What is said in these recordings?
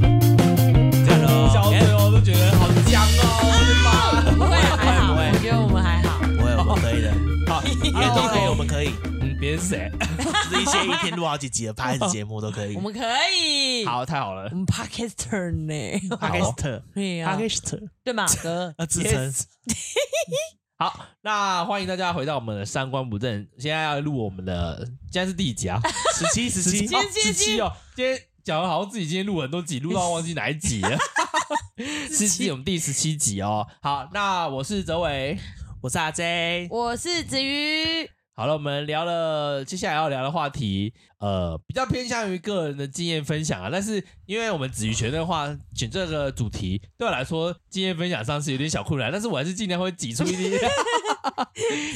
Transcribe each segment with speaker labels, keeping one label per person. Speaker 1: 哎
Speaker 2: 以，
Speaker 1: 嗯，别人是谁？
Speaker 2: 就是一些一天录好几集的 p o d 节目都可以
Speaker 3: 我。们可以，，
Speaker 1: 好，太好了
Speaker 3: 我，们 podcaster 呢？
Speaker 2: p
Speaker 1: 好
Speaker 2: a k i s t a n
Speaker 3: 对
Speaker 2: p
Speaker 3: 呀
Speaker 2: a，k i s t a n
Speaker 3: 对马哥，
Speaker 2: 哦要自称
Speaker 1: Yes 好，那欢迎大家回到我们的三观不正。现在要录我们的，现在是第几集啊？
Speaker 2: 十七十
Speaker 1: 十
Speaker 2: 七
Speaker 1: 七，
Speaker 3: 今天
Speaker 1: 十七哦。今天讲的好像自己今天录很多集，录到忘记哪一集了。十七，我们第十七集哦。好，那我是泽伟。
Speaker 2: 我是阿 J，
Speaker 3: 我是子瑜，
Speaker 1: 好了，我们聊了接下来要聊的话题，呃，比较偏向于个人的经验分享啊。但是因为我们子瑜权的话，选这个主题对我来说经验分享上是有点小困难，但是我还是尽量会挤出一些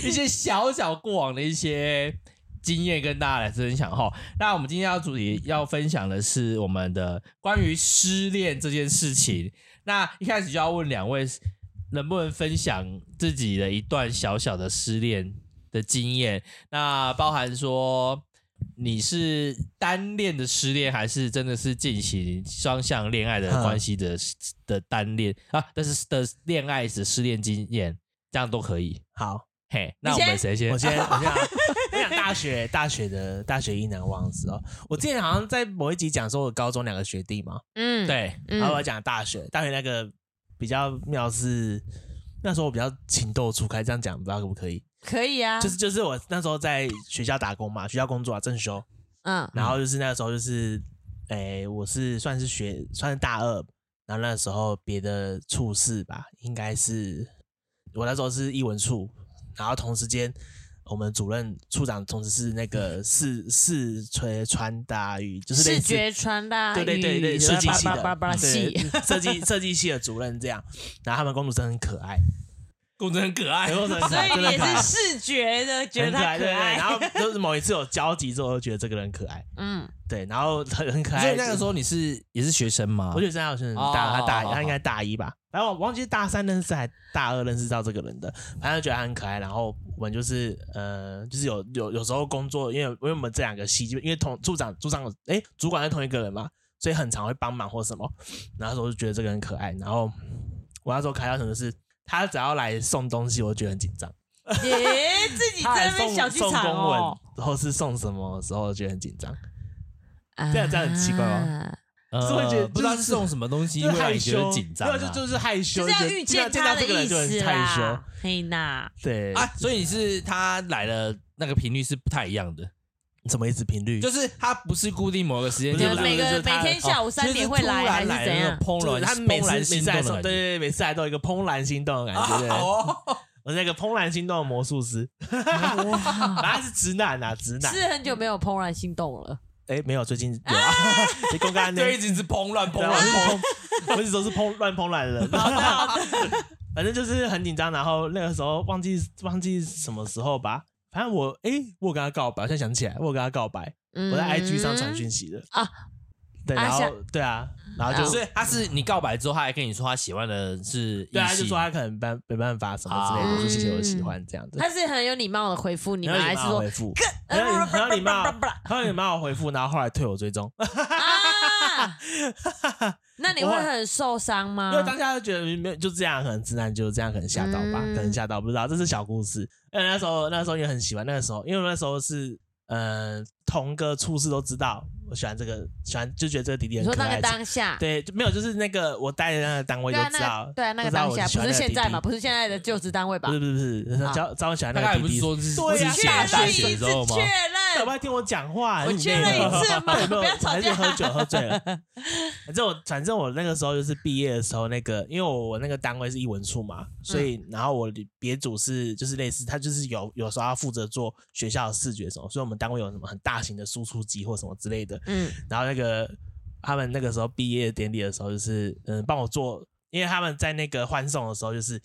Speaker 1: 一些小小过往的一些经验跟大家来分享哈。那我们今天要主题要分享的是我们的关于失恋这件事情。那一开始就要问两位，能不能分享自己的一段小小的失恋的经验？那包含说你是单恋的失恋，还是真的是进行双向恋爱的
Speaker 2: 嗯
Speaker 1: 关系的、的单恋啊？但是的恋爱的失恋经验，这样都可以。
Speaker 2: 好，
Speaker 1: 嘿，那我
Speaker 3: 先
Speaker 1: 们谁先？
Speaker 2: 我先我先啊我讲大学大学的大学一男忘子哦，我之前好像在某一集讲说我高中两个学弟嘛，
Speaker 3: 嗯，，
Speaker 1: 对，
Speaker 3: 嗯
Speaker 2: 然后我讲大学大学那个比较妙是。那时候我比较情窦初开，这样讲不知道可不可以？
Speaker 3: 可以啊，
Speaker 2: 就是就是我那时候在学校打工嘛，学校工作啊，正修，
Speaker 3: 嗯
Speaker 2: 然后就是那时候就是，诶、我是算是学算是大二，然后那时候别的处室吧，应该是我那时候是艺文处，然后同时间我们主任处长同时是那
Speaker 1: 嗯
Speaker 2: 个视视觉传达与就是类
Speaker 3: 视
Speaker 2: 似
Speaker 3: 觉传达
Speaker 2: 对对对
Speaker 3: 与
Speaker 2: 对设计系
Speaker 3: 叭
Speaker 2: 的
Speaker 3: 叭叭叭
Speaker 2: 对
Speaker 3: 系，
Speaker 2: 设计设计系的主任这样，然后他们公主真的很可爱，
Speaker 1: 公真很可爱，
Speaker 2: 公主很可
Speaker 3: 所
Speaker 2: 爱，
Speaker 3: 以
Speaker 2: 真的
Speaker 3: 你也
Speaker 2: 很可 爱
Speaker 3: 是视觉的，觉得
Speaker 2: 很可
Speaker 3: 他
Speaker 2: 爱，对对对。
Speaker 3: 爱，
Speaker 2: 然后就是某一次有交集之后，我就觉得这个人可爱，
Speaker 3: 嗯，
Speaker 2: 对，然后很很可
Speaker 1: 所
Speaker 2: 爱。
Speaker 1: 以那个时候你是也是学生吗？
Speaker 2: 我觉得张小轩
Speaker 1: 哦
Speaker 2: 大他大
Speaker 1: 哦哦
Speaker 2: 他应该大一吧，反正我忘记是大三认识还大二认识到这个人的，反正就觉得他很可爱。然后我们就是呃，就是有有有时候工作，因为因为我们这两个系，因为同组长组长哎主管是同一个人嘛，所以很常会帮忙或什么。然后那时候就觉得这个人可爱，然后我那时候开到什么是，他只要来送东西，我就觉得很紧张。
Speaker 3: 耶，自己
Speaker 2: 他
Speaker 3: 在
Speaker 2: 来
Speaker 3: 那边
Speaker 2: 送
Speaker 3: 小剧
Speaker 2: 送
Speaker 3: 场
Speaker 2: 公文
Speaker 3: 哦，，
Speaker 2: 或是送什么的时候，我觉得很紧张。
Speaker 3: 这
Speaker 2: 这样这样很奇怪哦
Speaker 3: 吗？
Speaker 1: 呃
Speaker 2: 是会觉得
Speaker 1: 不知道
Speaker 2: 就是
Speaker 1: 是送什么东西
Speaker 2: 就是
Speaker 1: 会让
Speaker 2: 害
Speaker 1: 你觉
Speaker 2: 羞，
Speaker 1: 得紧张
Speaker 2: 没有就
Speaker 1: 啊
Speaker 2: 就是害羞，
Speaker 3: 就是要
Speaker 2: 觉得
Speaker 3: 遇见
Speaker 2: 见到
Speaker 3: 他
Speaker 2: 这
Speaker 3: 的
Speaker 2: 个人
Speaker 3: 意
Speaker 2: 就很
Speaker 3: 思
Speaker 2: 害羞
Speaker 3: 啦。，嘿呐，
Speaker 2: 对
Speaker 1: 啊！所以你是他来了那个频率是不太一样的，
Speaker 2: 什么意思？频率
Speaker 1: 就是他不是固定某个时间
Speaker 2: 不是
Speaker 1: 就
Speaker 3: 就
Speaker 2: 不是
Speaker 1: 来
Speaker 3: 每
Speaker 1: 了。
Speaker 3: 个
Speaker 2: 就是他
Speaker 3: 每天下午三点会来还
Speaker 1: 来
Speaker 3: 是怎样？
Speaker 1: 怦
Speaker 2: 就是
Speaker 1: 然，
Speaker 2: 他每次
Speaker 1: 怦
Speaker 2: 每
Speaker 1: 然
Speaker 2: 次
Speaker 1: 心
Speaker 2: 来的啊
Speaker 1: 动的
Speaker 2: 时候，
Speaker 1: 感
Speaker 2: 对对对，每次来都有一个怦然心动的感觉。对对
Speaker 1: 哦，
Speaker 2: 我是那个怦然心动的魔术师，
Speaker 3: 哇，
Speaker 2: 反正他是直男啊，直男。
Speaker 3: 是很久没有怦然心动了，
Speaker 2: 哎，没有，最近有啊，你公干呢？
Speaker 1: 对，一直是怦乱怦
Speaker 2: 对啊
Speaker 1: 乱
Speaker 2: 我是
Speaker 1: 怦。
Speaker 3: 啊
Speaker 2: 怦，我一直都是怦乱怦然的人。反正就是很紧张，然后那个时候忘记忘记什么时候吧，反正我哎，我有跟他告白，我现在想起来，我有跟他告白，
Speaker 3: 嗯
Speaker 2: 我在 IG 上传讯息的
Speaker 3: 啊。
Speaker 2: 对，
Speaker 3: 啊
Speaker 2: 然后
Speaker 3: 想
Speaker 2: 对啊，然后
Speaker 3: 啊
Speaker 2: 就
Speaker 1: 所以他是你告白之后，他还跟你说他喜欢的是
Speaker 2: 对啊，
Speaker 1: 异
Speaker 2: 就
Speaker 1: 性
Speaker 2: 说他可能办没办法什么之类的，
Speaker 1: 啊
Speaker 2: 我说谢谢，我喜欢这样子。
Speaker 3: 他是很有礼貌的回复你
Speaker 2: 然
Speaker 3: 们，
Speaker 2: 后
Speaker 3: 还是
Speaker 2: 你
Speaker 3: 说呃
Speaker 2: 回复，然后你然后你骂我，然后你骂我回复，然后后来退我追踪，
Speaker 3: 啊？那你
Speaker 2: 我
Speaker 3: 会
Speaker 2: 会
Speaker 3: 很受伤吗
Speaker 2: 因？为当下就觉得没有就这样，可能直男就是这样，可能吓到吧，
Speaker 3: 嗯
Speaker 2: 可能吓到，不知道这是小故事。因为那时候那时候也很喜欢，那个时候因为我那时候是呃同个处室都知道，我喜欢这个喜欢就觉得这个弟弟
Speaker 3: 你
Speaker 2: 很
Speaker 3: 说
Speaker 2: 可
Speaker 3: 那
Speaker 2: 爱
Speaker 3: 个，当下，
Speaker 2: 对，就没有就是那个我待的那个单位
Speaker 3: 对
Speaker 2: 都
Speaker 3: 啊，
Speaker 2: 知
Speaker 3: 那
Speaker 2: 道
Speaker 3: 个，对啊，那个
Speaker 2: 都知道
Speaker 3: 当
Speaker 2: 我
Speaker 3: 下
Speaker 2: 喜
Speaker 3: 不
Speaker 2: 欢
Speaker 3: 是
Speaker 2: 那个
Speaker 3: 现在
Speaker 2: 弟弟
Speaker 3: 嘛，不是现在的就职单位吧
Speaker 2: 不？是不是不是，
Speaker 3: 啊
Speaker 2: 招招喜欢
Speaker 1: 大
Speaker 2: 那
Speaker 1: 概
Speaker 2: 个
Speaker 1: 也
Speaker 2: 弟
Speaker 1: 不
Speaker 2: 弟
Speaker 1: 是说是
Speaker 2: 对啊
Speaker 1: 只
Speaker 2: 是
Speaker 1: 写
Speaker 2: 大
Speaker 1: 大
Speaker 2: 学
Speaker 1: 学
Speaker 3: 一
Speaker 1: 的时
Speaker 3: 次
Speaker 1: 候吗
Speaker 3: 确？
Speaker 2: 对，我
Speaker 3: 认，
Speaker 2: 还听我讲话，
Speaker 3: 我
Speaker 2: 你
Speaker 3: 确认
Speaker 2: 妹
Speaker 3: 一次 嘛
Speaker 2: 对没有
Speaker 3: 不要吵
Speaker 2: 还是
Speaker 3: 架
Speaker 2: 喝酒喝醉 了。反正我反正我那个时候就是毕业的时候，那个因为我我那个单位是艺文处嘛，
Speaker 3: 嗯
Speaker 2: 所以、然后我别组是就是类似，他就是有有时候要负责做学校的视觉什么，所以我们单位有什么很大型的输出机或什么之类的，
Speaker 3: 嗯，
Speaker 2: 然后那个他们那个时候毕业典礼的时候，就是嗯帮我做，因为他们在那个欢送的时候，就是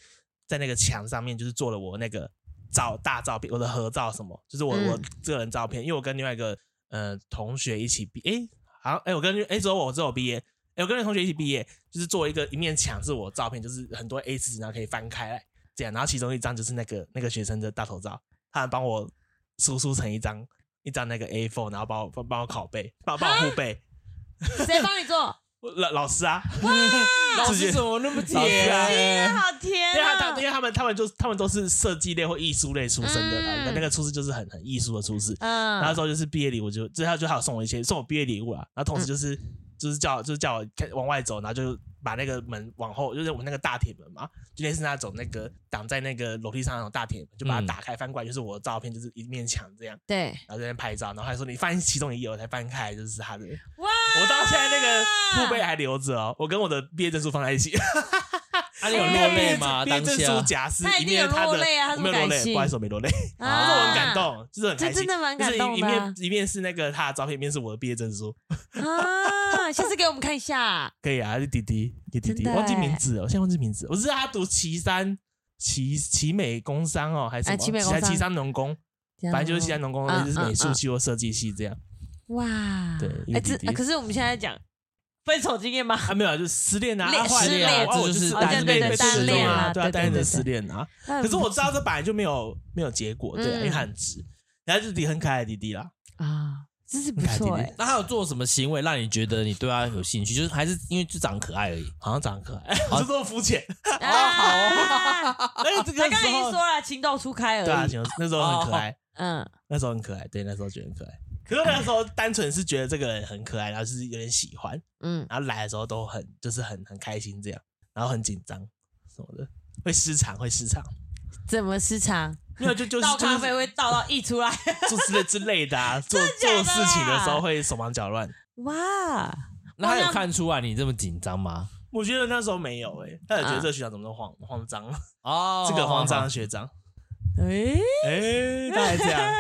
Speaker 2: 在那个墙上面就是做了我那个照大照片，我的合照什么，就是我、
Speaker 3: 嗯
Speaker 2: 我个人照片，因为我跟另外一个呃同学一起毕，诶，好像诶我跟诶只有我只有我毕业。诶我跟那个同学一起毕业，就是做一个一面墙是我的照片，就是很多 A 四纸，然后可以翻开来这样，然后其中一张就是那个那个学生的大头照，他们帮我输出成一张一张那个 A4，然后帮我帮帮我拷贝，帮帮我护背，
Speaker 3: 谁帮你做？
Speaker 2: 老老师啊，
Speaker 4: 老
Speaker 2: 直接
Speaker 4: 师怎么那么
Speaker 2: 老啊师啊
Speaker 4: 甜？
Speaker 3: 好甜
Speaker 2: 因为他他因为他们他们就是他们都是设计类或艺术类出身的啦，
Speaker 3: 嗯
Speaker 2: 那那个出师就是很很艺术的出师。
Speaker 3: 嗯，
Speaker 2: 然后之后就是毕业礼物就，就他就还有送我一些送我毕业礼物啦，然后同
Speaker 3: 嗯
Speaker 2: 时就是、就是叫就是叫我开往外走，然后就把那个门往后，就是我们那个大铁门嘛，就类似那种那个挡在那个楼梯上那种大铁门，就把它
Speaker 4: 嗯
Speaker 2: 打开翻过来，就是我的照片，就是一面墙这样，
Speaker 3: 对，
Speaker 2: 然后在那边拍照，然后还说你翻其中一页，我才翻开来就是他的，我
Speaker 3: 哇，
Speaker 2: 到现在那个父辈还留着哦，我跟我的毕业证书放在 一起，
Speaker 4: 啊，你有落泪吗？
Speaker 3: 哎
Speaker 2: 毕业
Speaker 4: 当
Speaker 2: 证书
Speaker 4: 下
Speaker 2: 夹是
Speaker 3: 他一
Speaker 2: 一
Speaker 3: 定
Speaker 2: 面
Speaker 3: 有
Speaker 2: 是他的，
Speaker 3: 落泪啊他
Speaker 2: 我没有
Speaker 3: 这么
Speaker 2: 落
Speaker 3: 感
Speaker 2: 泪，
Speaker 3: 性
Speaker 2: 不好意思我没落泪。
Speaker 3: 啊
Speaker 2: 但是我很感，动，就是很开心，
Speaker 3: 这真的蛮感动
Speaker 2: 就
Speaker 3: 的
Speaker 2: 是一
Speaker 3: 啊
Speaker 2: 面一面是那个他的照片，一面是我的毕业证书，
Speaker 3: 啊！下次给我们看一下，
Speaker 2: 可以啊，是弟弟，你弟
Speaker 3: 真
Speaker 2: 弟，
Speaker 3: 的欸
Speaker 2: 忘记名字了，我现在忘记名字，我知道他读岐山岐岐美工商哦，还是什
Speaker 3: 哎
Speaker 2: 么？
Speaker 3: 奇美工商
Speaker 2: 岐山农工，反正就是岐山农工，
Speaker 3: 嗯
Speaker 2: 就是美术系或设计系这样。
Speaker 3: 哇，
Speaker 2: 对一
Speaker 3: 哎，
Speaker 2: 个
Speaker 3: 这
Speaker 2: 弟弟
Speaker 3: 可是我们现在讲分手经 验吗？
Speaker 2: 啊，没有啊，就是失恋啊，
Speaker 3: 恋
Speaker 2: 啊后来
Speaker 3: 失
Speaker 2: 就
Speaker 3: 恋
Speaker 2: 啊我就是
Speaker 4: 哦对对
Speaker 2: 单被
Speaker 4: 对
Speaker 2: 被
Speaker 4: 单
Speaker 2: 失
Speaker 4: 恋
Speaker 2: 恋
Speaker 4: 啊
Speaker 2: 啊，对啊，
Speaker 3: 对对
Speaker 2: 单恋
Speaker 3: 对
Speaker 2: 的
Speaker 3: 对
Speaker 2: 失恋啊。
Speaker 3: 可
Speaker 2: 可是我知道这本来就没有没有结果，对啊，
Speaker 3: 嗯
Speaker 2: 因为他很直，然后就是弟很可爱的弟弟啦，
Speaker 3: 啊，真是不错
Speaker 2: 很感
Speaker 3: 哎
Speaker 2: 激，
Speaker 4: 那他有做什么行为让你觉得你对他有兴趣？就是还是因为就长得可爱而已。
Speaker 2: 好像长得 可爱，我就这么肤浅。
Speaker 3: 啊好，
Speaker 2: 那个这
Speaker 3: 他
Speaker 2: 个时
Speaker 3: 刚才已经
Speaker 2: 候
Speaker 3: 说，了，情窦初开
Speaker 2: 对啊，
Speaker 3: 而已，
Speaker 2: 行那时候很可爱，
Speaker 3: 嗯，
Speaker 2: 那时候很可爱，对，那时候觉得很可爱。可是那时候单纯是觉得这个人很可爱，然后就是有点喜欢，
Speaker 3: 嗯，
Speaker 2: 然后来的时候都很就是很很开心这样，然后很紧张什么的，会失常，会失常，
Speaker 3: 怎么失常？
Speaker 2: 没有就就是
Speaker 3: 倒
Speaker 2: 就
Speaker 3: 咖啡
Speaker 2: 是
Speaker 3: 会倒到溢出来，
Speaker 2: 做之类之类的啊，做
Speaker 3: 假的
Speaker 2: 做
Speaker 3: 啊
Speaker 2: 事情的时候会手忙脚乱。
Speaker 3: 哇，
Speaker 4: 那他有看出来你这么紧张吗？
Speaker 2: 我觉得那时候没有诶、他也觉
Speaker 3: 嗯
Speaker 2: 得这个学长怎么都慌慌张，
Speaker 4: 哦
Speaker 2: 这个慌张的学长，
Speaker 3: 哎，
Speaker 2: 哎，大概这样，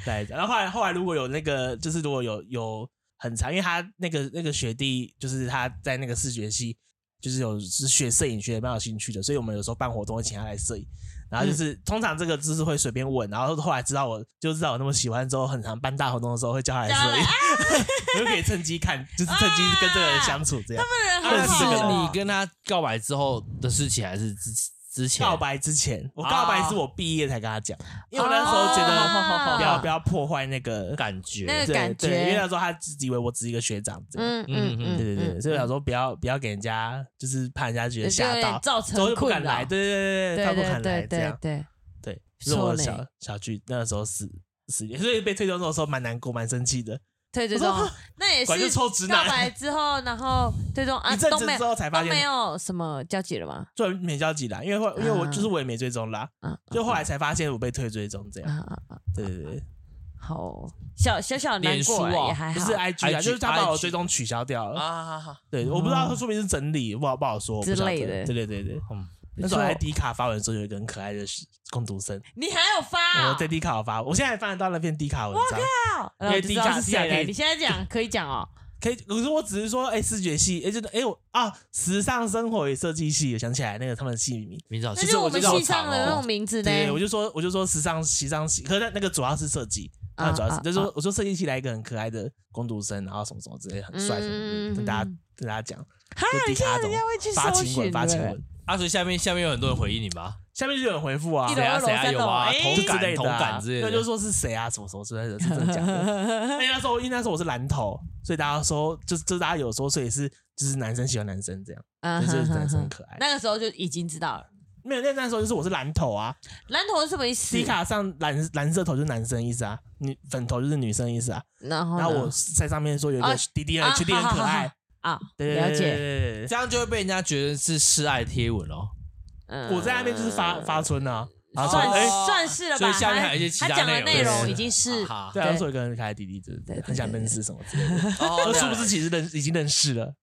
Speaker 2: 大概这样。然后后来后来如果有那个，就是如果有有很长，因为他那个那个学弟，就是他在那个视觉系，就是有是学摄影学得蛮有兴趣的，所以我们有时候办活动会请他来摄影。然后就是、通常这个知识会随便问，然后后来知道我就知道我那么喜欢之后，很常办大活动的时候会叫他来摄影， 我就可以趁机看，就是趁机跟这个人相处这样。
Speaker 3: 这个
Speaker 4: 那
Speaker 3: 人很
Speaker 2: 他
Speaker 4: 是
Speaker 2: 们
Speaker 3: 好
Speaker 2: 这
Speaker 4: 你
Speaker 3: 哦，
Speaker 4: 跟他告白之后的事情，还是之之前
Speaker 2: 告？白之前，我告白
Speaker 4: 啊
Speaker 2: 是我毕业才跟他讲，因为我那时候觉得
Speaker 3: 啊
Speaker 2: 不要不要破坏那个
Speaker 4: 感觉
Speaker 3: 那个
Speaker 2: 对
Speaker 3: 感
Speaker 2: 对
Speaker 3: 觉
Speaker 2: 因为那时候他自己以为我只是一个学长，这样，
Speaker 3: 嗯嗯嗯，
Speaker 2: 对对对，
Speaker 3: 嗯
Speaker 2: 所以我想说不要不要给人家就是怕人家觉得吓
Speaker 3: 对
Speaker 2: 到，
Speaker 3: 造
Speaker 2: 之后
Speaker 3: 成
Speaker 2: 就不
Speaker 3: 困
Speaker 2: 敢
Speaker 3: 扰
Speaker 2: 来，，对对对对，他
Speaker 3: 对
Speaker 2: 不
Speaker 3: 对
Speaker 2: 敢
Speaker 3: 对
Speaker 2: 来这
Speaker 3: 对
Speaker 2: 样，
Speaker 3: 对，
Speaker 2: 对，这是我的
Speaker 3: 错嘞
Speaker 2: 小小剧，那时候十十年，所以被推动的时候蛮难过，蛮生气的，
Speaker 3: 退这
Speaker 2: 我
Speaker 3: 种
Speaker 2: 说，
Speaker 3: 那也
Speaker 2: 管就是臭直
Speaker 3: 告
Speaker 2: 男，
Speaker 3: 白之后，然后退这种 啊
Speaker 2: 一阵
Speaker 3: 都
Speaker 2: 子
Speaker 3: 没
Speaker 2: 之
Speaker 3: 有
Speaker 2: 后才
Speaker 3: 都
Speaker 2: 发
Speaker 3: 没
Speaker 2: 现，
Speaker 3: 有什么交集了吗？
Speaker 2: 就没交集啦，因为后因为我
Speaker 3: 啊
Speaker 2: 就是我也没追踪啦，
Speaker 3: 嗯，
Speaker 2: 就后来才发现我被退追踪这样，
Speaker 3: 啊啊啊，
Speaker 2: 对对对，
Speaker 3: 好哦小小小难
Speaker 4: 脸书
Speaker 3: 过啊
Speaker 4: 哦
Speaker 3: 也还
Speaker 2: 不
Speaker 3: 好哦
Speaker 2: 是，IG 啊，
Speaker 4: IG
Speaker 2: 就是他把我追踪取消掉了，
Speaker 4: 啊，
Speaker 2: 对，我不知道他说不定是整理，不好不好说我不
Speaker 3: 之
Speaker 2: 晓得
Speaker 3: 类的
Speaker 2: 对对对对。
Speaker 4: 嗯，
Speaker 2: 那时候
Speaker 3: 不错
Speaker 2: 在 D 卡发文的时候，有一个很可爱的工读生，
Speaker 3: 你还有发
Speaker 2: 我
Speaker 3: 哦
Speaker 2: 在 D 卡有发，我现在还翻得到那篇 D 卡文章，
Speaker 3: 靠，然后我就知
Speaker 2: 因为
Speaker 3: 道
Speaker 2: D 卡
Speaker 3: 是谁
Speaker 2: D 卡可
Speaker 3: 了。
Speaker 2: 以
Speaker 3: 你现在讲可以讲哦，
Speaker 2: 可以。可是我只是说，哎、视觉系，哎、真的，哎、我啊，时尚生活与设计系，我想起来那个他们的系名，
Speaker 4: 明早
Speaker 3: 那
Speaker 4: 其
Speaker 3: 是
Speaker 4: 实
Speaker 3: 我
Speaker 4: 知
Speaker 3: 们
Speaker 4: 道哦
Speaker 3: 系上的那种名字呢
Speaker 2: 对，。我就说，我就说时尚时尚系，可是那那个主要是设计，那
Speaker 3: 啊
Speaker 2: 个主要是，
Speaker 3: 啊
Speaker 2: 就是说
Speaker 3: 啊
Speaker 2: 我说设计系来一个很可爱的工读生，然后什么什么之类，很帅什么
Speaker 3: 嗯
Speaker 2: 的，跟大家
Speaker 3: 嗯
Speaker 2: 跟大家讲，
Speaker 3: 哈
Speaker 2: 就，D
Speaker 3: 你现
Speaker 2: 卡
Speaker 3: 在
Speaker 2: 那
Speaker 3: 人
Speaker 2: 种
Speaker 3: 家会去
Speaker 2: 发
Speaker 3: 搜
Speaker 2: 情
Speaker 3: 寻
Speaker 2: 文，发情
Speaker 3: 的，
Speaker 2: 文，
Speaker 4: 啊，所以下面下面有很多人回应你吗？
Speaker 2: 下面就有人回复啊，
Speaker 3: 一
Speaker 2: 谁
Speaker 4: 谁啊
Speaker 2: 啊
Speaker 3: 楼二楼
Speaker 4: 谁啊
Speaker 3: 三
Speaker 4: 有
Speaker 3: 楼
Speaker 4: 啊，
Speaker 3: 哎
Speaker 4: 同
Speaker 2: 之
Speaker 4: 感
Speaker 2: 类
Speaker 4: 同
Speaker 2: 的啊，
Speaker 4: 感之类
Speaker 2: 对，
Speaker 4: 的，
Speaker 2: 就说是谁啊，什么什么之类的，是真的假的？ 而且那时候，因为那时候我是蓝头，所以大家说，就是就是大家有说，所以是就是男生喜欢男生这样，
Speaker 3: 嗯
Speaker 2: 就是
Speaker 3: 哼
Speaker 2: 男生
Speaker 3: 哼
Speaker 2: 很可爱。
Speaker 3: 那个时候就已经知道了。
Speaker 2: 没有，那那时候就是我是蓝头啊
Speaker 3: 蓝头是什么意思
Speaker 2: ，C？卡上蓝蓝色头就是男生的意思啊，女粉头就是女生的意思啊。
Speaker 3: 然后
Speaker 2: 然后
Speaker 3: 呢
Speaker 2: 我在上面说有一
Speaker 3: 啊
Speaker 2: 个弟弟
Speaker 3: 哦啊
Speaker 2: 很确定
Speaker 3: 好
Speaker 2: 很可
Speaker 3: 好好
Speaker 2: 爱，
Speaker 3: 啊，
Speaker 2: 对
Speaker 3: 了
Speaker 2: 对对对
Speaker 3: 解。
Speaker 2: 对对对
Speaker 4: 这样就会被人家觉得是示爱贴文哦。
Speaker 3: 嗯
Speaker 2: 对。我在那边就是发发春啊，然后说
Speaker 3: 算
Speaker 4: 哎
Speaker 2: 哎，
Speaker 3: 算是了吧。
Speaker 4: 所以下面还有一些其
Speaker 3: 他
Speaker 4: 他
Speaker 3: 讲的
Speaker 4: 内
Speaker 3: 内
Speaker 2: 容
Speaker 3: 容
Speaker 2: 对
Speaker 3: 已经是
Speaker 4: 哈
Speaker 2: 对
Speaker 3: 对
Speaker 2: 啊，说有一个很可爱的弟弟，就是
Speaker 3: 对对
Speaker 2: 很想
Speaker 3: 对对
Speaker 2: 认识什么之类的。
Speaker 4: 哦
Speaker 2: 我殊不知其实认已经认 识了。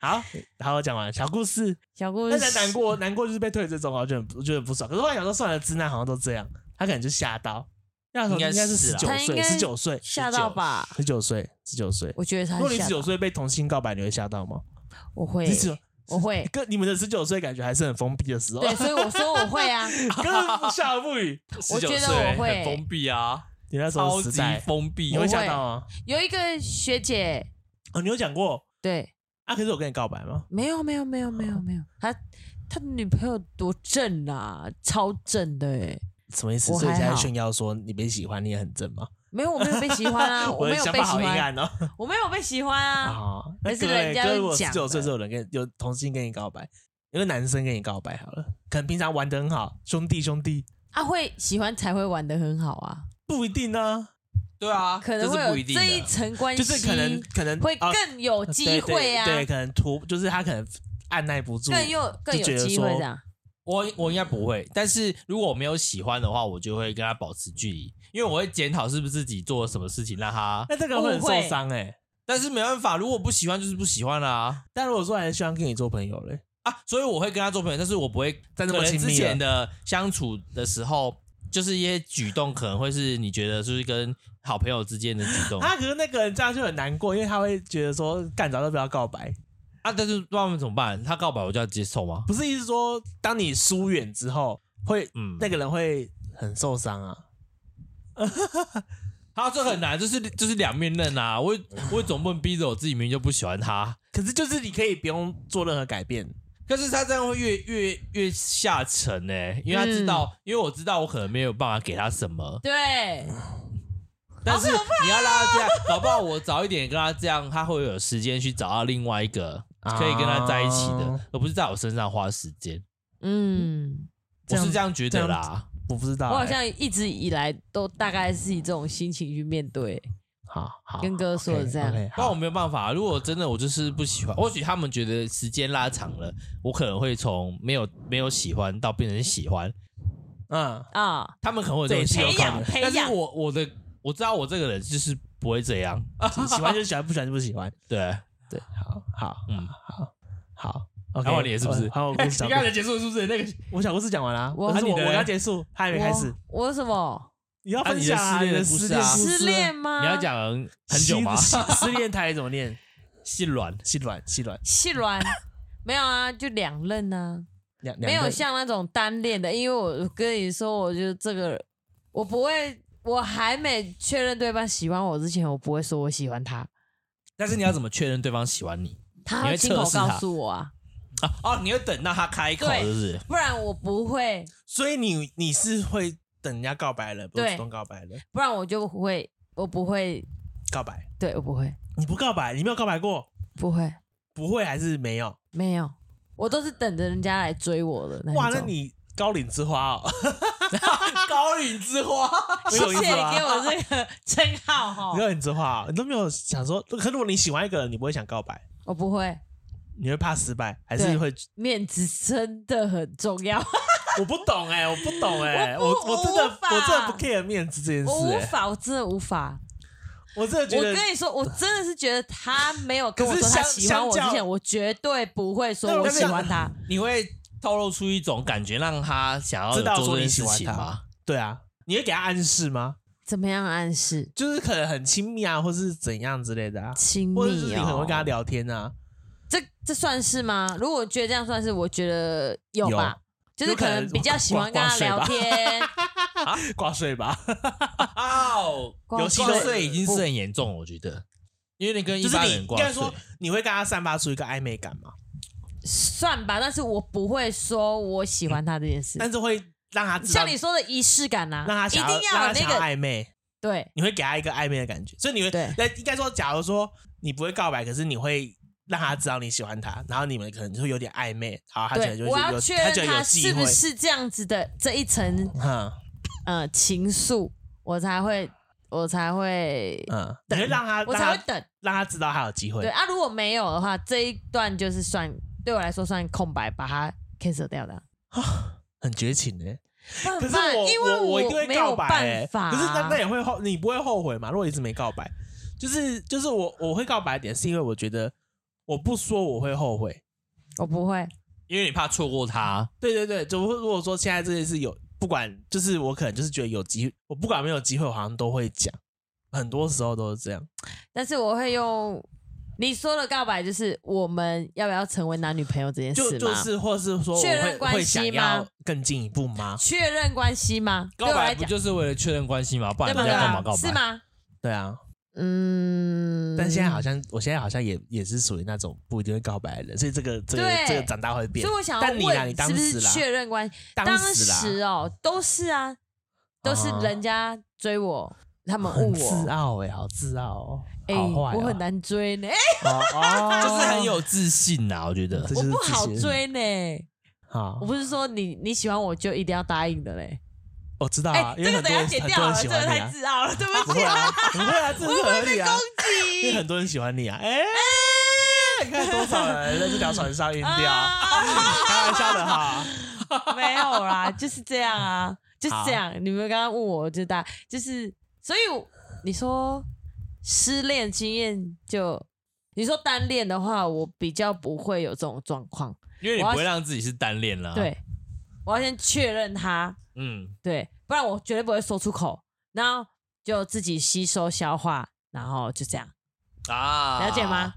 Speaker 2: 好，然后我讲完小故事，
Speaker 3: 小故
Speaker 2: 那
Speaker 3: 事。
Speaker 2: 才难过，难过就是被退这种啊，我觉得很我觉得很不爽。可是我想说，算了，直男好像都这样，他可能就吓到，那时候
Speaker 4: 应该
Speaker 2: 应该是
Speaker 4: 是
Speaker 2: 十
Speaker 4: 啊
Speaker 2: 九
Speaker 3: 他应
Speaker 2: 岁，
Speaker 3: 该
Speaker 2: 十九岁，
Speaker 3: 吓到吧？
Speaker 2: 十九岁，十九岁。
Speaker 3: 我觉得他
Speaker 2: 如
Speaker 3: 吓
Speaker 2: 果你十
Speaker 3: 到
Speaker 2: 九岁被同性告白，你会吓到吗？
Speaker 3: 我会
Speaker 2: 你，19，
Speaker 3: 我会
Speaker 2: 跟你们的十九岁感觉还是很封闭的时候，
Speaker 3: 对，所以我说我会啊，
Speaker 2: 跟笑而不语。
Speaker 3: 我觉得
Speaker 4: 19岁
Speaker 3: 我会
Speaker 4: 很封闭啊，
Speaker 2: 你那时候
Speaker 4: 超
Speaker 2: 时
Speaker 4: 级
Speaker 2: 代，
Speaker 4: 封闭
Speaker 2: 你
Speaker 3: 我。
Speaker 2: 会吓到吗？
Speaker 3: 有一个学姐，
Speaker 2: 哦，你有讲过
Speaker 3: 对，
Speaker 2: 啊？可是我跟你告白吗？
Speaker 3: 没有没有没有没有没有，他他女朋友多正啊，超正的哎、
Speaker 2: 什么意思？
Speaker 3: 我
Speaker 2: 所以
Speaker 3: 还
Speaker 2: 现在
Speaker 3: 好
Speaker 2: 炫耀说你被喜欢，你也很正吗？
Speaker 3: 没有，我没有被喜欢 啊，我
Speaker 2: 的
Speaker 3: 没有
Speaker 2: 想
Speaker 3: 被
Speaker 2: 法
Speaker 3: 喜
Speaker 2: 好阴
Speaker 3: 欢，
Speaker 2: 暗哦。
Speaker 3: 我没有被喜欢啊。
Speaker 2: 啊，那
Speaker 3: 但是
Speaker 2: 各位
Speaker 3: 人家
Speaker 2: 各位，
Speaker 3: 是
Speaker 2: 我十
Speaker 3: 讲
Speaker 2: 九岁
Speaker 3: 的
Speaker 2: 的时候有人跟有同性跟你告白，有个男生跟你告白好了，可能平常玩的很好，兄弟兄弟
Speaker 3: 啊，会喜欢才会玩的很好啊，
Speaker 2: 不一定啊，
Speaker 1: 对啊，
Speaker 3: 可能
Speaker 1: 这
Speaker 3: 会
Speaker 1: 是
Speaker 3: 有
Speaker 1: 不一定
Speaker 3: 这一
Speaker 1: 的。
Speaker 3: 层关
Speaker 2: 就
Speaker 3: 系，
Speaker 2: 是可能可能
Speaker 3: 会
Speaker 2: 啊
Speaker 3: 更有机会啊，
Speaker 2: 对对，对可能突就是他可能按耐不住，
Speaker 3: 更有更有
Speaker 2: 就觉得
Speaker 3: 机会
Speaker 2: 说
Speaker 3: 这样。
Speaker 1: 我我应该不会，但是如果我没有喜欢的话，我就会跟他保持距离，因为我会检讨是不是自己做了什么事情让他。
Speaker 2: 那这个会很
Speaker 3: 误会
Speaker 2: 受伤哎、
Speaker 1: 但是没办法，如果不喜欢就是不喜欢啦、啊。
Speaker 2: 但如果说还是希望跟你做朋友嘞，
Speaker 1: 所以我会跟他做朋友，但是我不会在
Speaker 2: 那么
Speaker 1: 可能
Speaker 2: 亲密了
Speaker 1: 之前的相处的时候，就是一些举动可能会是你觉得就是跟好朋友之间的举
Speaker 3: 哦
Speaker 1: 动啊
Speaker 2: 他可是那个人这样就很难过，因为他会觉得说干早都不要告白，
Speaker 1: 啊但是那我们怎么办？他告白我就要接受吗？
Speaker 2: 不是意思说当你疏远之后，会
Speaker 1: 嗯，
Speaker 2: 那个人会很受伤啊。
Speaker 1: 他这很难，就是就是两面刃啊。我我总不能逼着我自己明明就不喜欢他，
Speaker 2: 可是就是你可以不用做任何改变，
Speaker 1: 可是他这样会越越越下沉呢、因为他知道，因为我知道我可能没有办法给他什么，
Speaker 3: 对，
Speaker 1: 但是你要让他这样，搞不好我早一点跟他这样，他会有时间去找到另外一个
Speaker 2: 啊
Speaker 1: 可以跟他在一起的，而不是在我身上花时间。
Speaker 3: 嗯，
Speaker 2: 这
Speaker 1: 我
Speaker 2: 样
Speaker 1: 是这样觉得啦。
Speaker 2: 我不知道
Speaker 3: 我
Speaker 2: 欸、
Speaker 3: 好像一直以来都大概是以这种心情去面对。
Speaker 2: 好好
Speaker 3: 跟哥说的这样
Speaker 2: OK，OK，
Speaker 1: 不然
Speaker 2: 好
Speaker 1: 我没有办法。如果真的我就是不喜欢，或许他们觉得时间拉长了，我可能会从没有没有喜欢到变成喜欢，
Speaker 2: 嗯，
Speaker 3: 啊、
Speaker 1: 他们可能会有这种
Speaker 2: 对
Speaker 1: 情
Speaker 2: 培养
Speaker 1: 况
Speaker 3: 培
Speaker 1: 但是
Speaker 3: 养
Speaker 1: 我我的我知道我这个人就是不会这样，
Speaker 2: 喜欢就喜欢，不喜欢就不喜欢。
Speaker 1: 对。
Speaker 2: 对，好好
Speaker 1: 嗯，
Speaker 2: 好好，OK，
Speaker 1: 还有你是不是
Speaker 2: 还有 我故 事讲
Speaker 1: 你刚才结束是不是？ 那个
Speaker 2: 我小故事讲完了，
Speaker 3: 我
Speaker 2: 可是
Speaker 1: 啊你
Speaker 2: 我
Speaker 1: 的
Speaker 2: 我
Speaker 1: 嘞
Speaker 2: 要结束，他还没开始。
Speaker 3: 我，我什么
Speaker 2: 你要
Speaker 1: 啊
Speaker 2: 分享
Speaker 1: 你的
Speaker 2: 的
Speaker 1: 失
Speaker 2: 失
Speaker 1: 恋的
Speaker 2: 恋故
Speaker 1: 故事啊
Speaker 2: 事
Speaker 3: 失恋吗？
Speaker 1: 你要讲
Speaker 3: 啊
Speaker 1: 很久吗？
Speaker 2: 失失失恋台语怎么念？
Speaker 1: 心软，
Speaker 2: 心软，心软，
Speaker 3: 细软？ 没有啊，就两任啊，
Speaker 2: 两两
Speaker 3: 没有
Speaker 2: 个
Speaker 3: 像那种单恋的，因为我跟你说，我就这个，我不会，我还没确认对方喜欢我之前，我不会说我喜欢他，
Speaker 1: 但是你要怎么确认对方喜欢你
Speaker 3: 他
Speaker 1: 你会
Speaker 3: 会亲口
Speaker 1: 测试他
Speaker 3: 告诉我啊，
Speaker 1: 啊？ 哦，你会等到他开口，
Speaker 3: 对
Speaker 1: 是不是？
Speaker 3: 不然我不会，
Speaker 2: 所以你你是会等人家告白了，不
Speaker 3: 对
Speaker 2: 主动告白了，
Speaker 3: 不然我就不会，我不会，
Speaker 2: 告白
Speaker 3: 对我不会，
Speaker 2: 你不告白，你没有告白过，
Speaker 3: 不会，
Speaker 2: 不会还是没有？
Speaker 3: 没有，我都是等着人家来追我的那一
Speaker 2: 哇，那
Speaker 3: 种
Speaker 2: 你高岭之花 哦，
Speaker 1: 高岭之花，
Speaker 3: 谢谢你
Speaker 1: 啊
Speaker 3: 给我这个称号
Speaker 2: 你
Speaker 3: 哈，
Speaker 2: 高岭之花哦，你都没有想说，可如果你喜欢一个人，你不会想告白，
Speaker 3: 我不会，
Speaker 2: 你会怕失败，还
Speaker 3: 对
Speaker 2: 是会？
Speaker 3: 面子真的很重要，
Speaker 2: 我不懂哎，我不懂哎，我
Speaker 3: 我不
Speaker 2: 我真的
Speaker 3: 我无法
Speaker 2: 我真的不 care 面子这件
Speaker 3: 我无
Speaker 2: 事，哎，
Speaker 3: 法，我真的无法。
Speaker 2: 我真的觉
Speaker 3: 我
Speaker 2: 得
Speaker 3: 跟你说，我真的是觉得他没有跟我
Speaker 2: 可是
Speaker 3: 说他
Speaker 2: 相
Speaker 3: 喜欢我之
Speaker 2: 相较
Speaker 3: 前，我绝对不会说
Speaker 2: 那
Speaker 3: 我
Speaker 2: 那
Speaker 3: 喜欢他。
Speaker 1: 你会透露出一种感觉，让他想要有
Speaker 2: 知道
Speaker 1: 做
Speaker 2: 说
Speaker 1: 这
Speaker 2: 你
Speaker 1: 件
Speaker 2: 喜
Speaker 1: 事
Speaker 2: 欢
Speaker 1: 情
Speaker 2: 他
Speaker 1: 吗？
Speaker 2: 对啊，你会给他暗示吗？
Speaker 3: 怎么样啊暗示
Speaker 2: 就是可能很亲密啊，或是怎样之类的啊，
Speaker 3: 亲
Speaker 2: 或者是
Speaker 3: 密
Speaker 2: 你可能会
Speaker 3: 哦
Speaker 2: 跟？他聊天啊，
Speaker 3: 这这算是吗？如果我觉得这样算是，我觉得有
Speaker 2: 有
Speaker 3: 吧，就是可能比较喜欢跟他聊天。
Speaker 2: 挂睡吧，
Speaker 1: 哦，
Speaker 3: 光
Speaker 1: 有
Speaker 3: 睡
Speaker 1: 挂睡已经是很严重了，我觉得，因为你跟一
Speaker 2: 就是
Speaker 1: 般
Speaker 2: 你
Speaker 1: 人
Speaker 2: 应
Speaker 1: 挂
Speaker 2: 该
Speaker 1: 睡
Speaker 2: 说，你会跟他散发出一个暧昧感嘛，
Speaker 3: 算吧，但是我不会说我喜欢他这件事。
Speaker 2: 但是会让他知道
Speaker 3: 像你，说的仪式感呐、
Speaker 2: 嗯让他
Speaker 3: 一定
Speaker 2: 想要
Speaker 3: 要有
Speaker 2: 让他
Speaker 3: 那
Speaker 2: 想要
Speaker 3: 个
Speaker 2: 暧昧，
Speaker 3: 对
Speaker 2: 你会给他一个暧昧的感觉，所以你会
Speaker 3: 对
Speaker 2: 那应该说，假如说你不会告白，可是你会。让他知道你喜欢他，然后你们可能就会有点暧昧，好，他可能就
Speaker 3: 对，
Speaker 2: 会
Speaker 3: 我
Speaker 2: 有
Speaker 3: 要确
Speaker 2: 他就
Speaker 3: 认
Speaker 2: 有
Speaker 3: 他
Speaker 2: 机
Speaker 3: 是
Speaker 2: 会
Speaker 3: 不，是这样子的这一层
Speaker 2: 嗯
Speaker 3: 呃情愫，我才会我才会、
Speaker 2: 嗯，你会让他
Speaker 3: 我
Speaker 2: 让
Speaker 3: 才
Speaker 2: 他
Speaker 3: 会等。
Speaker 2: 让他知道他有机会
Speaker 3: 对，啊，如果没有的话，这一段就是算对我来说算空白，把它 cancel 掉的。
Speaker 2: 很绝情的、
Speaker 3: 那
Speaker 2: 可
Speaker 3: 怎
Speaker 2: 是
Speaker 3: 么办
Speaker 2: 我
Speaker 3: 因为
Speaker 2: 我我一定会
Speaker 3: 没
Speaker 2: 告
Speaker 3: 有
Speaker 2: 白、
Speaker 3: 办
Speaker 2: 欸，
Speaker 3: 法，啊
Speaker 2: 可是那那也会后，你不会后悔嘛？如果一直没告白，就是就是我我会告白的点，是因为我觉得我不说我会后悔。
Speaker 3: 我不会，
Speaker 1: 因为你怕错过他，
Speaker 2: 对对对，就如果说现在这件事有不管，就是我可能就是觉得有机，我不管没有机会，我好像都会讲，很多时候都是这样。
Speaker 3: 但是我会用你说的告白，就是我们要不要成为男女朋友这件
Speaker 2: 就
Speaker 3: 事
Speaker 2: 就
Speaker 3: 吗？
Speaker 2: 是或是说我
Speaker 3: 确认
Speaker 2: 会
Speaker 3: 关
Speaker 2: 会
Speaker 3: 系
Speaker 2: 想
Speaker 3: 吗
Speaker 2: 要更进一步吗？
Speaker 3: 确认关系吗？对啊
Speaker 1: 告
Speaker 3: 我来
Speaker 1: 白不
Speaker 3: 讲，
Speaker 1: 就是为了确认关系吗？不然
Speaker 3: 对
Speaker 1: 人
Speaker 3: 吗？对
Speaker 1: 家干
Speaker 3: 吧
Speaker 1: 嘛告
Speaker 3: 是
Speaker 1: 白？
Speaker 3: 吗？
Speaker 2: 对啊，
Speaker 3: 嗯，
Speaker 2: 但现在好像我现在好像也也是属于那种不一定会告白的人，所以这个这个
Speaker 3: 对
Speaker 2: 这个长大会变
Speaker 3: 所以。我想要
Speaker 2: 但你啦，你
Speaker 3: 问，
Speaker 2: 当
Speaker 3: 是不
Speaker 2: 时
Speaker 3: 是
Speaker 2: 啦，
Speaker 3: 确认关系？
Speaker 2: 当
Speaker 3: 当
Speaker 2: 时啦，啊
Speaker 3: 时哦，都是啊，都是人家追我，他们
Speaker 2: 很
Speaker 3: 误
Speaker 2: 自
Speaker 3: 我，
Speaker 2: 傲哎、好自傲、哦，
Speaker 3: 哎、
Speaker 2: 好坏、哦
Speaker 3: 我很，难追呢，哎、
Speaker 2: 哦，
Speaker 1: 就是很有自信呐、我觉得
Speaker 2: 这 就
Speaker 3: 我
Speaker 2: 是
Speaker 3: 不
Speaker 2: 自
Speaker 3: 好
Speaker 2: 信
Speaker 3: 追呢。
Speaker 2: 好
Speaker 3: 我，不是说你你喜欢我就一定要答应的嘞，
Speaker 2: 我知道
Speaker 3: 哎、
Speaker 2: 啊，因
Speaker 3: 这
Speaker 2: 为
Speaker 3: 个
Speaker 2: 很
Speaker 3: 等
Speaker 2: 多
Speaker 3: 一下
Speaker 2: 人
Speaker 3: 剪
Speaker 2: 很
Speaker 3: 掉
Speaker 2: 多
Speaker 3: 了，
Speaker 2: 人喜欢你啊，
Speaker 3: 这个太自傲了，对 不
Speaker 2: 不
Speaker 3: 起
Speaker 2: 会啊，不会啊，这是合理 啊，因为
Speaker 3: 你。
Speaker 2: 很多人喜欢你啊，哎、你看多少人在这条船上晕掉，
Speaker 3: 啊
Speaker 2: 开玩笑的哈，
Speaker 3: 没有啦，就是这样啊，就是这样。你们刚刚问我，就答，就是，所以我你说失恋经验就，你说单恋的话，我比较不会有这种状况。
Speaker 1: 因为你不会让自己是单恋啦。，
Speaker 3: 对，我要先确认他，
Speaker 1: 嗯，
Speaker 3: 对，不然我绝对不会说出口，然后就自己吸收消化，然后就这样，
Speaker 1: 啊，
Speaker 3: 了解吗？？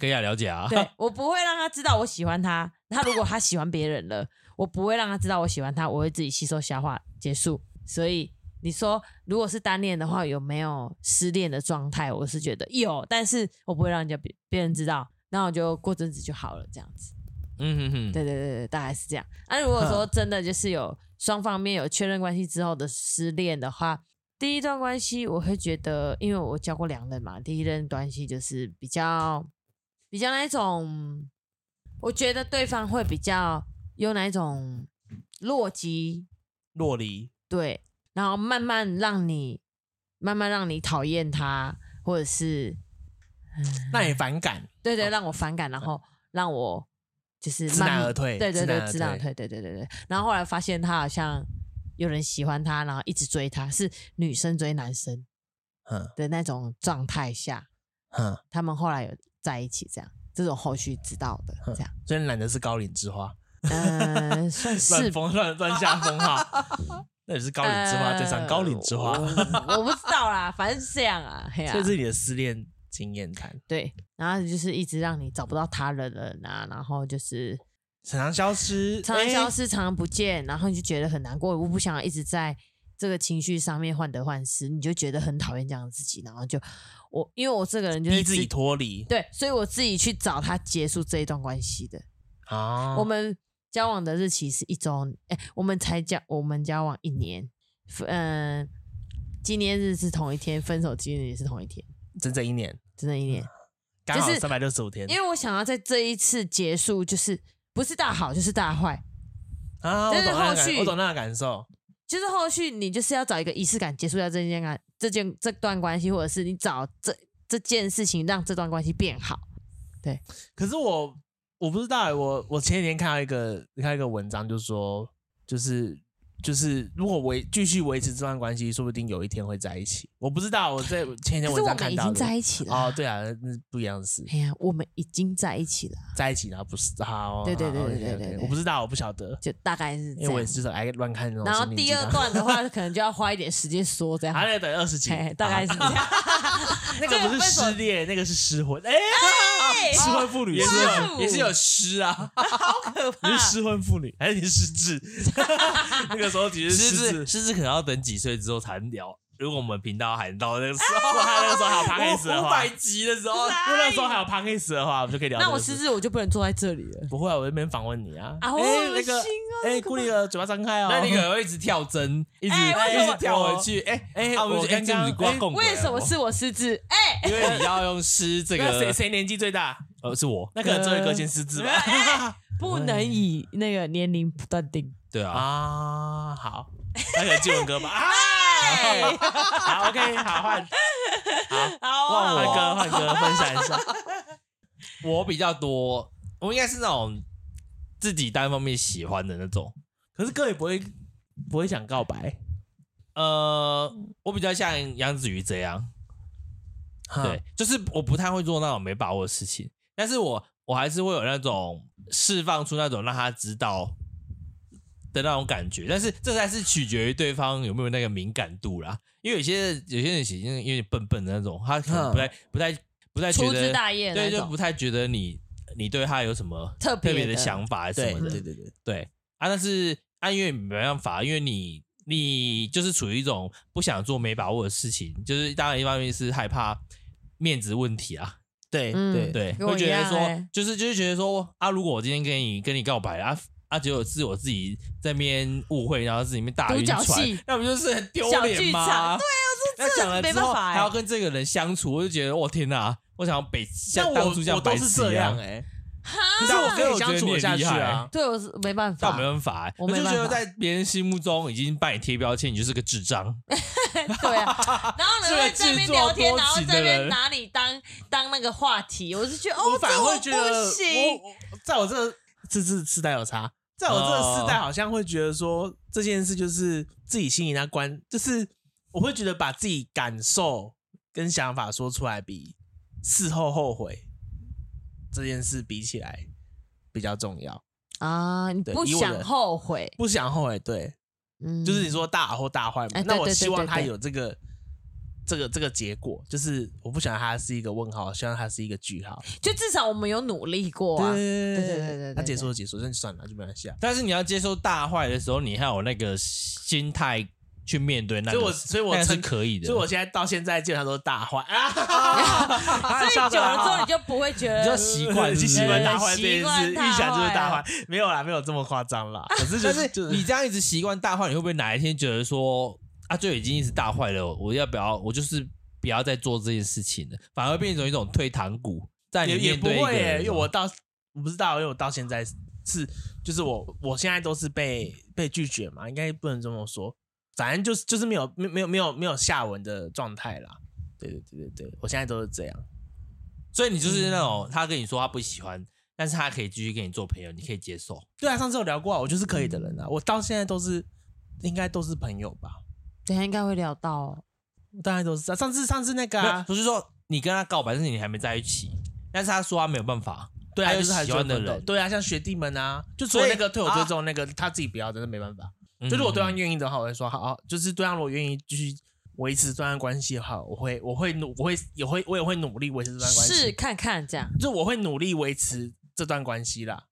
Speaker 1: 可以啊，了解啊。
Speaker 3: 对我不会让他知道我喜欢他。他如果他喜欢别人了，我不会让他知道我喜欢他，我会自己吸收消化结束。所以你说，如果是单恋的话，有没有失恋的状态？我是觉得有，但是我不会让人家别别人知道，那我就过阵子就好了，这样子。
Speaker 1: 嗯哼哼，
Speaker 3: 对对对对，大概是这样。那、如果说真的就是有双方面有确认关系之后的失恋的话，第一段关系我会觉得，因为我交过两任嘛，第一任关系就是比较比较那一种，我觉得对方会比较有那一种落籍，
Speaker 2: 洛梨，
Speaker 3: 对，然后慢慢让你慢慢让你讨厌他，或者是
Speaker 2: 那也反感，
Speaker 3: 对对让我反感，然后让我就是
Speaker 2: 嗯知
Speaker 3: 慢
Speaker 2: 难而退，
Speaker 3: 对对对，知
Speaker 2: 知
Speaker 3: 道
Speaker 2: 难
Speaker 3: 了
Speaker 2: 而退，
Speaker 3: 退，对对对对。然后后来发现他好像有人喜欢他，然后一直追他，是女生追男生
Speaker 2: 嗯
Speaker 3: 的那种状态下，
Speaker 2: 嗯，
Speaker 3: 他们后来有在一起，这样这种后续知道的，这样，
Speaker 2: 所以懒得是高岭之花，
Speaker 3: 嗯，算 是呃
Speaker 2: 乱风乱乱下风哈， 那也是高岭之花对上高岭之花，
Speaker 3: 呃我我不知道啦，反正是这样啊，嘿啊
Speaker 2: 所以，这是你的失恋经验谈，
Speaker 3: 对，然后就是一直让你找不到他的人啊，然后就是
Speaker 2: 常常消失，
Speaker 3: 常常消
Speaker 2: 失，
Speaker 3: 失，常常不见，然后你就觉得很难过，我不想一直在这个情绪上面患得患失，你就觉得很讨厌这样的自己，然后就我因为我这个人就是
Speaker 2: 哎逼自己脱离
Speaker 3: 对，所以我自己去找他结束这一段关系的。
Speaker 2: 啊，
Speaker 3: 我们交往的日期是一周，哎、我们才交我们交往一年，分嗯、纪念日是同一天，分手纪念日也是同一天，
Speaker 2: 整整一年，
Speaker 3: 真的一年。
Speaker 2: 嗯刚好
Speaker 3: 就是
Speaker 2: 三百六十五天，
Speaker 3: 因为我想要在这一次结束，就是不是大好就是大坏，
Speaker 2: 啊，我
Speaker 3: 但是
Speaker 2: 懂那个
Speaker 3: 后
Speaker 2: 感，
Speaker 3: 续
Speaker 2: 我懂那个感受，
Speaker 3: 就是后续你就是要找一个仪式感结束掉这件感这件这段关系，或者是你找这这件事情让这段关系变好。
Speaker 2: 可是我我不知道欸，我我前几天看到一个看到一个文章，就说就是就是如果维继续维持这段关系，说不定有一天会在一起。我不知道，我在前几
Speaker 3: 可
Speaker 2: 天
Speaker 3: 是
Speaker 2: 文
Speaker 3: 我
Speaker 2: 章
Speaker 3: 们
Speaker 2: 看
Speaker 3: 已
Speaker 2: 到
Speaker 3: 经
Speaker 2: 的
Speaker 3: 在一起了啊
Speaker 2: 哦，对啊，那不一样的事，
Speaker 3: 哎呀，我们已经在一起了，
Speaker 2: 在一起然后不是好，
Speaker 3: 对对对
Speaker 2: 好
Speaker 3: 对
Speaker 2: ，OK，
Speaker 3: 对
Speaker 2: OK，
Speaker 3: 对对
Speaker 2: 我不知道，我不晓得，
Speaker 3: 就大概是这
Speaker 2: 因为我也
Speaker 3: 样。
Speaker 2: 是就是爱乱看那种
Speaker 3: 然后
Speaker 2: 心灵鸡
Speaker 3: 第
Speaker 2: 汤。
Speaker 3: 二段的话，可能就要花一点时间说这样，
Speaker 2: 还得等二十 几
Speaker 3: 哎，，大概是这样。
Speaker 2: 那个不是失恋，那个是失婚，哎，失婚妇
Speaker 3: 哦
Speaker 2: 女，
Speaker 1: 也是
Speaker 2: 失婚
Speaker 1: 有也是有诗啊，
Speaker 2: 你是失婚妇女还是你是失智？那个时候其实
Speaker 1: 诗
Speaker 2: 是失
Speaker 1: 字
Speaker 2: 智，
Speaker 1: 诗字可能要等几岁之后才能聊。如果我们频道喊到那个时
Speaker 2: 如
Speaker 1: 候，
Speaker 2: 果他那个时候还有 p a c 的
Speaker 1: 五
Speaker 2: 话，
Speaker 1: 百
Speaker 2: 如果
Speaker 1: 集的时候，
Speaker 2: 那时候哎还有 p a c 的话，我们就可以聊这
Speaker 3: 那
Speaker 2: 个
Speaker 3: 我
Speaker 2: 事。
Speaker 3: 失智，我就不能坐在这里了。
Speaker 2: 不会啊，我这边访问你啊。
Speaker 3: 啊
Speaker 2: 哎
Speaker 3: 我
Speaker 2: 那个
Speaker 3: 恶心啊，
Speaker 2: 哎，顾里的嘴巴张开哦。
Speaker 1: 那你可能会一直跳针，一直
Speaker 3: 哎为
Speaker 1: 一
Speaker 3: 什么
Speaker 1: 直跳回去。哎
Speaker 2: 哎
Speaker 1: 啊我们
Speaker 2: 我
Speaker 1: 就哎
Speaker 2: 刚
Speaker 1: 这样
Speaker 2: 刚
Speaker 1: 子挂共轨
Speaker 3: 为
Speaker 1: 了
Speaker 3: 什么
Speaker 2: 哦
Speaker 3: 是我失智？哎，
Speaker 1: 因为你要用诗 这
Speaker 2: 那谁
Speaker 1: 个，
Speaker 2: 谁年纪最大？
Speaker 1: 呃，是我。
Speaker 2: 那可能只有一个先失智吧。
Speaker 3: 嗯不能以那个年龄断定。
Speaker 1: 对啊，
Speaker 2: 啊，好，那个静文哥吧。啊，
Speaker 3: 哎，
Speaker 2: 好，OK，好换，好
Speaker 3: 好
Speaker 1: 忘
Speaker 3: 啊，
Speaker 2: 换哥换哥分享一下。
Speaker 1: 我比较多，我应该是那种自己单方面喜欢的那种。
Speaker 2: 可是哥也不会不会想告白，
Speaker 1: 呃，
Speaker 3: 嗯
Speaker 1: 我比较像杨子瑜这样，
Speaker 3: 嗯
Speaker 1: 对，，就是我不太会做那种没把握的事情，但是我我还是会有那种释放出那种让他知道的那种感觉，但是这才是取决于对方有没有那个敏感度啦。因为有些有些人其实有点笨笨的那种，他可能不太不太不太觉
Speaker 3: 嗯粗枝
Speaker 1: 得，
Speaker 3: 大叶那
Speaker 1: 对，就
Speaker 3: 种
Speaker 1: 不，太觉得你你对他有什么
Speaker 3: 特别
Speaker 1: 特别的
Speaker 3: 的
Speaker 1: 想法还是什
Speaker 2: 对
Speaker 1: 么的，
Speaker 2: 对对对，
Speaker 1: 对啊，但是啊，因为没办法，因为你你就是处于一种不想做没把握的事情，就是当然一方面是害怕面子问题啊，
Speaker 2: 对
Speaker 3: 嗯
Speaker 2: 对
Speaker 1: 对，
Speaker 3: 跟我
Speaker 1: 会觉
Speaker 3: 一
Speaker 1: 得
Speaker 3: 样欸
Speaker 1: 说就是就是觉得说啊，如果我今天跟你跟你告白了啊。啊，结果是我自己在那边误会，然后自己面大
Speaker 3: 独
Speaker 1: 晕
Speaker 3: 角
Speaker 1: 船
Speaker 3: 戏，
Speaker 1: 那不就是很丢
Speaker 3: 小
Speaker 1: 脸
Speaker 3: 剧
Speaker 1: 吗？
Speaker 3: 场啊
Speaker 1: 对，那讲了
Speaker 3: 没
Speaker 1: 之
Speaker 3: 办
Speaker 1: 后
Speaker 3: 法欸
Speaker 1: 还要跟这个人相处，我就觉得我天哪，我想要北
Speaker 2: 但
Speaker 1: 像
Speaker 2: 我
Speaker 1: 当初像
Speaker 2: 我
Speaker 1: 白
Speaker 2: 都是
Speaker 1: 痴
Speaker 2: 这
Speaker 1: 一
Speaker 2: 样
Speaker 1: 样，
Speaker 2: 哎，
Speaker 3: 哈
Speaker 2: 可是我
Speaker 1: 可
Speaker 3: 啊
Speaker 1: 是
Speaker 2: 跟
Speaker 1: 我觉
Speaker 2: 相
Speaker 1: 得
Speaker 2: 处得
Speaker 1: 你很
Speaker 2: 下
Speaker 1: 厉
Speaker 2: 去
Speaker 1: 害欸
Speaker 2: 啊。
Speaker 3: 对我是没办
Speaker 1: 但我
Speaker 3: 法
Speaker 1: 没，办法欸，
Speaker 3: 我
Speaker 1: 就
Speaker 3: 没
Speaker 1: 觉
Speaker 3: 办
Speaker 1: 得
Speaker 3: 法
Speaker 1: 在别人心目中已经把你贴标签，你就是个智障。
Speaker 3: 对啊。然后呢，
Speaker 1: 这个
Speaker 3: 在这
Speaker 1: 制
Speaker 3: 边
Speaker 1: 作
Speaker 3: 聊天，
Speaker 1: 多
Speaker 3: 然后
Speaker 1: 情
Speaker 3: 在
Speaker 1: 的
Speaker 3: 那边
Speaker 1: 人
Speaker 3: 拿你当当那个话题，我是觉得哦，
Speaker 2: 我反
Speaker 3: 这
Speaker 2: 而
Speaker 3: 我
Speaker 2: 会觉得
Speaker 3: 不行，
Speaker 2: 我，我在我这个这这世代有差，在我这个世代
Speaker 3: 哦
Speaker 2: 好像会觉得说这件事就是自己心里那关，就是我会觉得把自己感受跟想法说出来，比事后后悔这件事比起来比较重要。
Speaker 3: 啊，你
Speaker 2: 对
Speaker 3: 不
Speaker 2: 以我
Speaker 3: 想
Speaker 2: 的
Speaker 3: 后悔，
Speaker 2: 不想后悔，对，
Speaker 3: 嗯，
Speaker 2: 就是你说大好或大坏嘛
Speaker 3: 哎，
Speaker 2: 那
Speaker 3: 对
Speaker 2: 我
Speaker 3: 对
Speaker 2: 希
Speaker 3: 对
Speaker 2: 望
Speaker 3: 对
Speaker 2: 他
Speaker 3: 对
Speaker 2: 有这个。这个这个结果就是，我不想它是一个问号，我希望它是一个句号。
Speaker 3: 就至少我们有努力过啊，
Speaker 2: 对
Speaker 3: 对对对对
Speaker 2: 那
Speaker 3: 对
Speaker 2: 结
Speaker 3: 对
Speaker 2: 束就结束，那就算了，就没关系啊。
Speaker 1: 但是你要接受大坏的时候，你还有那个心态去面对那个，
Speaker 2: 所以我所以我
Speaker 1: 那个是
Speaker 2: 撑
Speaker 1: 可以的。
Speaker 2: 所以我现在到现在基本上都是大 坏啊，
Speaker 3: 所以久了之后你就不会觉
Speaker 1: 你就
Speaker 3: 得，
Speaker 1: 习惯，
Speaker 2: 呃 习
Speaker 1: 是不
Speaker 2: 惯
Speaker 1: 是
Speaker 2: 大坏这件
Speaker 3: 习
Speaker 2: 事，
Speaker 3: 惯
Speaker 2: 预
Speaker 3: 大坏
Speaker 2: 想就是大 坏，没有啦，没有这么夸张啦。可是就
Speaker 1: 但
Speaker 2: 是
Speaker 1: 是
Speaker 2: 就
Speaker 1: 你
Speaker 2: 是
Speaker 1: 这样一直习惯大坏，你会不会哪一天觉得说啊，就已经一直大坏了，我要不要？我就是不要再做这件事情了，反而变成一种退堂鼓。在你
Speaker 2: 也也
Speaker 1: 面
Speaker 2: 不
Speaker 1: 对一个
Speaker 2: 会耶，
Speaker 1: 人哦
Speaker 2: 因为我到我不知道，因为我到现在是就是我我现在都是被被拒绝嘛，应该不能这么说，反正就是就是没有没没有没有没有下文的状态啦。对对对对对，我现在都是这样。
Speaker 1: 所以你
Speaker 2: 嗯
Speaker 1: 就是那种他跟你说他不喜欢，但是他可以继续跟你做朋友，你可以接受。
Speaker 2: 对啊，上次有聊过啊，我就是可以的人啊，我到现在都是应该都是朋友吧，
Speaker 3: 等一下应该会聊到哦，
Speaker 2: 大概都是啊上次上次那个
Speaker 1: 没有
Speaker 2: 啊，
Speaker 1: 不是说你跟他告白，但是你还没在一起，但是他说他没有办法，
Speaker 2: 对啊，
Speaker 1: 还有
Speaker 2: 就是还是
Speaker 1: 喜欢的
Speaker 2: 有奋斗
Speaker 1: 人
Speaker 2: 对啊，像学弟们啊，就除
Speaker 1: 所以
Speaker 2: 了那个退我追
Speaker 1: 啊
Speaker 2: 踪那个、他自己不要，真的没办法。
Speaker 1: 嗯
Speaker 2: 就如果对方愿意的话，我会说好，好就是对方如果愿意继续维持这段关系的话，我会我会努我会也会我也会努力维持这段关系，
Speaker 3: 试看看这样，
Speaker 2: 就我会努力维持这段关系啦。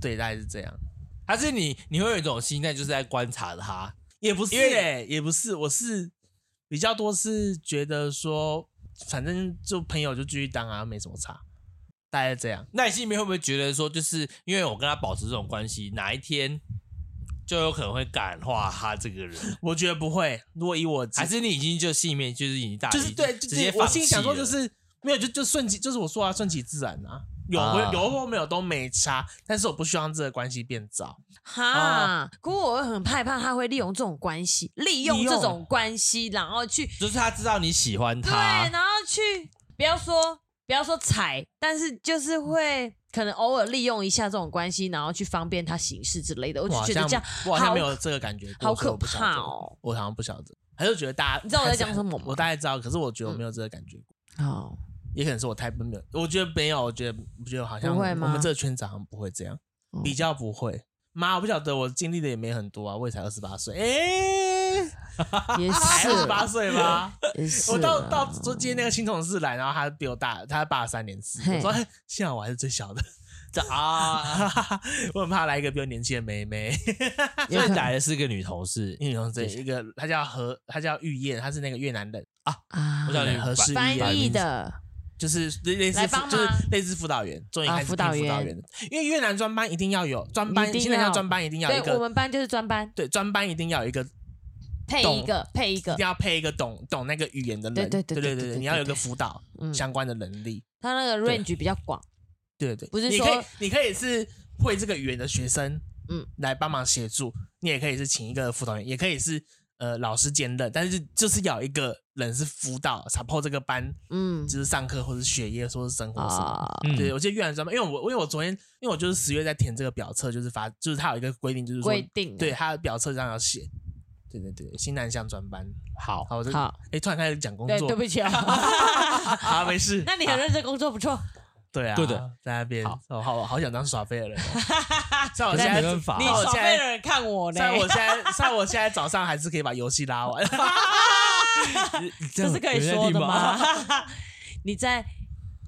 Speaker 2: 对，大概是这样，
Speaker 1: 还是你你会有一种心态，就是在观察他，
Speaker 2: 也不是、
Speaker 1: 因为
Speaker 2: 欸，也不是，我是比较多是觉得说，反正就朋友就继续当啊，没什么差，大概是这样。
Speaker 1: 那你心里面会不会觉得说，就是因为我跟他保持这种关系，哪一天就有可能会感化他这个 人？
Speaker 2: 我觉得不会，如果以我自己
Speaker 1: 还是你已经就心里面就是已经大
Speaker 2: 就是对，就
Speaker 1: 直
Speaker 2: 是
Speaker 1: 接
Speaker 2: 我
Speaker 1: 放弃
Speaker 2: 心里想
Speaker 1: 了
Speaker 2: 说就是没有，就就顺其，就是我说啊，顺其自然啊，有或、
Speaker 1: 啊
Speaker 2: 有或没有都没差，但是我不希望这个关系变糟。
Speaker 3: 哈
Speaker 2: 啊，
Speaker 3: 不过我会很害怕他会利用这种关系，利用
Speaker 2: 利
Speaker 3: 这
Speaker 2: 用
Speaker 3: 种关系，然后去
Speaker 1: 就是他知道你喜欢
Speaker 3: 对，
Speaker 1: 他
Speaker 2: 啊
Speaker 3: 然，后去不要说不要说踩，但是就是会可能偶尔利用一下这种关系，然后去方便他行事之类的，我就
Speaker 2: 我好
Speaker 3: 觉得
Speaker 2: 像
Speaker 3: 这样
Speaker 2: 我好像
Speaker 3: 好
Speaker 2: 没有这个感觉过，
Speaker 3: 好
Speaker 2: 所以我
Speaker 3: 可
Speaker 2: 不晓得
Speaker 3: 怕哦。
Speaker 2: 我好像不晓得，还是觉得大家
Speaker 3: 你知道我在讲什么吗嗯
Speaker 2: 我大概知道，可是我觉得我没有这个感觉过，
Speaker 3: 好
Speaker 2: 也可能是我太笨没有，我觉得没有，我觉得我觉得好像
Speaker 3: 不
Speaker 2: 我
Speaker 3: 会吗
Speaker 2: 们这个圈子好像不会这样，
Speaker 3: 哦
Speaker 2: 比较不会。妈，我不晓得，我经历的也没很多啊，我也才二十八岁，哎、
Speaker 3: 也
Speaker 2: 才
Speaker 3: 啊是
Speaker 2: 二十八岁吧。
Speaker 3: 也是
Speaker 2: 我到
Speaker 3: 啦
Speaker 2: 到说今天那个新同事来，然后他比我大，他爸三年四，
Speaker 3: 嘿
Speaker 2: 我说 哎幸好我还是最小的，
Speaker 1: 这啊，
Speaker 2: 我很怕来一个比我年轻的妹妹。
Speaker 3: 有
Speaker 1: 所
Speaker 3: 可
Speaker 1: 以
Speaker 3: 能
Speaker 1: 来的是个女同事
Speaker 2: 因为同这一个，他叫何，他叫玉燕，他是那个越南人，嗯
Speaker 3: 啊
Speaker 1: 我想
Speaker 2: 何氏玉
Speaker 3: 翻译
Speaker 2: 燕，
Speaker 3: 的
Speaker 2: 就是类类似
Speaker 3: 来帮忙
Speaker 2: 就是类似辅导员，终于
Speaker 3: 啊
Speaker 2: 开始
Speaker 3: 辅导
Speaker 2: 当辅导
Speaker 3: 员
Speaker 2: 员，因为越南专班一定要有专班
Speaker 3: 一，定
Speaker 2: 现在
Speaker 3: 要
Speaker 2: 叫专班一定要有
Speaker 3: 对
Speaker 2: 一，
Speaker 3: 我
Speaker 2: 个。
Speaker 3: 们班就是专班
Speaker 2: 对，专班一定要有一个，一
Speaker 3: 配
Speaker 2: 懂
Speaker 3: 一个配一个
Speaker 2: 定，要配一个懂懂那个语言的人，
Speaker 3: 对
Speaker 2: 对
Speaker 3: 对对对
Speaker 2: 对
Speaker 3: 对对
Speaker 2: 你要有一
Speaker 3: 对
Speaker 2: 个辅导
Speaker 3: 嗯，
Speaker 2: 相关的能力。
Speaker 3: 他那个
Speaker 2: 对
Speaker 3: range 比较广，
Speaker 2: 对对，
Speaker 3: 不是
Speaker 2: 你
Speaker 3: 说
Speaker 2: 可以，你可以是会这个语言的学生，
Speaker 3: 嗯
Speaker 2: 嗯，来帮忙协助，你也可以是请一个辅导员，也可以是呃老师兼任，但是就是要有一个人是辅导 support 这个班，
Speaker 3: 嗯
Speaker 2: 就是上课或是学业或是生活什么。
Speaker 3: 啊，
Speaker 1: 嗯
Speaker 2: 对，我记得越南专班，因为我因为我昨天，因为我就是十月在填这个表册，就是发，就是它有一个规定，就是说
Speaker 3: 规，定啊
Speaker 2: 对，它的表册上要写，对对对，新南向专班。
Speaker 1: 好，
Speaker 2: 好，我这
Speaker 3: 好，
Speaker 2: 哎，突然开始讲工
Speaker 3: 对，
Speaker 2: 作
Speaker 3: 对，不起啊，
Speaker 1: 啊
Speaker 2: 好，没 事。
Speaker 3: 那你很认真工作，不错。
Speaker 2: 对啊，
Speaker 1: 对的，
Speaker 2: 在那边，
Speaker 1: 好
Speaker 2: 哦，好好想当耍废 的人哦。像我
Speaker 1: 可是
Speaker 2: 现在
Speaker 1: 没办法
Speaker 2: 你
Speaker 1: 那
Speaker 2: 我
Speaker 3: 耍
Speaker 2: 现
Speaker 3: 废
Speaker 2: 在
Speaker 3: 的人看我呢，
Speaker 2: 像我现在，像我现在早上还是可以把游戏拉 完。
Speaker 3: 这是可以说的吗？？ 你在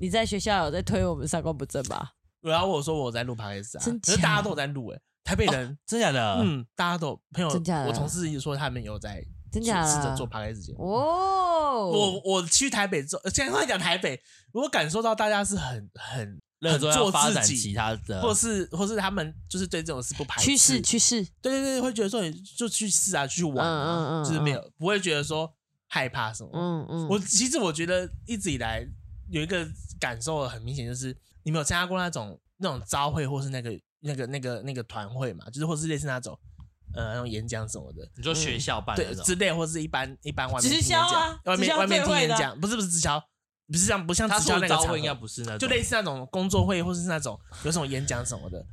Speaker 3: 你在学校有在推我们三观不正吧？
Speaker 2: 然后我说我在录 podcast 啊
Speaker 3: 真，
Speaker 2: 可是大
Speaker 3: 假哦
Speaker 2: 家都有在录哎，台北人，
Speaker 1: 真假的？
Speaker 2: 嗯，大家都有朋友
Speaker 3: 真假，的
Speaker 2: 我同事一说他们有在
Speaker 3: 真假的？
Speaker 2: 试着做 podcast 节目。
Speaker 3: 哦，
Speaker 2: 我我去台北之后，呃现在在讲台北，我感受到大家是很很
Speaker 1: 热
Speaker 2: 很
Speaker 1: 衷要
Speaker 2: 做
Speaker 1: 发
Speaker 2: 自
Speaker 1: 展其
Speaker 2: 己，
Speaker 1: 他的，
Speaker 2: 或是或是他们就是对这种事不排斥。
Speaker 3: 趋势趋势，
Speaker 2: 对对对，会觉得说你就去试啊，去玩啊，
Speaker 3: 嗯嗯嗯
Speaker 2: 就是没有不会觉得说害怕什么。
Speaker 3: 嗯嗯，
Speaker 2: 我其实我觉得一直以来有一个感受很明显，就是你没有参加过那种那种招会，或是那个那个那个那个团会嘛，就是或是类似那种呃那种演讲什么的，
Speaker 1: 你说学校办
Speaker 2: 嗯对
Speaker 1: 啊那种，
Speaker 2: 之类，或是一般一般外面
Speaker 1: 直
Speaker 2: 听
Speaker 1: 销
Speaker 2: 演
Speaker 1: 啊
Speaker 2: 讲，外
Speaker 1: 直
Speaker 2: 面
Speaker 1: 销
Speaker 2: 外面
Speaker 1: 最
Speaker 2: 听
Speaker 1: 会
Speaker 2: 演
Speaker 1: 的啊
Speaker 2: 讲，不是不是直销，不是像不像
Speaker 1: 他
Speaker 2: 直销
Speaker 1: 说
Speaker 2: 那
Speaker 1: 的
Speaker 2: 个
Speaker 1: 招
Speaker 2: 场合
Speaker 1: 会应该不是那种，
Speaker 2: 就类似那种工作会，或是那种有什么演讲什么的，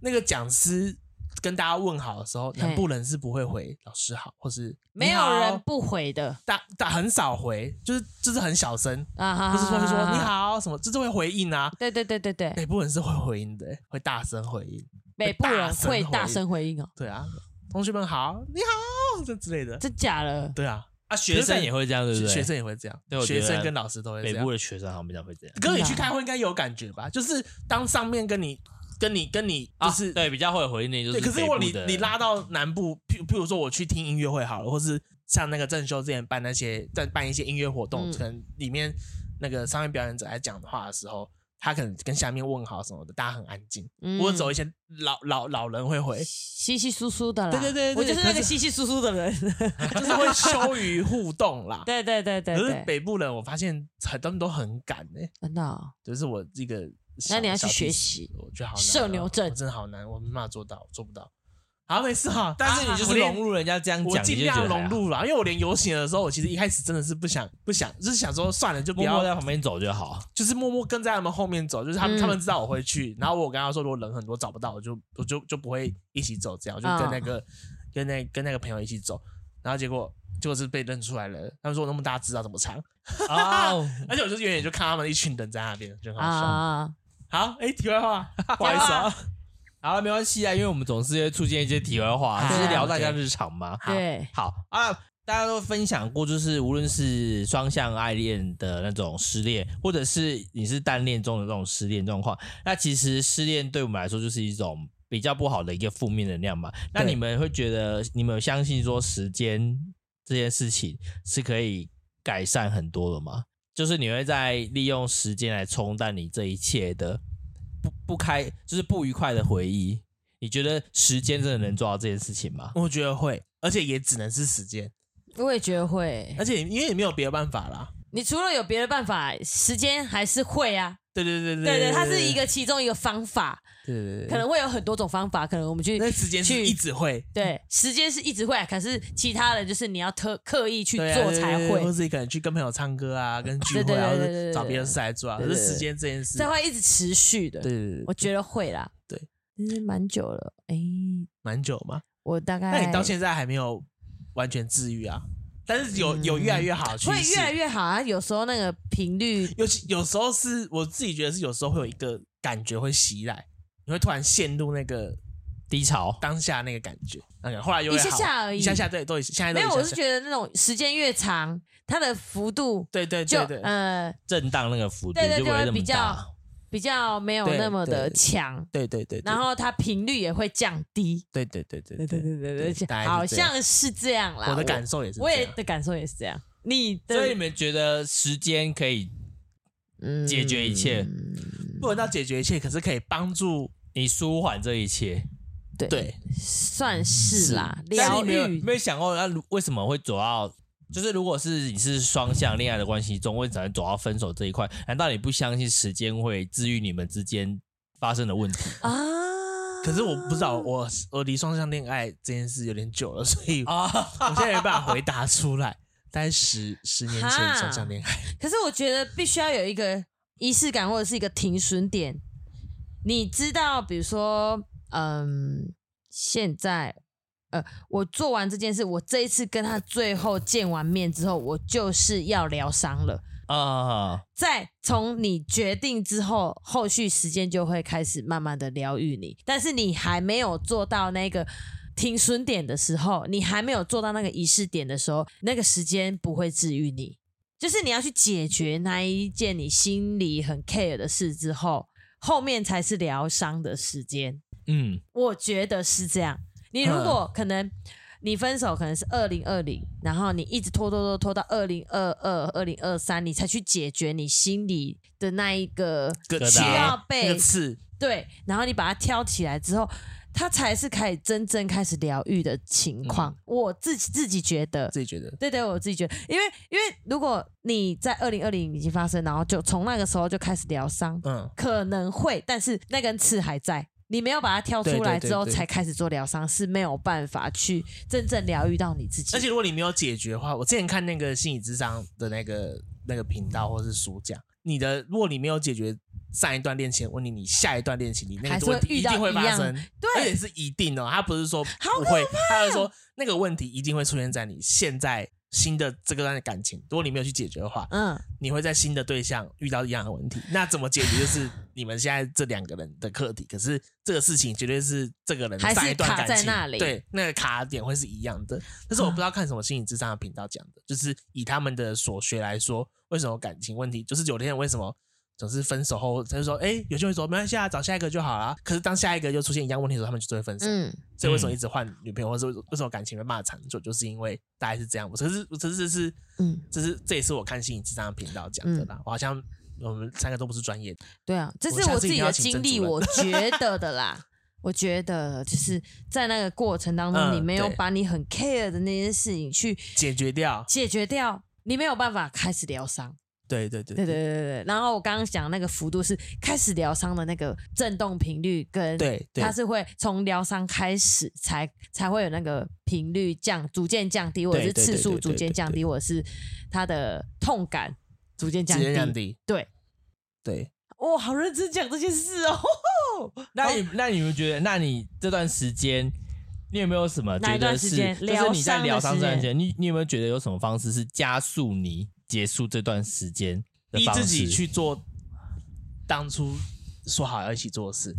Speaker 2: 那个讲师跟大家问好的时候，
Speaker 3: 嘿
Speaker 2: 南部人是不会回老师好，或是
Speaker 3: 没
Speaker 2: 你好哦
Speaker 3: 有人不回的
Speaker 2: 大大很少回，就是就是很小声，
Speaker 3: 啊，
Speaker 2: 不是说就说
Speaker 3: 哈哈哈哈
Speaker 2: 你，好什么，就是会回应啊。
Speaker 3: 对对对对对，
Speaker 2: 北部人是会回应的，会大声回应。
Speaker 3: 北部人会大
Speaker 2: 大
Speaker 3: 声
Speaker 2: 声
Speaker 3: 回应哦，
Speaker 2: 对啊，同学们好，你好这之类的。
Speaker 3: 真假的？
Speaker 2: 对啊，
Speaker 1: 啊，学生也会这样，对不
Speaker 2: 学
Speaker 1: 对？
Speaker 2: 学生也会这样
Speaker 1: 对我，觉
Speaker 2: 学
Speaker 1: 得
Speaker 2: 生跟老师都会这
Speaker 1: 北
Speaker 2: 样。
Speaker 1: 部啊的学生好像比较会这样
Speaker 2: 哥，你去开会应该有感觉吧？就是当上面跟你、跟你、跟你，就
Speaker 1: 啊，
Speaker 2: 是、
Speaker 1: 对比较会回应那，就
Speaker 2: 对。可是
Speaker 1: 北
Speaker 2: 我
Speaker 1: 部
Speaker 2: 你
Speaker 1: 的
Speaker 2: 你拉到南部，譬譬如说我去听音乐会好了，或是像那个郑修之前办那些在办一些音乐活动，
Speaker 3: 嗯
Speaker 2: 可能里面那个上面表演者来讲话的时候，他可能跟下面问好什么的，大家很安静。
Speaker 3: 嗯
Speaker 2: 我走一些老老老人会 回，
Speaker 3: 稀稀疏疏的啦，
Speaker 2: 对对对对
Speaker 3: 我就是那
Speaker 2: 可是
Speaker 3: 个稀稀疏疏的人，
Speaker 2: 就是会羞于互动啦。
Speaker 3: 对对对对
Speaker 2: 可是
Speaker 3: 对，
Speaker 2: 北部人，我发现很他们都很敢呢、
Speaker 3: 真的哦
Speaker 2: 就是我这个小。
Speaker 3: 那你要去
Speaker 2: 小
Speaker 3: 学
Speaker 2: tips
Speaker 3: 习
Speaker 2: 我觉得好难哦、
Speaker 3: 社牛症
Speaker 2: 我真的好难，我没办法做到，做不到。好，没事哈，啊
Speaker 1: 但是你就
Speaker 2: 我
Speaker 1: 是
Speaker 2: 连
Speaker 1: 融入人家这样
Speaker 2: 我
Speaker 1: 讲，你
Speaker 2: 尽
Speaker 1: 就觉
Speaker 2: 量
Speaker 1: 得哎还
Speaker 2: 融
Speaker 1: 好
Speaker 2: 入了，因为我连游行的时候，我其实一开始真的是不想不想，就是想说算了，就不
Speaker 1: 默
Speaker 2: 要，
Speaker 1: 默在旁边走就好。
Speaker 2: 就是默默跟在他们后面走，就是他们、
Speaker 3: 嗯
Speaker 2: 他们知道我会去，然后我跟他说，如果人很多找不到，我就我就就不会一起走，这样
Speaker 3: 嗯
Speaker 2: 我就跟那个、跟那跟那个朋友一起走，然后结果结果是被认出来了，他们说我那么大啊知道怎么 唱，
Speaker 1: 哦，
Speaker 2: 而且我就是远远就看他们一群人在那边，就很好笑。
Speaker 3: 啊，
Speaker 2: 好，哎、题外 话，不好意思啊，
Speaker 1: 好了，没关系啊，因为我们总是会出现一些题外话，
Speaker 3: 对啊
Speaker 1: 就是聊大家日常嘛。
Speaker 3: 对，
Speaker 1: 好啊，大家都分享过，就是无论是双向爱恋的那种失恋，或者是你是单恋中的这种失恋状况，那其实失恋对我们来说就是一种比较不好的一个负面能量嘛。那
Speaker 2: 对
Speaker 1: 你们会觉得，你们有相信说时间这件事情是可以改善很多的吗？就是你会在利用时间来冲淡你这一切的不不开，就是不愉快的回忆。你觉得时间真的能做到这件事情吗？
Speaker 2: 我觉得会，而且也只能是时间，
Speaker 3: 我也觉得会
Speaker 2: 而。且因为也没有别的办法啦。
Speaker 3: 你除了有别的办法，时间还是会啊。
Speaker 2: 对对对对
Speaker 3: 对
Speaker 2: 对
Speaker 3: 对，它是一个其中一个方法，
Speaker 2: 对对对，
Speaker 3: 可能会有很多种方法，可能我们去
Speaker 2: 那时间
Speaker 3: 去
Speaker 2: 是一直会
Speaker 3: 对时间是一直会啊，可是其他的就是你要特刻意去
Speaker 2: 对啊
Speaker 3: 做
Speaker 2: 对对
Speaker 3: 才
Speaker 2: 对
Speaker 3: 会
Speaker 2: 或，是可能去跟朋友唱歌啊，跟聚
Speaker 3: 对
Speaker 2: 会啊，
Speaker 3: 对
Speaker 2: 或
Speaker 3: 对对对
Speaker 2: 者找别的事来做啊。
Speaker 3: 对
Speaker 2: 可
Speaker 3: 对
Speaker 2: 是
Speaker 3: 对
Speaker 2: 时间这件事，
Speaker 3: 这
Speaker 2: 对
Speaker 3: 会一直持续的。
Speaker 2: 对对
Speaker 3: 我
Speaker 2: 对，
Speaker 3: 觉得会啦，
Speaker 2: 对，
Speaker 3: 其实蛮久了，哎，
Speaker 2: 蛮久嘛。
Speaker 3: 我大概
Speaker 2: 那你到现在还没有完全治愈啊？但是有有越来越好的趋
Speaker 3: 会
Speaker 2: 势
Speaker 3: 越，来越好啊，有时候那个频率
Speaker 2: 尤其有时候是我自己觉得是有时候会有一个感觉会袭来，你会突然陷入那个
Speaker 1: 低潮，
Speaker 2: 当下那个感觉，那个后来又会
Speaker 3: 一下
Speaker 2: 好
Speaker 3: 下而已
Speaker 2: 一下下对，都现在都
Speaker 3: 没有，我
Speaker 2: 一
Speaker 3: 是
Speaker 2: 下下
Speaker 3: 觉得那种时间越长，它的幅度
Speaker 2: 对对
Speaker 3: 就
Speaker 2: 对对，
Speaker 3: 呃
Speaker 1: 震荡那个幅度
Speaker 3: 对对
Speaker 1: 就不会那
Speaker 3: 就会
Speaker 1: 么
Speaker 3: 比
Speaker 1: 大
Speaker 3: 较。比较没有
Speaker 2: 对
Speaker 3: 那么的
Speaker 2: 对
Speaker 3: 强，
Speaker 2: 对对对，对
Speaker 3: 然后它频率也会降低。
Speaker 2: 对对对对对，
Speaker 3: 对对
Speaker 2: 大概是
Speaker 3: 好
Speaker 2: 这样
Speaker 3: 像是这样啦。
Speaker 2: 我的感受也是
Speaker 3: 我，我
Speaker 2: 这
Speaker 3: 也
Speaker 2: 样，
Speaker 3: 的感受也是这样。你
Speaker 1: 所以你
Speaker 3: 的
Speaker 1: 们觉得时间可以
Speaker 3: 嗯
Speaker 1: 解决一切，
Speaker 2: 不能到解决一切，可是可以帮助
Speaker 1: 你舒缓这一切？
Speaker 3: 对
Speaker 2: 对。嗯
Speaker 3: 算是啦，
Speaker 1: 但是
Speaker 3: 疗
Speaker 1: 你没有
Speaker 3: 愈。
Speaker 1: 没有想过，那如为什么会走到？就是如果是你是双向恋爱的关系中，为什么会走到分手这一块？难道你不相信时间会治愈你们之间发生的问题？
Speaker 3: 啊。
Speaker 2: 可是我不知道，我我离双向恋爱这件事有点久了，所 以我
Speaker 1: 啊，
Speaker 2: 现在没办法回答出来。大概十十年前
Speaker 3: 哈
Speaker 2: 双向恋 爱，
Speaker 3: 可是我觉得必须要有一个仪式感或者是一个停损点。你知道，比如说，嗯，现在，呃，我做完这件事，我这一次跟他最后见完面之后，我就是要疗伤了。
Speaker 1: 啊，
Speaker 3: 再从你决定之后，后续时间就会开始慢慢的疗愈你。但是你还没有做到那个停损点的时候，你还没有做到那个仪式点的时候，那个时间不会治愈你。就是你要去解决那一件你心里很 care 的事之后，后面才是疗伤的时间。
Speaker 1: 嗯，
Speaker 3: 我觉得是这样。你如果可能，你分手可能是二零二零，然后你一直拖拖拖拖到二零二二、二零二三，你才去解决你心里的那一个
Speaker 2: 个
Speaker 1: 疙
Speaker 2: 结
Speaker 1: 瘩
Speaker 3: 需要
Speaker 2: 啊那
Speaker 3: 被
Speaker 2: 个刺，
Speaker 3: 对，然后你把它挑起来之后，他才是开始真正开始疗愈的情况。我自己自己觉得，
Speaker 2: 自己觉得
Speaker 3: 对对，我自己觉得，因为因为如果你在二零二零已经发生，然后就从那个时候就开始疗伤，
Speaker 2: 嗯，
Speaker 3: 可能会，但是那根刺还在，你没有把它挑
Speaker 2: 对
Speaker 3: 出
Speaker 2: 对
Speaker 3: 来
Speaker 2: 对
Speaker 3: 之后，
Speaker 2: 对
Speaker 3: 才开始做疗伤，是没有办法去真正疗愈到你自己。
Speaker 2: 而且如果你没有解决的话，我之前看那个心理智商的那个那个频道或是书讲，你的如果你没有解决上一段恋情的问题，你下一段恋情你那
Speaker 3: 还
Speaker 2: 个
Speaker 3: 是会
Speaker 2: 问题
Speaker 3: 遇
Speaker 2: 一
Speaker 3: 到
Speaker 2: 定会
Speaker 3: 一
Speaker 2: 发
Speaker 3: 样
Speaker 2: 生，
Speaker 3: 对
Speaker 2: 而且是一定哦，他不是说不会，他是
Speaker 3: 哦
Speaker 2: 说那个问题一定会出现在你现在新的这个段感情，如果你没有去解决的话，
Speaker 3: 嗯，
Speaker 2: 你会在新的对象遇到一样的问题，那怎么解决就是你们现在这两个人的课题。可是这个事情绝对是这个人
Speaker 3: 还是
Speaker 2: 上一段感情
Speaker 3: 卡在那里
Speaker 2: 对那个卡点会是一样的。但是我不知道看什么心理智商的频道讲的，就是以他们的所学来说，为什么感情问题，就是有的人为什么。总是分手后，他就说：“哎、有些人说没关系啊，找下一个就好啦。可是当下一个又出现一样问题的时候，他们就会分手。
Speaker 3: 嗯，
Speaker 2: 所以为什么一直换女朋友，或者为什么感情被骂长久，就是因为大概是这样。我只是，我只是是，
Speaker 3: 嗯
Speaker 2: 嗯，这是这也是我看心理智商的频道讲的啦。我好像我们三个都不是专业的，
Speaker 3: 对啊，这
Speaker 2: 我
Speaker 3: 是
Speaker 2: 下
Speaker 3: 我
Speaker 2: 次
Speaker 3: 自
Speaker 2: 一定
Speaker 3: 己
Speaker 2: 要
Speaker 3: 的
Speaker 2: 请
Speaker 3: 经
Speaker 2: 曾
Speaker 3: 历，
Speaker 2: 主任
Speaker 3: 我觉得的啦。我觉得就是在那个过程当中，
Speaker 2: 嗯
Speaker 3: 你没有
Speaker 2: 对
Speaker 3: 把你很 care 的那些事情去
Speaker 2: 解决掉。
Speaker 3: 解决掉，你没有办法开始疗伤。
Speaker 2: 对对对
Speaker 3: 对对对对对。然后我刚刚讲那个幅度是开始疗伤的那个震动频率跟
Speaker 2: 对对
Speaker 3: 它是会从疗伤开始才才会有那个频率降，逐渐降低，或者是
Speaker 2: 对对
Speaker 3: 次数
Speaker 2: 对对
Speaker 3: 逐渐降低，或者是它的痛感逐渐降
Speaker 2: 直接降
Speaker 3: 低。
Speaker 2: 低。
Speaker 3: 对
Speaker 2: 对，
Speaker 3: 哦，好认真讲这件事哦。
Speaker 1: 那你那你们觉得，那你这段时间，你有没有什么
Speaker 3: 哪
Speaker 1: 觉
Speaker 3: 一段
Speaker 1: 得
Speaker 3: 时
Speaker 1: 是，
Speaker 3: 间
Speaker 1: 就是你在
Speaker 3: 疗
Speaker 1: 疗伤
Speaker 3: 伤的时
Speaker 1: 这段
Speaker 3: 间
Speaker 1: 时间，你你有没有觉得有什么方式是加速你结束这段时间的
Speaker 2: 逼
Speaker 1: 方式？
Speaker 2: 自己去做当初说好要一起做的事。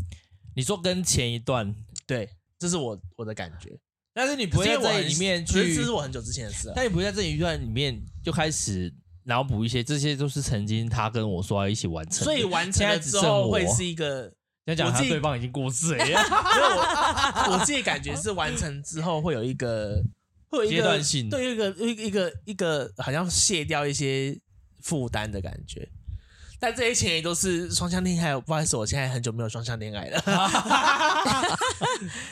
Speaker 1: 你说跟前一段，
Speaker 2: 对，这是我我的感觉。
Speaker 1: 但是你不会
Speaker 2: 因为
Speaker 1: 在
Speaker 2: 我
Speaker 1: 这
Speaker 2: 很
Speaker 1: 里面
Speaker 2: 可是
Speaker 1: 去
Speaker 2: 这是，我很久之前的事啊了。
Speaker 1: 但你不会在这一段里面就开始脑补一些，这些都是曾经他跟我说要一起完成的。
Speaker 2: 所以完成
Speaker 1: 现在
Speaker 2: 了
Speaker 1: 只
Speaker 2: 之
Speaker 1: 剩
Speaker 2: 后会
Speaker 1: 我
Speaker 2: 是一个
Speaker 4: 要讲
Speaker 2: 我
Speaker 4: 他
Speaker 2: 自己
Speaker 4: 对方已经过世了耶，
Speaker 2: 因为我我自己感觉是完成之后会有一个会有一个
Speaker 1: 阶段性
Speaker 2: 对一个一个一个一个好像卸掉一些负担的感觉。但这些前提都是双向恋爱，不好意思，我现在很久没有双向恋爱 了，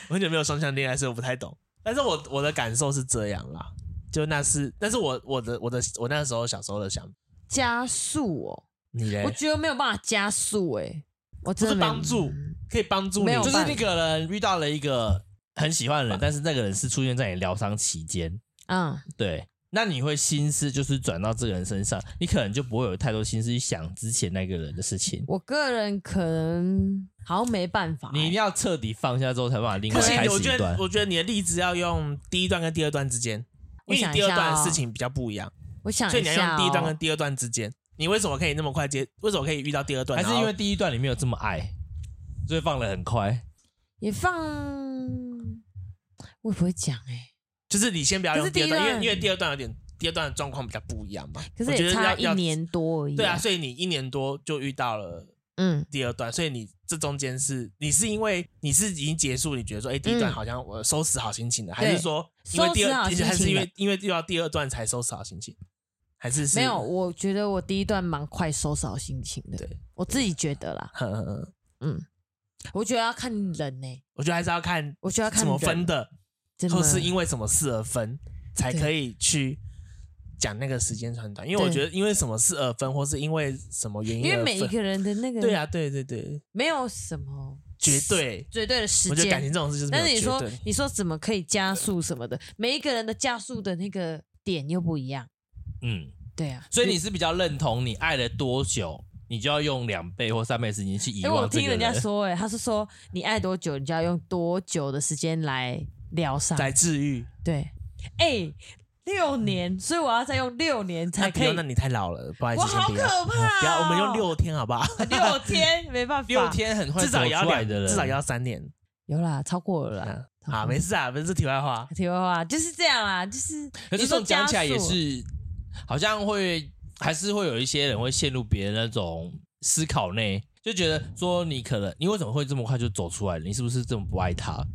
Speaker 2: 我很久没有双向恋爱，所以我不太懂。但是我我的感受是这样啦，就那是，但是我我的我的我那时候小时候的想法，
Speaker 3: 加速哦，
Speaker 2: 你嘞
Speaker 3: 我觉得没有办法加速哎、我
Speaker 2: 不
Speaker 3: 真
Speaker 2: 是
Speaker 3: 的没
Speaker 2: 帮助，可以帮助你，
Speaker 3: 没有
Speaker 2: 就
Speaker 1: 就是是那个人遇到了一个很喜欢的人，但是那个人是出现在你疗伤期间，
Speaker 3: 嗯，
Speaker 1: 对，那你会心思就是转到这个人身上，你可能就不会有太多心思去想之前那个人的事情。
Speaker 3: 我个人可能好像没办法欸、
Speaker 1: 你一定要彻底放下之后，才把另
Speaker 2: 不
Speaker 1: 外
Speaker 2: 行
Speaker 1: 开，
Speaker 2: 我
Speaker 1: 始
Speaker 2: 觉
Speaker 1: 一
Speaker 2: 得
Speaker 1: 段。
Speaker 2: 我觉得你的例子要用第一段跟第二段之间，因为你第二段的事情比较不一样，
Speaker 3: 我哦想
Speaker 2: 所以
Speaker 3: 一
Speaker 2: 你
Speaker 3: 下、
Speaker 2: 要，用
Speaker 3: 哦
Speaker 2: 第一段跟第二段之间。你为什么可以那么快接？为什么可以遇到第二段？
Speaker 1: 还
Speaker 3: 哦
Speaker 1: 是
Speaker 2: 然后
Speaker 1: 因为第一段你没有这么爱，所以放的很快。
Speaker 3: 也放，我也不会讲哎、
Speaker 2: 就是你先不要
Speaker 3: 可
Speaker 2: 用
Speaker 3: 是第
Speaker 2: 第
Speaker 3: 一
Speaker 2: 二段，因
Speaker 3: 段
Speaker 2: 为因为第二段有点第二段的状况比较不一样嘛。
Speaker 3: 可是
Speaker 2: 我觉
Speaker 3: 也
Speaker 2: 得
Speaker 3: 差
Speaker 2: 要
Speaker 3: 一年多而已、
Speaker 2: 要对啊，，所以你一年多就遇到了
Speaker 3: 嗯，
Speaker 2: 第二段，所以你这中间是你是因为你是已经结束，你觉得说哎、第一段
Speaker 3: 嗯
Speaker 2: 好像我收拾好心情了，还是说因为
Speaker 3: 收
Speaker 2: 第
Speaker 3: 拾
Speaker 2: 二
Speaker 3: 好心情
Speaker 2: 还是因为
Speaker 3: 了
Speaker 2: 因为遇到第二段才收拾好心情，还是是
Speaker 3: 没 有，我觉得我第一段蛮快收拾好心情的，
Speaker 2: 对
Speaker 3: 我自己觉得啦，嗯
Speaker 2: 呵呵呵
Speaker 3: 我觉得要看人呢、
Speaker 2: 我觉得还是要看
Speaker 3: 我觉得要看
Speaker 2: 怎么
Speaker 3: 人
Speaker 2: 分的，
Speaker 3: 真的
Speaker 2: 或哦是因为什么事而分，才可以去讲那个时间长短。因为我
Speaker 3: 对
Speaker 2: 觉得因为什么事而分，或是因为什么原因
Speaker 3: 因为
Speaker 2: 而
Speaker 3: 每一
Speaker 2: 分
Speaker 3: 个人的那个
Speaker 2: 对啊，对对对，
Speaker 3: 没有什么
Speaker 2: 绝对。
Speaker 3: 绝对的时
Speaker 2: 我觉得感情，
Speaker 3: 间
Speaker 2: 这种事就是没
Speaker 3: 但
Speaker 2: 有
Speaker 3: 是你
Speaker 2: 绝
Speaker 3: 说
Speaker 2: 对，
Speaker 3: 你说怎么可以加速什么的，每一个人的加速的那个点又不一样。
Speaker 1: 嗯，
Speaker 3: 对啊，
Speaker 1: 所以你是比较认同你爱了多久，你就要用两倍或三倍的时间去遗
Speaker 3: 因为我
Speaker 1: 忘这
Speaker 3: 听
Speaker 1: 个
Speaker 3: 人
Speaker 1: 人。
Speaker 3: 家说、欸，哎，他是说你爱多久，你就要用多久的时间来疗伤。
Speaker 2: 来治愈，
Speaker 3: 对，哎、六年，所以我要再用六年才
Speaker 2: 那不
Speaker 3: 可
Speaker 2: 用
Speaker 3: 以
Speaker 2: 那。你太老了，不好意
Speaker 3: 我
Speaker 2: 思，先
Speaker 3: 好
Speaker 2: 不
Speaker 3: 可
Speaker 2: 要，
Speaker 3: 怕、哦！
Speaker 2: 啊嗯不要，我们用六天好不好？
Speaker 3: 六 天，没办法，
Speaker 1: 六天很快
Speaker 2: 至少也要
Speaker 1: 走出来
Speaker 2: 两，
Speaker 1: 的人，
Speaker 2: 至少也要三年
Speaker 3: 有啦，超过了啦。
Speaker 2: 啊！啊，没事啊，不是题外话，
Speaker 3: 题外话就是这样啦，就是
Speaker 1: 可是
Speaker 3: 你
Speaker 1: 这
Speaker 3: 说
Speaker 1: 种讲
Speaker 3: 加
Speaker 1: 起来也
Speaker 3: 速
Speaker 1: 是，好像会还是会有一些人会陷入别人那种思考内，就觉得说你可能你为什么会这么快就走出来了？你是不是这么不爱他？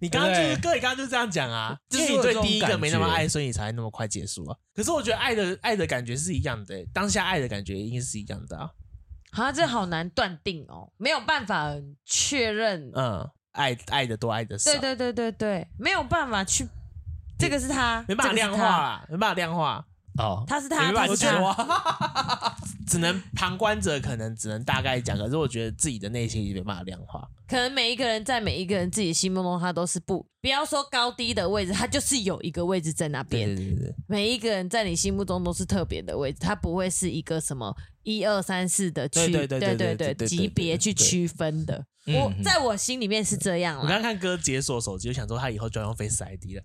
Speaker 2: 你刚刚就是
Speaker 1: 对不
Speaker 2: 哥，你刚刚就是这样讲啊，就
Speaker 1: 就
Speaker 2: 是是你
Speaker 1: 有
Speaker 2: 对
Speaker 1: 这种
Speaker 2: 第一个
Speaker 1: 感
Speaker 2: 没那么
Speaker 1: 觉
Speaker 2: 爱，所以你才那么快结束啊。可是我觉得爱的爱的感觉是一样的欸、当下爱的感觉应该是一样的啊。
Speaker 3: 好像这好难断定哦，没有办法确认
Speaker 2: 嗯，爱爱的多，爱的少，
Speaker 3: 对对对对对，没有办法去，这个是他，
Speaker 2: 没办法
Speaker 3: 这个是
Speaker 2: 量化啦，没办法量化，
Speaker 1: 哦，
Speaker 3: 他，他是
Speaker 2: 没
Speaker 3: 他，
Speaker 2: 办法
Speaker 3: 他是
Speaker 1: 啊
Speaker 3: 他，
Speaker 2: 说，啊 只能旁观者可能只能大概讲，可是我觉得自己的内心也没办法量化。
Speaker 3: 可能每一个人在每一个人自己心目中，他都是不不要说高低的位置，他就是有一个位置在那边。
Speaker 2: 对对对，
Speaker 3: 每一个人在你心目中都是特别的位置，它不会是一个什么一二三四的区，
Speaker 2: 对对对对对对
Speaker 3: 对
Speaker 2: 对
Speaker 3: 级别去区分的。
Speaker 1: 对
Speaker 3: 我
Speaker 1: 嗯嗯
Speaker 3: 在我心里面是这样
Speaker 2: 我刚
Speaker 3: 啦，
Speaker 2: 刚看哥解锁手机，就想说他以后就要用 Face ID 了，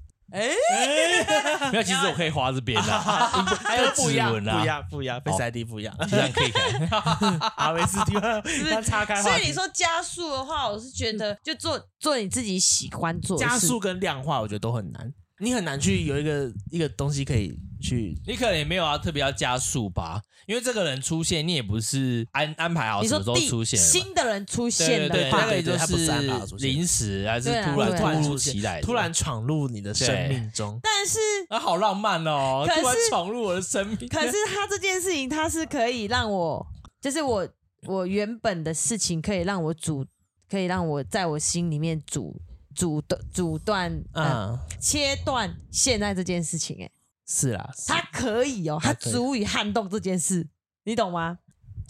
Speaker 4: 没有，其实我可以划这边的，
Speaker 2: 还有不一样，
Speaker 1: 指
Speaker 2: 不
Speaker 1: 纹啊
Speaker 2: 一样，不一样，Face ID 不一样。
Speaker 1: 这样可以改。哦
Speaker 2: 阿维斯蒂芬，他岔开话
Speaker 3: 所
Speaker 2: 题
Speaker 3: 以你说加速的话，我是觉得就做做你自己喜欢做的
Speaker 2: 加
Speaker 3: 事
Speaker 2: 速跟量化，我觉得都很难，你很难
Speaker 3: 嗯
Speaker 2: 去有一个一个东西可以去。
Speaker 1: 你可能也没有要特别要加速吧，因为这个人出现，你也不是安安排好
Speaker 3: 你
Speaker 1: 什
Speaker 3: 说
Speaker 1: 么时候
Speaker 3: 第
Speaker 1: 出现的嘛。
Speaker 3: 新的人出
Speaker 1: 对对
Speaker 3: 现
Speaker 1: 对，
Speaker 3: 的
Speaker 1: 大概
Speaker 3: 话，
Speaker 1: 就
Speaker 2: 对对对他不是安排好出
Speaker 1: 是
Speaker 2: 现
Speaker 1: 临时还是
Speaker 3: 对啊
Speaker 1: 突然
Speaker 3: 对
Speaker 1: 突
Speaker 3: 啊
Speaker 1: 如
Speaker 2: 出现
Speaker 1: 其来的，
Speaker 2: 突然闯入你的生命中，
Speaker 3: 但是
Speaker 1: 啊，好浪漫哦！
Speaker 3: 可是
Speaker 1: 突然闯入我的生命，
Speaker 3: 可是他这件事情，他是可以让我，就是我我原本的事情，可以让我主，可以让我在我心里面主主的阻断，嗯，
Speaker 2: 嗯，
Speaker 3: 切断现在这件事情、欸，哎，
Speaker 2: 是啦，是
Speaker 3: 他可以哦、他
Speaker 2: 可以
Speaker 3: 足以撼动这件事，你懂吗？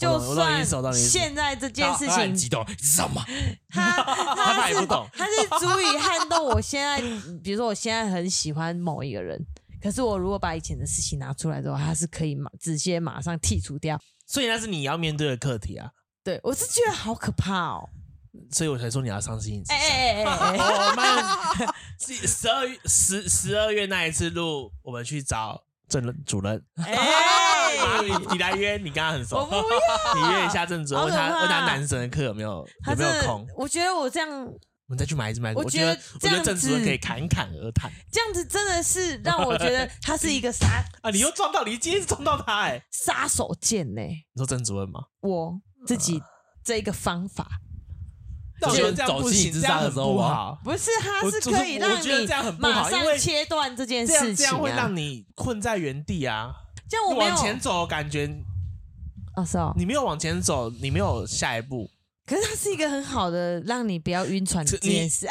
Speaker 2: 我懂
Speaker 3: 就
Speaker 2: 我懂你意
Speaker 3: 算
Speaker 2: 思我懂你意思
Speaker 3: 现在这件事
Speaker 1: 他很
Speaker 3: 情，
Speaker 1: 激动，你知道吗？
Speaker 3: 他
Speaker 2: 他怕
Speaker 3: 他
Speaker 2: 也不
Speaker 3: 是
Speaker 2: 懂
Speaker 3: 他是足以撼动我现在， 比如说我现在很喜欢某一个人，可是我如果把以前的事情拿出来之后，他是可以马直接马上剔除掉。
Speaker 2: 所以那是你要面对的课题啊，
Speaker 3: 对我是觉得好可怕哦！
Speaker 2: 所以我才说你要上心一次。
Speaker 3: 哎哎哎哎哎，
Speaker 2: 我们十十二月十十二月那一次录，我们去找郑人主任，
Speaker 3: 哎
Speaker 2: 你你来约，你跟他很
Speaker 3: 我
Speaker 2: 熟
Speaker 3: 不，要，
Speaker 2: 你约一下郑主任，
Speaker 3: 好
Speaker 2: 问
Speaker 3: 可
Speaker 2: 他
Speaker 3: 怕
Speaker 2: 问他男神的课有没有
Speaker 3: 他
Speaker 2: 有没
Speaker 3: 真
Speaker 2: 有
Speaker 3: 的
Speaker 2: 空，，
Speaker 3: 我觉得我这样
Speaker 2: 我们再去买一支麦克风。
Speaker 3: 我
Speaker 2: 我
Speaker 3: 觉
Speaker 2: 觉
Speaker 3: 得
Speaker 2: 得我觉得郑
Speaker 3: 这样
Speaker 2: 主任
Speaker 3: 子
Speaker 2: 可以侃侃而谈
Speaker 3: 这样子真的是让我觉得他是一个杀
Speaker 2: 啊！你又撞到，你今天撞到他 哎！
Speaker 3: 杀手锏呢、
Speaker 2: 你说郑主任吗？
Speaker 3: 我自己这一个方法
Speaker 2: 但我觉得这样
Speaker 1: 走
Speaker 2: 不
Speaker 1: 进
Speaker 2: 行，
Speaker 1: 智
Speaker 2: 这样
Speaker 1: 商的
Speaker 2: 很
Speaker 1: 时候
Speaker 2: 不
Speaker 1: 吗
Speaker 2: 好。
Speaker 3: 不是，他
Speaker 2: 我
Speaker 3: 是
Speaker 2: 就是
Speaker 3: 可以
Speaker 2: 我
Speaker 3: 让
Speaker 2: 觉得这样很
Speaker 3: 你
Speaker 2: 不好
Speaker 3: 马
Speaker 2: 因
Speaker 3: 上
Speaker 2: 为
Speaker 3: 切断这件
Speaker 2: 这样
Speaker 3: 事
Speaker 2: 这
Speaker 3: 情、啊
Speaker 2: 样会让你困在原地啊！
Speaker 3: 这样我
Speaker 2: 你
Speaker 3: 没
Speaker 2: 往
Speaker 3: 有
Speaker 2: 前走，我感觉
Speaker 3: 哦是哦，
Speaker 2: 你没有往前走，你没有下一步。
Speaker 3: 可是它是一个很好的让你不要晕船
Speaker 2: 这
Speaker 3: 的
Speaker 2: 你
Speaker 3: 这件事。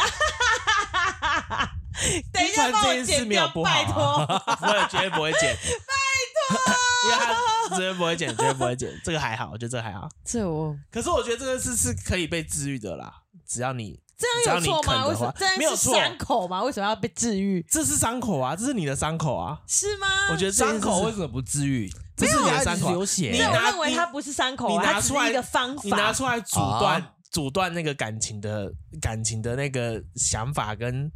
Speaker 3: 等一
Speaker 2: 晕
Speaker 3: 下
Speaker 2: 船
Speaker 3: 帮
Speaker 2: 这
Speaker 3: 我
Speaker 2: 件事
Speaker 3: 剪
Speaker 2: 没有
Speaker 3: 掉，
Speaker 2: 不好、
Speaker 3: 拜托。
Speaker 2: 啊，我也绝 对不会剪，拜托，因为他绝对不会剪，绝对不会剪，这个还好，我觉得这个还好。
Speaker 3: 这我
Speaker 2: 可是我觉得这个事是可以被治愈的啦，只要你
Speaker 3: 这样有错吗？为什么
Speaker 2: 只要你肯的话
Speaker 3: 这
Speaker 2: 没有
Speaker 3: 样是
Speaker 2: 错
Speaker 3: 伤口吗？为什么要被治愈？
Speaker 2: 这是伤口啊，这是你的伤口啊，
Speaker 3: 是吗？
Speaker 2: 我觉得这件
Speaker 1: 伤
Speaker 2: 事是
Speaker 1: 口为什么不治愈？
Speaker 2: 这是你的伤口啊
Speaker 1: 流，血
Speaker 2: 你
Speaker 3: 但
Speaker 2: 拿
Speaker 3: 我认为它不是伤口
Speaker 2: 你
Speaker 3: 啊，
Speaker 2: 拿
Speaker 3: 它只
Speaker 2: 出来
Speaker 3: 是一个方法。
Speaker 2: 你拿出来阻断、
Speaker 1: 啊
Speaker 3: 哦
Speaker 2: 阻断那个感情的感情的那个想法跟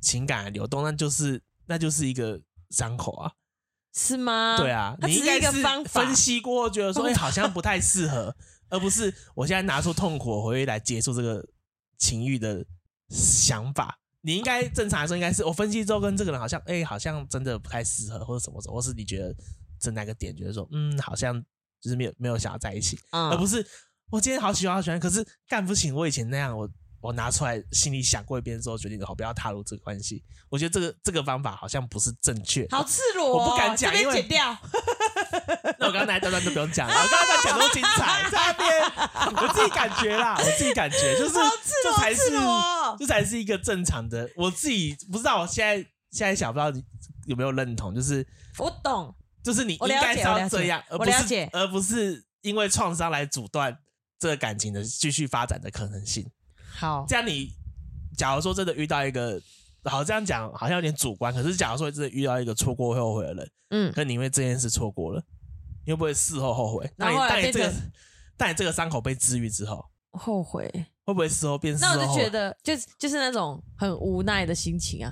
Speaker 2: 情感的流动，那就是那就是一个伤口啊。
Speaker 3: 是吗？
Speaker 2: 对啊，
Speaker 3: 它
Speaker 2: 你
Speaker 3: 嗯只
Speaker 2: 应
Speaker 3: 是
Speaker 2: 该
Speaker 3: 一个
Speaker 2: 是
Speaker 3: 方法
Speaker 2: 分。析过后觉 得说，哎、好像不太适合，而不是我现在拿出痛苦的回忆来结束这个情欲的想法。你应该正常来说，应该是我分析之后跟这个人好像，哎、好像真的不太适合，或者什么什么，或是你觉得在哪个点觉得说，嗯，好像就是没有没有想要在一起，
Speaker 3: 嗯
Speaker 2: 而不是我今天好喜欢好喜欢，可是干不行，我以前那样，我我拿出来心里想过一遍之后，决定好不要踏入这个关系。我觉得这个这个方法好像不是正确的。
Speaker 3: 好赤裸哦，
Speaker 2: 我不敢讲
Speaker 3: 这
Speaker 2: 因
Speaker 3: 边
Speaker 2: 为
Speaker 3: 剪掉。
Speaker 2: 那我刚才那一段段都不用讲了，我刚才讲多精彩，在那边我自己感觉 啦，我自己感觉就是
Speaker 3: 好哦赤
Speaker 2: 这
Speaker 3: 裸哦
Speaker 2: 才是
Speaker 3: 赤裸
Speaker 2: 这才是一个正常的，我自己不知道，我现在现在想不到你有没有认同，就是
Speaker 3: 我懂，
Speaker 2: 就是你应
Speaker 3: 我了解
Speaker 2: 该是要这样，而
Speaker 3: 我
Speaker 2: 不
Speaker 3: 了
Speaker 2: 是
Speaker 3: 解我了解
Speaker 2: 而不是因为创伤来阻断这个感情的继续发展的可能性。
Speaker 3: 好，
Speaker 2: 这样你假如说真的遇到一个，好这样讲好像有点主观，可是假如说真的遇到一个错过会后悔的人，
Speaker 3: 嗯，
Speaker 2: 可你因为这件事错过了，你会不会事后后悔？当
Speaker 3: 然后
Speaker 2: 你
Speaker 3: 后来
Speaker 2: 当你这个
Speaker 3: 变
Speaker 2: 当你这个伤口被治愈之后，
Speaker 3: 后悔。
Speaker 2: 会不会事后变事
Speaker 3: 那
Speaker 2: 后
Speaker 3: 我
Speaker 2: 后
Speaker 3: 就
Speaker 2: 悔
Speaker 3: 觉，得，就是就是那种很无奈的心情啊，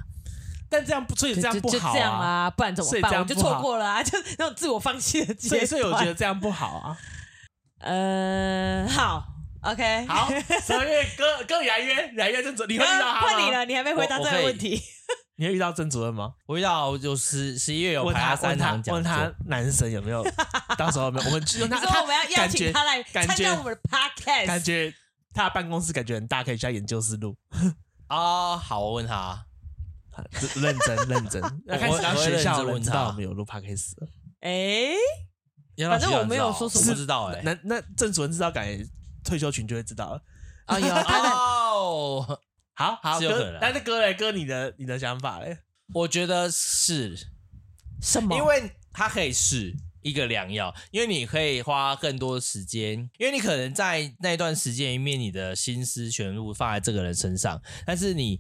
Speaker 2: 但这样不，所以
Speaker 3: 就
Speaker 2: 这 样不
Speaker 3: 就
Speaker 2: 好
Speaker 3: 就这样
Speaker 2: 啊。
Speaker 3: 啊，不然怎么
Speaker 2: 所以这
Speaker 3: 办？
Speaker 2: 样
Speaker 3: 我就
Speaker 2: 不好
Speaker 3: 错过了啊，就那种自我放弃的阶
Speaker 2: 所以，
Speaker 3: 段。
Speaker 2: 所以我觉得这样不好啊。
Speaker 3: 呃，好 ，OK，呃
Speaker 2: 好，十二月哥哥你来约，你来约郑主，你会遇到他吗
Speaker 3: 换你了，，你还没回答
Speaker 1: 我
Speaker 3: 这
Speaker 1: 我
Speaker 3: 个
Speaker 1: 可以
Speaker 3: 问题。
Speaker 2: 你会遇到郑主任吗？
Speaker 1: 我遇到就十十一月有
Speaker 2: 问
Speaker 1: 排
Speaker 2: 他
Speaker 1: 他
Speaker 2: 问
Speaker 1: 三
Speaker 2: 他
Speaker 1: 堂讲
Speaker 2: 问他
Speaker 1: 座，
Speaker 2: 男神有没 有？到时候有没有我们去问
Speaker 3: 你
Speaker 2: 他，
Speaker 3: 说我们要邀
Speaker 2: 感觉
Speaker 3: 请他来参
Speaker 2: 感觉
Speaker 3: 加我们的 podcast，
Speaker 2: 感觉他的办公室感觉很大，可以去他研究室录。
Speaker 1: 啊，好，我问他，
Speaker 2: 啊认真认 真，要开
Speaker 1: 我
Speaker 2: 始让
Speaker 1: 我会
Speaker 2: 学
Speaker 1: 认
Speaker 2: 校
Speaker 1: 真
Speaker 2: 人
Speaker 1: 问
Speaker 2: 知道
Speaker 1: 他
Speaker 2: 我们有录 podcast 了。
Speaker 3: 哎，
Speaker 1: 要让
Speaker 3: 反正
Speaker 1: 学校
Speaker 3: 我没
Speaker 1: 知道
Speaker 3: 有说什
Speaker 1: 我
Speaker 3: 么
Speaker 1: 不知道哎。
Speaker 3: 啊
Speaker 2: 那那郑主任知道，感觉退休群就会知道了。
Speaker 3: 哦有他的
Speaker 1: 哦，
Speaker 2: 好好，
Speaker 1: 是有
Speaker 2: 哥
Speaker 1: 可能啊
Speaker 2: 但是哥嘞，哥你的你的想法嘞？
Speaker 1: 我觉得是，
Speaker 3: 什么？
Speaker 1: 因为它可以是一个良药，因为你可以花更多的时间，因为你可能在那段时间里面，你的心思全部放在这个人身上，但是你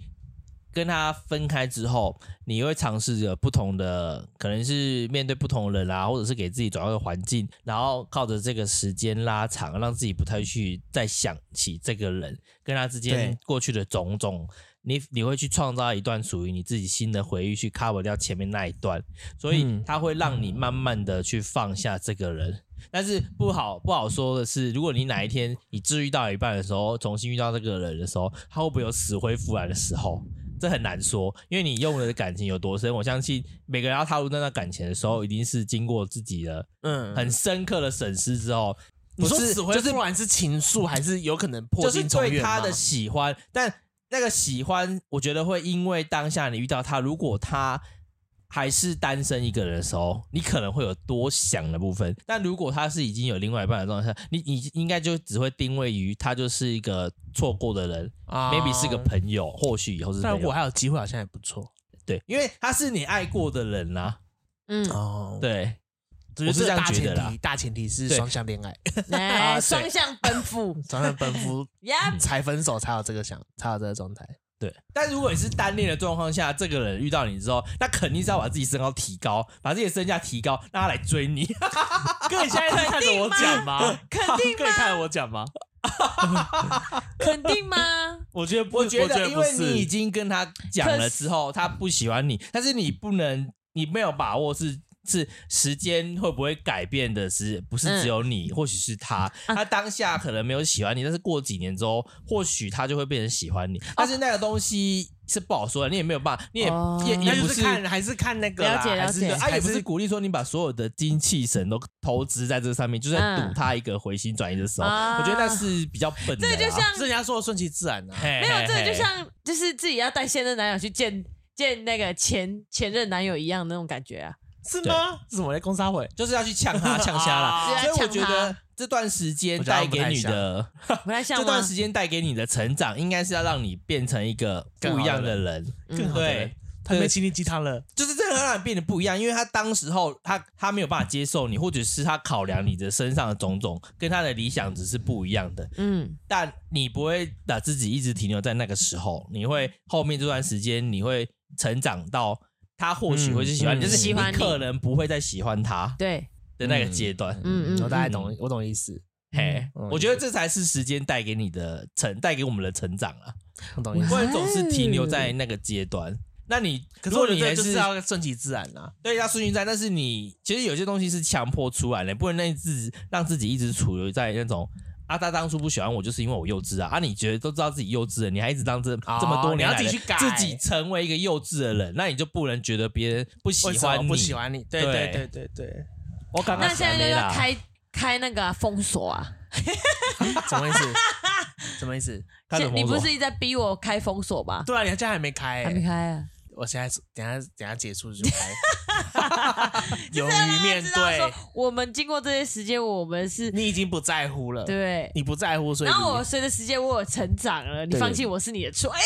Speaker 1: 跟他分开之后，你会尝试着不同的，可能是面对不同的人啊，或者是给自己找一个环境，然后靠着这个时间拉长，让自己不太去再想起这个人跟他之间
Speaker 2: 对
Speaker 1: 过去的种种。你你会去创造一段属于你自己新的回忆，去 cover 掉前面那一段，所以
Speaker 2: 嗯
Speaker 1: 它会让你慢慢的去放下这个人。但是不好不好说的是，如果你哪一天你治愈到一半的时候，重新遇到这个人的时候，他会不会有死灰复燃的时候？这很难说，因为你用了的感情有多深，我相信每个人要踏入那段感情的时候，一定是经过自己的
Speaker 2: 嗯，
Speaker 1: 很深刻的审视之后，
Speaker 2: 你说
Speaker 1: 不是
Speaker 2: 死灰
Speaker 1: 就是
Speaker 2: 复燃是情愫，还是有可能破
Speaker 1: 就是
Speaker 2: 镜重
Speaker 1: 对
Speaker 2: 圆
Speaker 1: 他
Speaker 2: 吗？
Speaker 1: 的喜欢，但那个喜欢，我觉得会因为当下你遇到他，如果他还是单身一个人的时候，你可能会有多想的部分；但如果他是已经有另外一半的状态下，你你应该就只会定位于他就是一个错过的人、
Speaker 2: 啊
Speaker 1: m a y b e 是个朋友，或许以后是
Speaker 2: 但
Speaker 1: 朋
Speaker 2: 如果
Speaker 1: 友。
Speaker 2: 还有机会，好像也不错
Speaker 1: 对，因为他是你爱过的人啊，
Speaker 3: 嗯，
Speaker 2: 哦。
Speaker 1: 对，
Speaker 2: 对
Speaker 1: 我是这样
Speaker 2: 大
Speaker 1: 觉
Speaker 2: 前
Speaker 1: 得啦
Speaker 2: 提，大前提是
Speaker 1: 对
Speaker 2: 双向恋爱，
Speaker 3: 哎，
Speaker 1: 对
Speaker 3: 双向 奔赴
Speaker 2: 双向奔赴
Speaker 3: 呀，
Speaker 2: 才分手才有这个想，才有这个状态。
Speaker 1: 对，但如果你是单恋的状况下，这个人遇到你之后，那肯定是要把自己身高提高，把自己的身价提高，让他来追你。
Speaker 2: 哥，你现在在看着我讲吗？
Speaker 3: 肯 定
Speaker 2: 哥，你看着我讲吗？
Speaker 3: 肯 定吗？
Speaker 2: 我觉得不，
Speaker 1: 我觉
Speaker 2: 得
Speaker 1: 得，因
Speaker 2: 不
Speaker 1: 为你已
Speaker 2: 是。
Speaker 1: 经跟他讲了之后，他不喜欢你，但是你不能，你没有把握是是时间会不会改变的是不是只有你，
Speaker 3: 嗯
Speaker 1: 或许是他，
Speaker 3: 啊
Speaker 1: 他当下可能没有喜欢你，但是过几年之后，或许他就会变成喜欢你，但是那个东西是不好说的，你也没有办法，你也、
Speaker 3: 哦
Speaker 1: 也
Speaker 2: 那
Speaker 1: 也
Speaker 2: 就
Speaker 1: 不
Speaker 2: 是看还是看那个啦
Speaker 3: 了解
Speaker 2: 还是
Speaker 3: 了解
Speaker 1: 他
Speaker 2: 还
Speaker 1: 也不是鼓励说你把所有的精气神都投资在这上面，就是在赌他一个回心转意的时候。
Speaker 3: 啊
Speaker 1: 我觉得那是比较笨的啦。
Speaker 3: 这就像
Speaker 2: 是人家说的顺其自然啊。
Speaker 1: 嘿
Speaker 3: 没有，这个就
Speaker 1: 嘿
Speaker 3: 像就是自己要带现任男友去见见那个前前任男友一样那种感觉 啊。
Speaker 2: 是吗？是什么嘞？公沙会
Speaker 1: 就是要去呛 他呛瞎啦。
Speaker 3: 啊
Speaker 1: 所以我觉
Speaker 3: 呛
Speaker 1: 得
Speaker 3: 他
Speaker 1: 这段时间带给你的，
Speaker 3: 不太像
Speaker 1: 这
Speaker 3: 吗？
Speaker 1: 段时间带给你的成长，应该是要让你变成一个不一样的人。
Speaker 3: 嗯
Speaker 2: 更好的人
Speaker 1: 对，
Speaker 2: 他没心灵鸡汤了。
Speaker 1: 就是这个让你变得不一样，因为他当时候他他没有办法接受你，或者是他考量你的身上的种种，跟他的理想只是不一样的。
Speaker 3: 嗯，
Speaker 1: 但你不会把自己一直停留在那个时候，你会后面这段时间你会成长到他或许会是喜欢你，
Speaker 2: 嗯
Speaker 1: 但是
Speaker 3: 喜
Speaker 1: 你
Speaker 3: 欢你
Speaker 1: 可能不会再喜欢他
Speaker 3: 对，
Speaker 1: 的那个阶段。
Speaker 3: 嗯嗯
Speaker 2: 我大概懂，我懂意思，
Speaker 1: 嘿，
Speaker 2: 嗯
Speaker 1: 我觉得这才是时间带给你的成，带给我们的成长啊。
Speaker 2: 我懂意
Speaker 1: 不
Speaker 2: 思。
Speaker 1: 然总是停留在那个阶段。那你，
Speaker 2: 可
Speaker 1: 可
Speaker 2: 是
Speaker 1: 是
Speaker 2: 我
Speaker 1: 你
Speaker 2: 觉得
Speaker 1: 还
Speaker 2: 就是是要顺其自然啊。
Speaker 1: 对要顺应在，但是你其实有些东西是强迫出来的，不能让自己让自己一直处于在那种啊，他当初不喜欢我就是因为我幼稚啊，啊，你觉得都知道自己幼稚了，你还一直当这、
Speaker 2: 哦
Speaker 1: 这么多年来的
Speaker 2: 你要自己去改
Speaker 1: 自己成为一个幼稚的人，那你就不能觉得别人不喜
Speaker 2: 为什
Speaker 1: 欢
Speaker 2: 么
Speaker 1: 你，
Speaker 2: 不喜，欢你？对对对
Speaker 1: 对
Speaker 2: 对对，
Speaker 1: 我刚刚
Speaker 3: 那现在就要
Speaker 1: 啦，
Speaker 3: 开开那个啊封锁啊！
Speaker 2: 什么意思？ 什么意思？
Speaker 1: 开始封
Speaker 3: 你
Speaker 1: 锁
Speaker 3: 不是一直在逼我开封锁吗？
Speaker 2: 对啊，你现在还没开
Speaker 3: 还没
Speaker 2: 欸，
Speaker 3: 开啊！
Speaker 2: 我现在是等一下等一下结束就开， 勇于面
Speaker 3: 知道
Speaker 2: 对
Speaker 3: 说，我啊们经过这些时间，我们是
Speaker 2: 你已经不在乎了，
Speaker 3: 对。
Speaker 2: 你不在乎，所以
Speaker 3: 然后我
Speaker 2: 你
Speaker 3: 随着时间，我有成长了。你
Speaker 2: 对
Speaker 3: 放弃我是你的错，哎，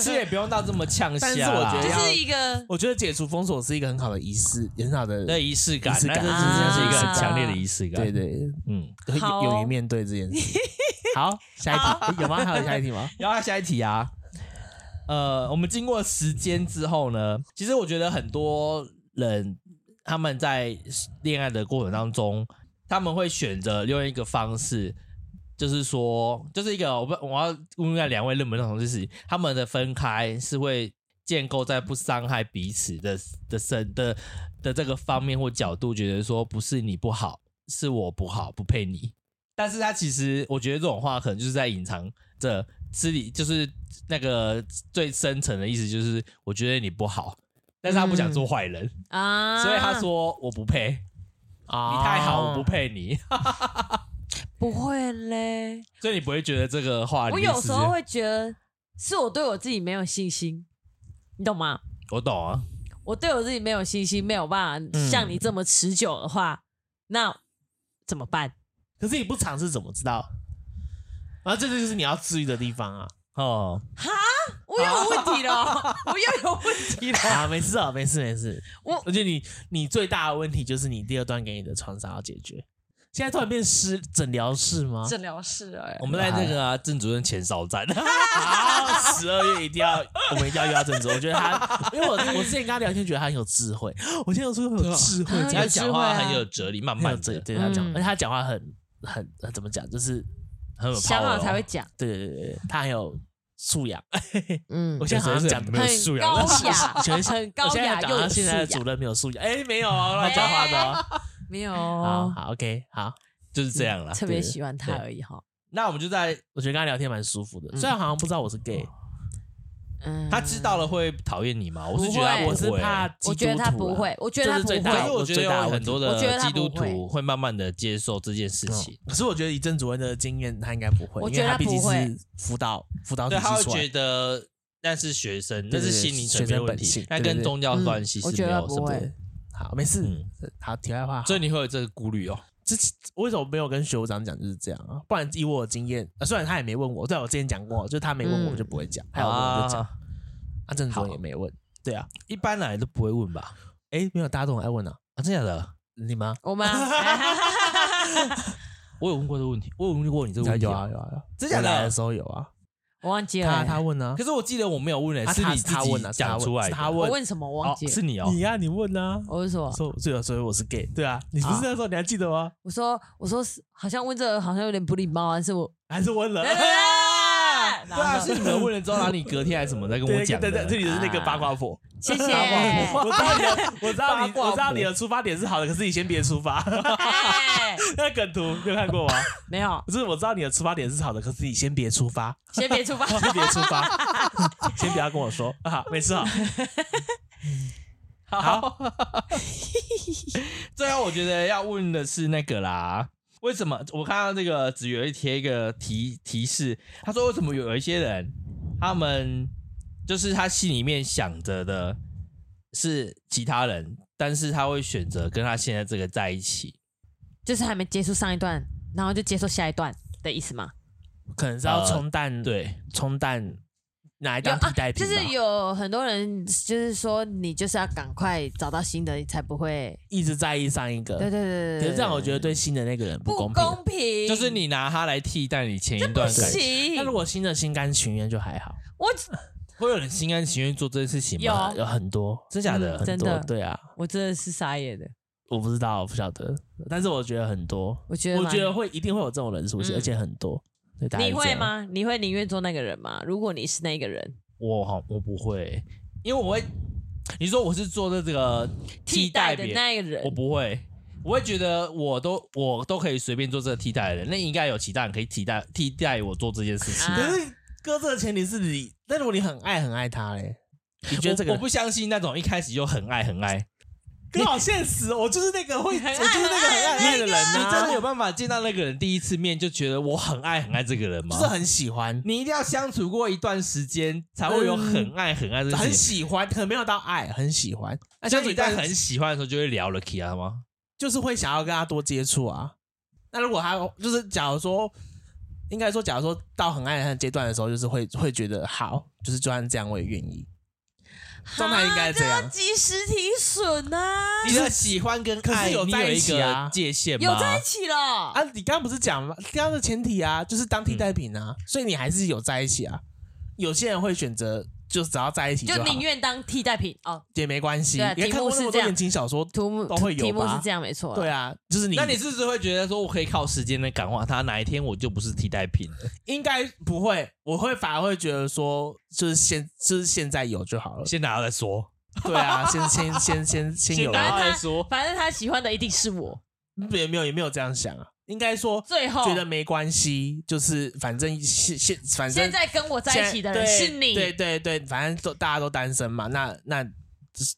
Speaker 1: 是也不用到这么呛下
Speaker 2: 但
Speaker 1: 啦，
Speaker 2: 是我觉得
Speaker 3: 这
Speaker 2: 要
Speaker 3: 是一个
Speaker 2: 我觉得解除封锁是一个很好的仪式，也很好的
Speaker 1: 对仪式
Speaker 2: 仪
Speaker 1: 感，
Speaker 2: 式
Speaker 1: 那
Speaker 2: 感
Speaker 1: 这
Speaker 3: 啊
Speaker 1: 真是一个很强烈的仪式感。
Speaker 2: 对，对，
Speaker 1: 嗯，
Speaker 3: 好哦
Speaker 2: 勇勇于面对这件 事。好，下一题诶有吗？还有下一题吗？
Speaker 1: 然后下一题啊，呃，我们经过时间之后呢，其实我觉得很多人他们在恋爱的过程当中，他们会选择用一个方式。就是说，就是一个我不我要问问看两位认不认同这事情，他们的分开是会建构在不伤害彼此的的身的的这个方面或角度，觉得说不是你不好，是我不好，不配你。但是他其实，我觉得这种话可能就是在隐藏着私底，就是那个最深层的意思，就是我觉得你不好，但是他不想做坏人，
Speaker 3: 啊，
Speaker 1: 所以他说我不配，
Speaker 2: 啊
Speaker 1: 你太好，我不配你，
Speaker 3: 不会嘞。
Speaker 1: 所以你不会觉得这个话，你
Speaker 3: 我
Speaker 1: 的意
Speaker 3: 有
Speaker 1: 思
Speaker 3: 时候会觉得是我对我自己没有信心，你懂吗？
Speaker 1: 我懂啊，
Speaker 3: 我对我自己没有信心，没有办法像
Speaker 2: 嗯
Speaker 3: 你这么持久的话，那怎么办？
Speaker 2: 可是你 不尝试怎么知道？然后这就是你要治愈的地方啊！
Speaker 1: 哦，
Speaker 3: 哈，又有问题
Speaker 2: 哦
Speaker 3: 了，我又有问题了。
Speaker 2: 啊，没事啊，没事没事。
Speaker 3: 我
Speaker 2: 我觉得你你最大的问题就是你第二段给你的创伤要解决。现在突然变失诊疗室吗？
Speaker 3: 诊疗室哎
Speaker 1: 我，们在那个啊，郑主任前哨 站，
Speaker 2: 好，十二月一定要，我们一定要遇到郑州。我觉得他，因为我我之前跟他聊天，觉得他很有智慧。我现在有说很有智慧，
Speaker 3: 对
Speaker 2: 这
Speaker 3: 啊
Speaker 2: 样
Speaker 1: 他讲话很有哲理，慢
Speaker 2: 很有
Speaker 1: 慢
Speaker 2: 智
Speaker 1: 的，
Speaker 2: 对他讲，而
Speaker 3: 嗯
Speaker 2: 且他讲话很很很怎么讲，就是
Speaker 1: 很有 power
Speaker 3: 想好
Speaker 1: 哦
Speaker 3: 才会讲，
Speaker 2: 对对对对，他很有素养。
Speaker 3: 嗯
Speaker 2: 我，现在好像讲
Speaker 1: 有
Speaker 2: 的
Speaker 1: 时候是很没有素养
Speaker 3: 很高
Speaker 2: 但是我觉得
Speaker 3: 雅很 高
Speaker 2: 我现在
Speaker 3: 雅
Speaker 2: 讲
Speaker 3: 又
Speaker 2: 他
Speaker 3: 有素
Speaker 2: 现在的主
Speaker 3: 养，
Speaker 2: 任没有素养，哎，没有哦乱讲话的 哦。
Speaker 3: 没有
Speaker 2: 好
Speaker 3: 哦，
Speaker 2: 好，OK，好。
Speaker 1: 就是这样啦。
Speaker 3: 特别
Speaker 2: 对
Speaker 3: 喜欢他
Speaker 2: 对
Speaker 3: 而已哈。
Speaker 1: 那我们就在
Speaker 2: 我觉得跟他聊天蛮舒服的，虽然好像不知道我是 gay，
Speaker 3: 嗯，
Speaker 1: 他知道了会讨厌你吗？我是觉得
Speaker 3: 不
Speaker 1: 他
Speaker 3: 会
Speaker 2: 我是
Speaker 1: 会
Speaker 2: 怕基督徒啊，
Speaker 3: 我觉得他不会，我觉得他
Speaker 2: 这是
Speaker 3: 不
Speaker 2: 最大
Speaker 1: 可是
Speaker 2: 的
Speaker 3: 会，
Speaker 1: 我觉得有很多
Speaker 3: 我觉得
Speaker 1: 的
Speaker 3: 他
Speaker 1: 基督
Speaker 3: 不会
Speaker 1: 徒会慢慢的接受这件事情，
Speaker 2: 嗯可是我觉得以郑主任的经验，他应该不会，
Speaker 3: 我
Speaker 2: 因
Speaker 3: 觉
Speaker 2: 为
Speaker 3: 得他
Speaker 2: 他毕竟
Speaker 3: 不会
Speaker 2: 是辅导辅导体
Speaker 1: 嗯对，他
Speaker 2: 系
Speaker 1: 会
Speaker 2: 出
Speaker 1: 觉
Speaker 2: 来。
Speaker 1: 得那是学生，那
Speaker 2: 对对对
Speaker 1: 是心灵层面的问
Speaker 2: 学
Speaker 1: 题
Speaker 2: 生本性，
Speaker 1: 那
Speaker 2: 对对
Speaker 1: 跟
Speaker 2: 对
Speaker 1: 宗教关系是
Speaker 3: 我
Speaker 1: 没
Speaker 3: 觉得
Speaker 1: 有
Speaker 3: 不
Speaker 1: 什么
Speaker 3: 会
Speaker 1: 的。
Speaker 2: 好，没事。
Speaker 1: 嗯，
Speaker 2: 好，题外话。
Speaker 1: 所以你会有这个顾虑哦。
Speaker 2: 之前为什么没有跟学长讲就是这样啊？不然以我的经验，呃虽然他也没问我，对我之前讲过，就是他没问我
Speaker 3: 嗯
Speaker 2: 我就不会讲，还有问我就讲。
Speaker 1: 啊
Speaker 2: 啊，郑主任也没问。对啊，
Speaker 1: 一般来都不会问吧？
Speaker 2: 哎，没有，大家都很爱问啊。
Speaker 1: 啊，真的假的？
Speaker 2: 你吗？
Speaker 3: 我吗？
Speaker 1: 我有问过这个问题，我有问过你这个
Speaker 2: 有啊
Speaker 1: 问题
Speaker 2: 有
Speaker 1: 啊。
Speaker 2: 啊有啊，
Speaker 1: 真假的
Speaker 2: 我来的时候有啊。
Speaker 3: 我忘记了
Speaker 2: 他
Speaker 3: 欸，
Speaker 2: 他问啊
Speaker 1: 可，是我记得我没有问诶，
Speaker 2: 啊
Speaker 1: 是
Speaker 2: 他
Speaker 1: 你自
Speaker 2: 他问啊
Speaker 1: 己
Speaker 2: 是他
Speaker 1: 讲
Speaker 2: 问
Speaker 1: 出来
Speaker 2: 是
Speaker 1: 的。
Speaker 2: 他
Speaker 3: 我
Speaker 2: 问
Speaker 3: 问什么我
Speaker 1: 哦
Speaker 3: 忘记，
Speaker 1: 是
Speaker 3: 了，
Speaker 1: 你哦，
Speaker 2: 你啊，你问啊。
Speaker 3: 我是什么？
Speaker 2: 所以所以所以我是 gay，对啊，你不是
Speaker 3: 啊
Speaker 2: 那时候你还记得吗？
Speaker 3: 我说我说是好像问这个好像有点不礼貌啊，是我。
Speaker 2: 还是问了？
Speaker 3: 对
Speaker 1: 对啊，是你们问了之后，然后你隔天还是什么在跟我讲 的？
Speaker 2: 对对对，这里是那个八卦婆。
Speaker 3: 谢谢。
Speaker 2: 我知道你 的，我知道你，
Speaker 1: 八卦
Speaker 2: 我知道你的出发点是好的，可是你先别出发。
Speaker 3: 哎
Speaker 2: 那梗图你有看过吗？
Speaker 3: 没有，
Speaker 2: 就是我知道你的出发点是好的，可是你先别出发，
Speaker 3: 先别出发。
Speaker 2: 先别出发， 先不要跟我说啊，没事啊。
Speaker 1: 好， 最后我觉得要问的是那个啦，为什么我看到这个子瑜贴一个提提示，他说为什么有一些人他们就是他心里面想着的是其他人，但是他会选择跟他现在这个在一起，
Speaker 3: 就是还没结束上一段，然后就接受下一段的意思吗？
Speaker 2: 可能是要冲淡，，
Speaker 1: 对，
Speaker 2: 冲淡拿来
Speaker 3: 有
Speaker 2: 当替
Speaker 3: 啊
Speaker 2: 代，品
Speaker 3: 就
Speaker 2: 吧。
Speaker 3: 是有很多人就是说，你就是要赶快找到新的，你才不会。
Speaker 2: 一直在意上一个，
Speaker 3: 对对对对。
Speaker 2: 可是这样我觉得对新的那个人
Speaker 3: 不
Speaker 2: 公平。啊
Speaker 3: 公平，
Speaker 1: 就是你拿他来替代你前一
Speaker 3: 嗯不
Speaker 1: 段感情，
Speaker 3: 行
Speaker 2: 那。如果新的心甘情愿就还好，
Speaker 3: 我
Speaker 1: 会有人心甘情愿做这件事情吗？
Speaker 3: 有
Speaker 2: 有很多，
Speaker 1: 真假的
Speaker 3: 嗯？真
Speaker 2: 很多
Speaker 3: 的，
Speaker 2: 对啊，
Speaker 3: 我真的是傻眼的，
Speaker 2: 我不知道，我不晓得，但是我觉得很多，
Speaker 3: 我觉得
Speaker 2: 我
Speaker 3: 蛮
Speaker 2: 觉得会一定会有这种人出现，
Speaker 3: 嗯
Speaker 2: 而且很多。对大概是
Speaker 3: 你
Speaker 2: 这
Speaker 3: 会
Speaker 2: 样？
Speaker 3: 吗？你会宁愿做那个人吗？如果你是那个人，
Speaker 1: 我好，我不会，因为我会，你说我是做的这个替代
Speaker 3: 的
Speaker 1: 别人
Speaker 3: 那个人
Speaker 1: 我，不会，我会觉得我都我都可以随便做这个替代的人，那应该有其他人可以替代替代我做这件事情。
Speaker 3: 啊
Speaker 2: 可是哥，这个前提是你，但如果你很爱很爱他嘞，你觉得这个
Speaker 1: 我我不相信那种一开始就很爱很爱，
Speaker 2: 哥好现实哦，我就是那个会，我就是那个很爱很爱的人
Speaker 1: 你
Speaker 2: 啊，
Speaker 1: 真的有办法见到那个人第一次面就觉得我很爱很爱这个人吗？
Speaker 2: 就是很喜欢，
Speaker 1: 你一定要相处过一段时间才会有很爱很爱这件
Speaker 2: 很
Speaker 1: 事情。
Speaker 2: 喜欢，可能没有到爱，很喜欢，
Speaker 1: 那像你在很喜欢的时候就会聊了 Kia 吗？
Speaker 2: 就是会想要跟他多接触啊。那如果他就是假如说，应该说，假如说到很爱他的阶段的时候，就是会会觉得好，就是就算这样我也愿意。状态应该是这样
Speaker 3: 啊及时停损呐、
Speaker 1: 你的喜欢跟
Speaker 2: 可
Speaker 1: 爱，
Speaker 2: 是有
Speaker 1: 你
Speaker 2: 在
Speaker 1: 有
Speaker 2: 一
Speaker 1: 一
Speaker 2: 起啊
Speaker 1: 个界限吗？
Speaker 3: 有在一起了
Speaker 2: 啊，你刚刚不是讲吗？刚刚的前提啊，就是当替代品
Speaker 3: 嗯
Speaker 2: 啊，所以你还是有在一起啊。有些人会选择就只要在一起
Speaker 3: 就
Speaker 2: 好，
Speaker 3: 宁愿当替代品哦。
Speaker 2: 也没关系。
Speaker 3: 对啊
Speaker 2: 你看过那么
Speaker 3: 题目是这
Speaker 2: 多
Speaker 3: 样啊
Speaker 2: 言情小说，
Speaker 3: 图目
Speaker 2: 都会有吧
Speaker 3: 题目是这样没错，
Speaker 2: 对，啊，就是你，
Speaker 1: 那你是不是会觉得说，我可以靠时间来感化他？哪一天我就不是替代品了？
Speaker 2: 应该不会，我会反而会觉得说，就是现就是现在有就好 了。
Speaker 1: 先拿来说，
Speaker 2: 对啊，先先先先先有
Speaker 3: 拿
Speaker 2: 了，
Speaker 1: 来说。
Speaker 3: 反正他喜欢的一定是我。
Speaker 2: 也没有也没有这样想啊。应该说
Speaker 3: 最后
Speaker 2: 觉得没关系，就是反正现现反正
Speaker 3: 现在跟我在一起的人
Speaker 2: 对
Speaker 3: 是你，
Speaker 2: 对对对，反正都大家都单身嘛，那那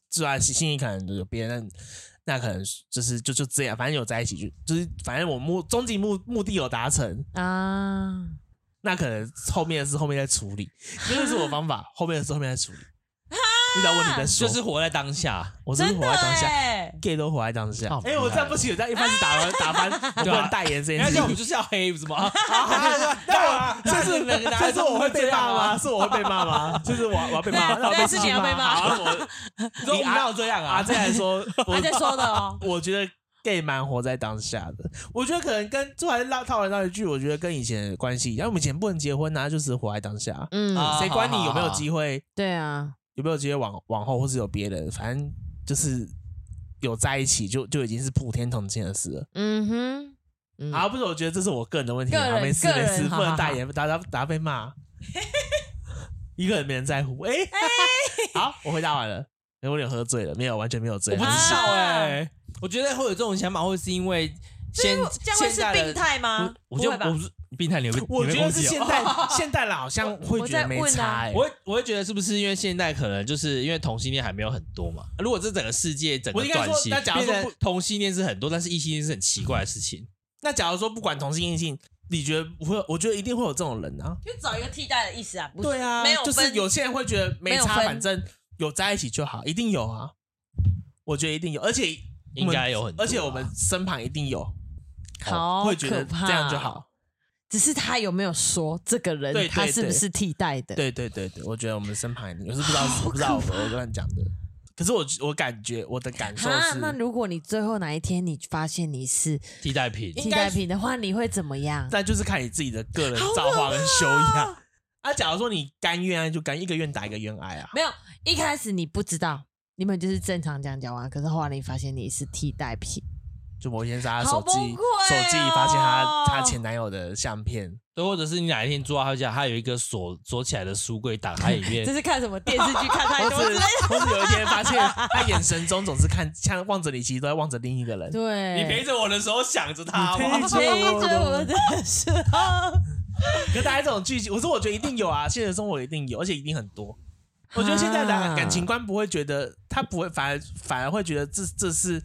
Speaker 2: 虽然心里可能有别人，那可能就是就就这样，反正有在一起就就是反正我目终极目目的有达成，
Speaker 3: 啊，
Speaker 2: 那可能后面的事后面再处理，这就是我方法，后面的事后面再处理。遇到问题再说。
Speaker 1: 就是活在当 下。
Speaker 2: 我真
Speaker 3: 啊真
Speaker 2: 是活
Speaker 3: 的
Speaker 2: 在当下
Speaker 3: 哎，
Speaker 2: ，gay 都活在当下
Speaker 1: 好。
Speaker 2: 哎，我这样不行，我这样一翻子打 完打翻，我不
Speaker 3: 啊
Speaker 2: 能代言这
Speaker 1: 你
Speaker 2: 件
Speaker 1: 看，
Speaker 2: 事
Speaker 1: 像
Speaker 2: 情
Speaker 1: 我们。就是要黑，不是 吗？
Speaker 2: 那我这是
Speaker 1: 那个大家
Speaker 2: 这是我会被骂吗？
Speaker 1: 啊
Speaker 2: 是我会被骂吗？就是我我要被骂，那我被
Speaker 3: 对是你
Speaker 2: 气
Speaker 3: 要被
Speaker 2: 吗
Speaker 3: 骂
Speaker 2: 好，那我
Speaker 1: 你说我们哪有这样
Speaker 2: 啊，
Speaker 1: 啊？
Speaker 2: 这来说，我。
Speaker 3: 还在说的哦
Speaker 2: 我觉得 gay 蛮活在当下的。我觉得可能跟这还是拉套回到一句，我觉得跟以前的关系一样，我们以前不能结婚啊，就是活在当下，
Speaker 3: 嗯，
Speaker 1: 啊
Speaker 2: 谁管你有没
Speaker 1: 好
Speaker 2: 有
Speaker 1: 好好
Speaker 2: 机会，
Speaker 3: 对啊，
Speaker 2: 有没有机会往往后，或是有别人，反正就是有在一起就就已经是普天同庆的事了。
Speaker 3: 嗯哼，嗯
Speaker 2: 啊，不是，我觉得这是我个人的问题，
Speaker 3: 个人
Speaker 2: 啊，没事
Speaker 3: 个
Speaker 2: 没
Speaker 3: 人
Speaker 2: 事，
Speaker 3: 好
Speaker 2: 不能
Speaker 3: 好
Speaker 2: 代
Speaker 3: 好
Speaker 2: 言，打打打被骂， 一个人没人在乎。哎， 好，我回答完了，我有点喝醉了，没有，完全没有醉，
Speaker 1: 我不知
Speaker 2: 啊
Speaker 1: 道哎、
Speaker 3: 啊
Speaker 1: 我觉得会有这种想法，会是因为现
Speaker 3: 这样会
Speaker 1: 现
Speaker 3: 是
Speaker 1: 在的
Speaker 3: 病态吗？
Speaker 1: 我
Speaker 3: 不
Speaker 1: 就
Speaker 3: 会吧
Speaker 1: 我不是病态，你 会被
Speaker 2: 我
Speaker 1: 你
Speaker 2: 觉
Speaker 1: 会攻
Speaker 2: 得是
Speaker 1: 击哦
Speaker 2: 现代现代人好像会觉得没差、欸，
Speaker 1: 我会我会觉得是不是因为现代可能就是因为同性恋还没有很多嘛？如果这整个世界整
Speaker 2: 我
Speaker 1: 个
Speaker 2: 应该说
Speaker 1: 转型，
Speaker 2: 那假如说
Speaker 1: 变成
Speaker 2: 不
Speaker 1: 同性恋是很多，但是异性恋是很奇怪的事情。
Speaker 2: 那假如说不管同性异性，你觉得不会？我觉得一定会有这种人啊。
Speaker 3: 就找一个替代的意思啊，不是
Speaker 2: 对啊，
Speaker 3: 没有
Speaker 2: 就是
Speaker 3: 分
Speaker 2: 有些人会觉得没
Speaker 3: 没有
Speaker 2: 差，
Speaker 3: 分
Speaker 2: 反正有在一起就好，一定有啊。我觉得一定有，而且
Speaker 1: 应该有很多啊
Speaker 2: 而且我们身旁一定有，
Speaker 3: 好
Speaker 2: 会觉
Speaker 3: 可
Speaker 2: 得
Speaker 3: 怕，
Speaker 2: 这样就。好。
Speaker 3: 只是他有没有说这个
Speaker 2: 对
Speaker 3: 人
Speaker 2: 对
Speaker 3: 他是不
Speaker 2: 对
Speaker 3: 是替代的？
Speaker 2: 对对对对，我觉得我们身旁一定有，是不知道不知道我乱讲的。可是我我感觉我的感受
Speaker 3: 哈，
Speaker 2: 是，
Speaker 3: 啊那如果你最后哪一天你发现你是
Speaker 1: 替代品，
Speaker 3: 替代品的话，你会怎么样？
Speaker 2: 但就是看你自己的个人造化跟修养。啊，假如说你甘愿爱就甘，一个愿打一个愿挨啊。
Speaker 3: 没有，一开始你不知道，你们就是正常这样讲完，可是后来你发现你是替代品，
Speaker 2: 就某一天是她
Speaker 3: 好
Speaker 2: 手机、
Speaker 3: 崩溃哦
Speaker 2: 手机里发现她她前男友的相片，
Speaker 1: 对，或者是你哪一天住到他家，他有一个锁锁起来的书柜，打 开里面
Speaker 3: 这是看什么电视剧看
Speaker 2: 或
Speaker 3: 太多之
Speaker 2: 是
Speaker 3: 类的。
Speaker 2: 或是有一天发现她眼神中总是看像望着你，其实都在望着另一个人。
Speaker 3: 对，
Speaker 1: 你陪着我的时候想着他
Speaker 2: 你
Speaker 1: 吗？
Speaker 2: 陪
Speaker 3: 陪着我的时候，
Speaker 2: 可大家这种剧情，我说我觉得一定有啊，现实生活一定有，而且一定很多。我觉得现在的
Speaker 3: 啊
Speaker 2: 感情观不会觉得，他不会，反而反而会觉得这这是，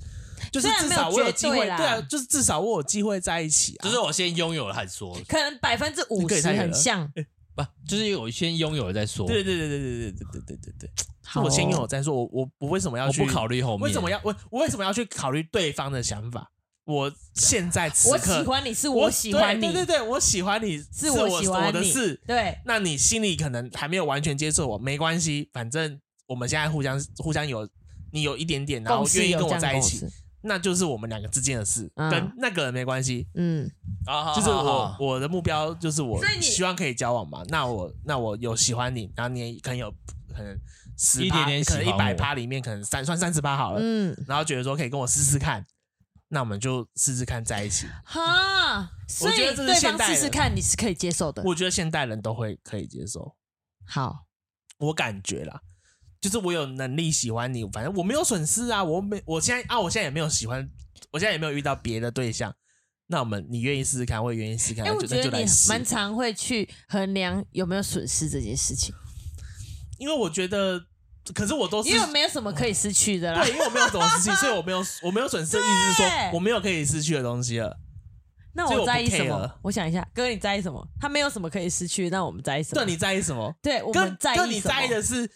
Speaker 2: 就是
Speaker 3: 虽然
Speaker 2: 至
Speaker 3: 没有
Speaker 2: 少我有
Speaker 3: 绝
Speaker 2: 机会，
Speaker 3: 对
Speaker 2: 对
Speaker 3: 啦
Speaker 2: 啊，就是至少我有机会在一起啊。
Speaker 1: 就是我先拥有了再说，
Speaker 3: 可能百分之
Speaker 2: 这
Speaker 3: 五
Speaker 2: 个也
Speaker 3: 十
Speaker 2: 太远
Speaker 3: 很
Speaker 2: 了
Speaker 3: 像。
Speaker 1: 不就是我先拥有了再说，
Speaker 2: 对对对对对对对对对对对，是
Speaker 3: 好
Speaker 2: 我
Speaker 3: 哦
Speaker 2: 先有再说，我我我为什么要
Speaker 1: 我
Speaker 2: 去
Speaker 1: 不考虑后面
Speaker 2: 为什么要我我为什么要去考虑对方的想法？我现在此
Speaker 3: 我
Speaker 2: 刻
Speaker 3: 喜欢你是我喜欢你，
Speaker 2: 对对对对，我喜欢你
Speaker 3: 是
Speaker 2: 我
Speaker 3: 喜欢
Speaker 2: 我的
Speaker 3: 你，
Speaker 2: 事。
Speaker 3: 对，
Speaker 2: 那你心里可能还没有完全接受我，没关系，反正我们现在互相互相有你有一点点，然后
Speaker 3: 共识
Speaker 2: 愿意
Speaker 3: 有
Speaker 2: 跟
Speaker 3: 这
Speaker 2: 我
Speaker 3: 样
Speaker 2: 在一
Speaker 3: 共
Speaker 2: 起，
Speaker 3: 识，
Speaker 2: 那就是我们两个之间的事，
Speaker 3: 嗯
Speaker 2: 跟那个人没关系。
Speaker 3: 嗯，
Speaker 1: 啊？
Speaker 2: 就是
Speaker 1: 好好
Speaker 2: 我
Speaker 1: 好
Speaker 2: 我的目标就是我
Speaker 3: 所以你
Speaker 2: 希望可以交往嘛，那我那我有喜欢你，然后你也可能有可能十
Speaker 1: 一点点喜
Speaker 2: 可
Speaker 1: 欢
Speaker 2: 能
Speaker 1: 我
Speaker 2: 一百趴里面可能三算三十趴好了，
Speaker 3: 嗯，
Speaker 2: 然后觉得说可以跟我试试看，那我们就试试看在一起。
Speaker 3: 哈，所以
Speaker 2: 觉得这是
Speaker 3: 对
Speaker 2: 现
Speaker 3: 方
Speaker 2: 代
Speaker 3: 试
Speaker 2: 人
Speaker 3: 试看你是可以接受的。
Speaker 2: 我觉得现代人都会可以接受，
Speaker 3: 好，
Speaker 2: 我感觉啦，就是我有能力喜欢你，反正我没有损失啊，我没我现在啊，我现在也没有喜欢，我现在也没有遇到别的对象。那我们你愿意试试看，我也愿意试试看，
Speaker 3: 哎，
Speaker 2: 那
Speaker 3: 我
Speaker 2: 就
Speaker 3: 觉
Speaker 2: 那就
Speaker 3: 得
Speaker 2: 来
Speaker 3: 你
Speaker 2: 试。
Speaker 3: 蛮常会去衡量有没有损失这件事情，
Speaker 2: 因为我觉得，可是我都哦是
Speaker 3: 因为没有什么可以失去的啦
Speaker 2: 对，。因为我没有什么失去，所以我没有我没有损失的意思是说
Speaker 3: 对
Speaker 2: 我没有可以失去的东西了。
Speaker 3: 那
Speaker 2: 所以我
Speaker 3: 我
Speaker 2: 不
Speaker 3: 在意什么
Speaker 2: care？
Speaker 3: 我想一下，哥，你在意什么？他没有什么可以失去，那我们在意什么？
Speaker 2: 对，你在意什么？
Speaker 3: 对我
Speaker 2: 跟
Speaker 3: 们在意什
Speaker 2: 跟
Speaker 3: 么
Speaker 2: 你在意的是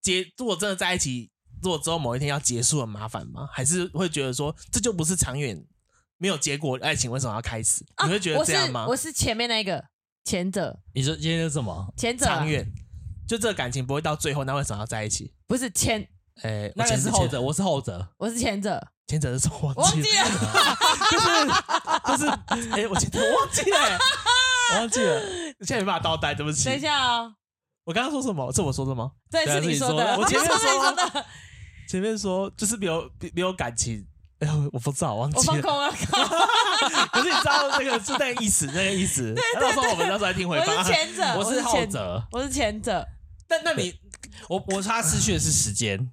Speaker 2: 结，如果真的在一起，如果之后某一天要结束很麻烦吗？还是会觉得说这就不是长远没有结果的爱情，为什么要开始？
Speaker 3: 啊
Speaker 2: 你会觉得这样吗？
Speaker 3: 我是我是前面那一个前者，
Speaker 1: 你说今天是什么？
Speaker 3: 前者啊
Speaker 2: 长远就这个感情不会到最后，那为什么要在一起？
Speaker 3: 不是前，
Speaker 2: 哎，
Speaker 1: 那
Speaker 2: 我
Speaker 1: 个
Speaker 2: 前
Speaker 1: 是
Speaker 2: 者
Speaker 1: 后，者，我是后者。
Speaker 3: 我是前者，
Speaker 2: 前者是什么？
Speaker 3: 我忘记了。
Speaker 2: 了，就是哎，我前者我忘记了，我忘记了，现在没办法倒带，对不起。
Speaker 3: 等一，下啊、哦，
Speaker 2: 我刚刚说什么？是我说什么？
Speaker 3: 对，
Speaker 1: 对啊
Speaker 3: 是
Speaker 1: 是
Speaker 3: 你
Speaker 1: 你
Speaker 3: 说
Speaker 1: 说
Speaker 3: 的，
Speaker 1: 的
Speaker 2: 我前面
Speaker 3: 是你
Speaker 2: 说
Speaker 3: 说的，
Speaker 2: 前面说就是没有没有感情，哎呦，我不知道， 我忘
Speaker 3: 我
Speaker 2: 记
Speaker 3: 放
Speaker 2: 了。
Speaker 3: 空了，
Speaker 2: 可是你知道那个是那个意思，那个意思。到时候我们到时候来听回
Speaker 3: 我
Speaker 2: 放
Speaker 3: 是。前者，
Speaker 1: 我
Speaker 3: 我
Speaker 1: 是后
Speaker 3: 前，
Speaker 1: 者，
Speaker 3: 我是前者，
Speaker 2: 但 那你
Speaker 1: 我我差失去的是时间。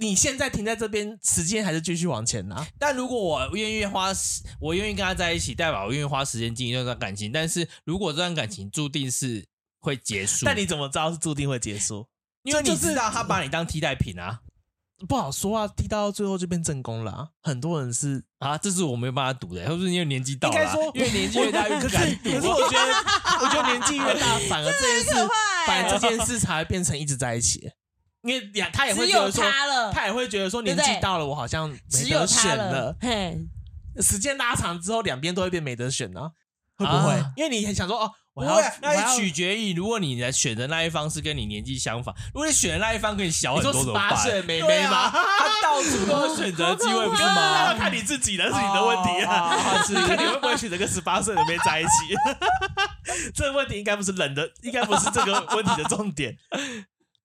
Speaker 2: 你现在停在这边，时间还是继续往前啊？
Speaker 1: 但如果我愿意花时，我愿意跟他在一起，代表我愿意花时间经营这段感情。但是如果这段感情注定是会结束，
Speaker 2: 但你怎么知道是注定会结束？
Speaker 1: 因
Speaker 2: 这
Speaker 1: 为你
Speaker 2: 就是
Speaker 1: 知道他把你当替代品啊
Speaker 2: 不好说啊，踢到最后就变正宫了啊、很多人是
Speaker 1: 啊，这是我没有办法赌的，是不是因为年纪到
Speaker 2: 应
Speaker 1: 了
Speaker 2: 该
Speaker 1: 啊？
Speaker 2: 说，
Speaker 1: 因为年纪越大越不
Speaker 2: 可是
Speaker 1: 敢赌
Speaker 2: 可是
Speaker 1: 啊。
Speaker 2: 我觉得，我觉得年纪越大，反而这件事，
Speaker 3: 怕欸
Speaker 2: 反而这件事才会变成一直在一起。因为两他也会
Speaker 3: 只
Speaker 2: 觉得
Speaker 3: 有
Speaker 2: 说，
Speaker 3: 他了，
Speaker 2: 他也会觉得说
Speaker 3: 对
Speaker 2: 年
Speaker 3: 不对
Speaker 2: 纪到了，我好像没
Speaker 3: 只有
Speaker 2: 得
Speaker 3: 他
Speaker 2: 选
Speaker 3: 了
Speaker 2: 了。。
Speaker 3: 嘿，
Speaker 2: 时间拉长之后，两边都会变没得选呢、会不会？
Speaker 1: 啊
Speaker 2: 因为你很想说哦，我
Speaker 1: 我
Speaker 2: 要
Speaker 1: 要
Speaker 2: 我要
Speaker 1: 那取决于，如果你来选的那一方是跟你年纪相仿，如果你选的那一方跟你小
Speaker 2: 你
Speaker 1: 很
Speaker 2: 说
Speaker 1: 多，
Speaker 2: 十
Speaker 1: 怎么
Speaker 2: 八
Speaker 1: 办？
Speaker 2: 岁的妹
Speaker 1: 对
Speaker 2: 妹
Speaker 1: 啊
Speaker 2: 吗？
Speaker 1: 他到处都有选择机会，不是
Speaker 2: 那
Speaker 1: 吗
Speaker 2: 要？看你自己了，是你的问题
Speaker 1: 哦
Speaker 2: 啊。
Speaker 1: 哦哦是
Speaker 2: 你看你会不会选择跟十八岁的妹在一起？ 这个问题应该不是冷的，应该不是这个问题的重点。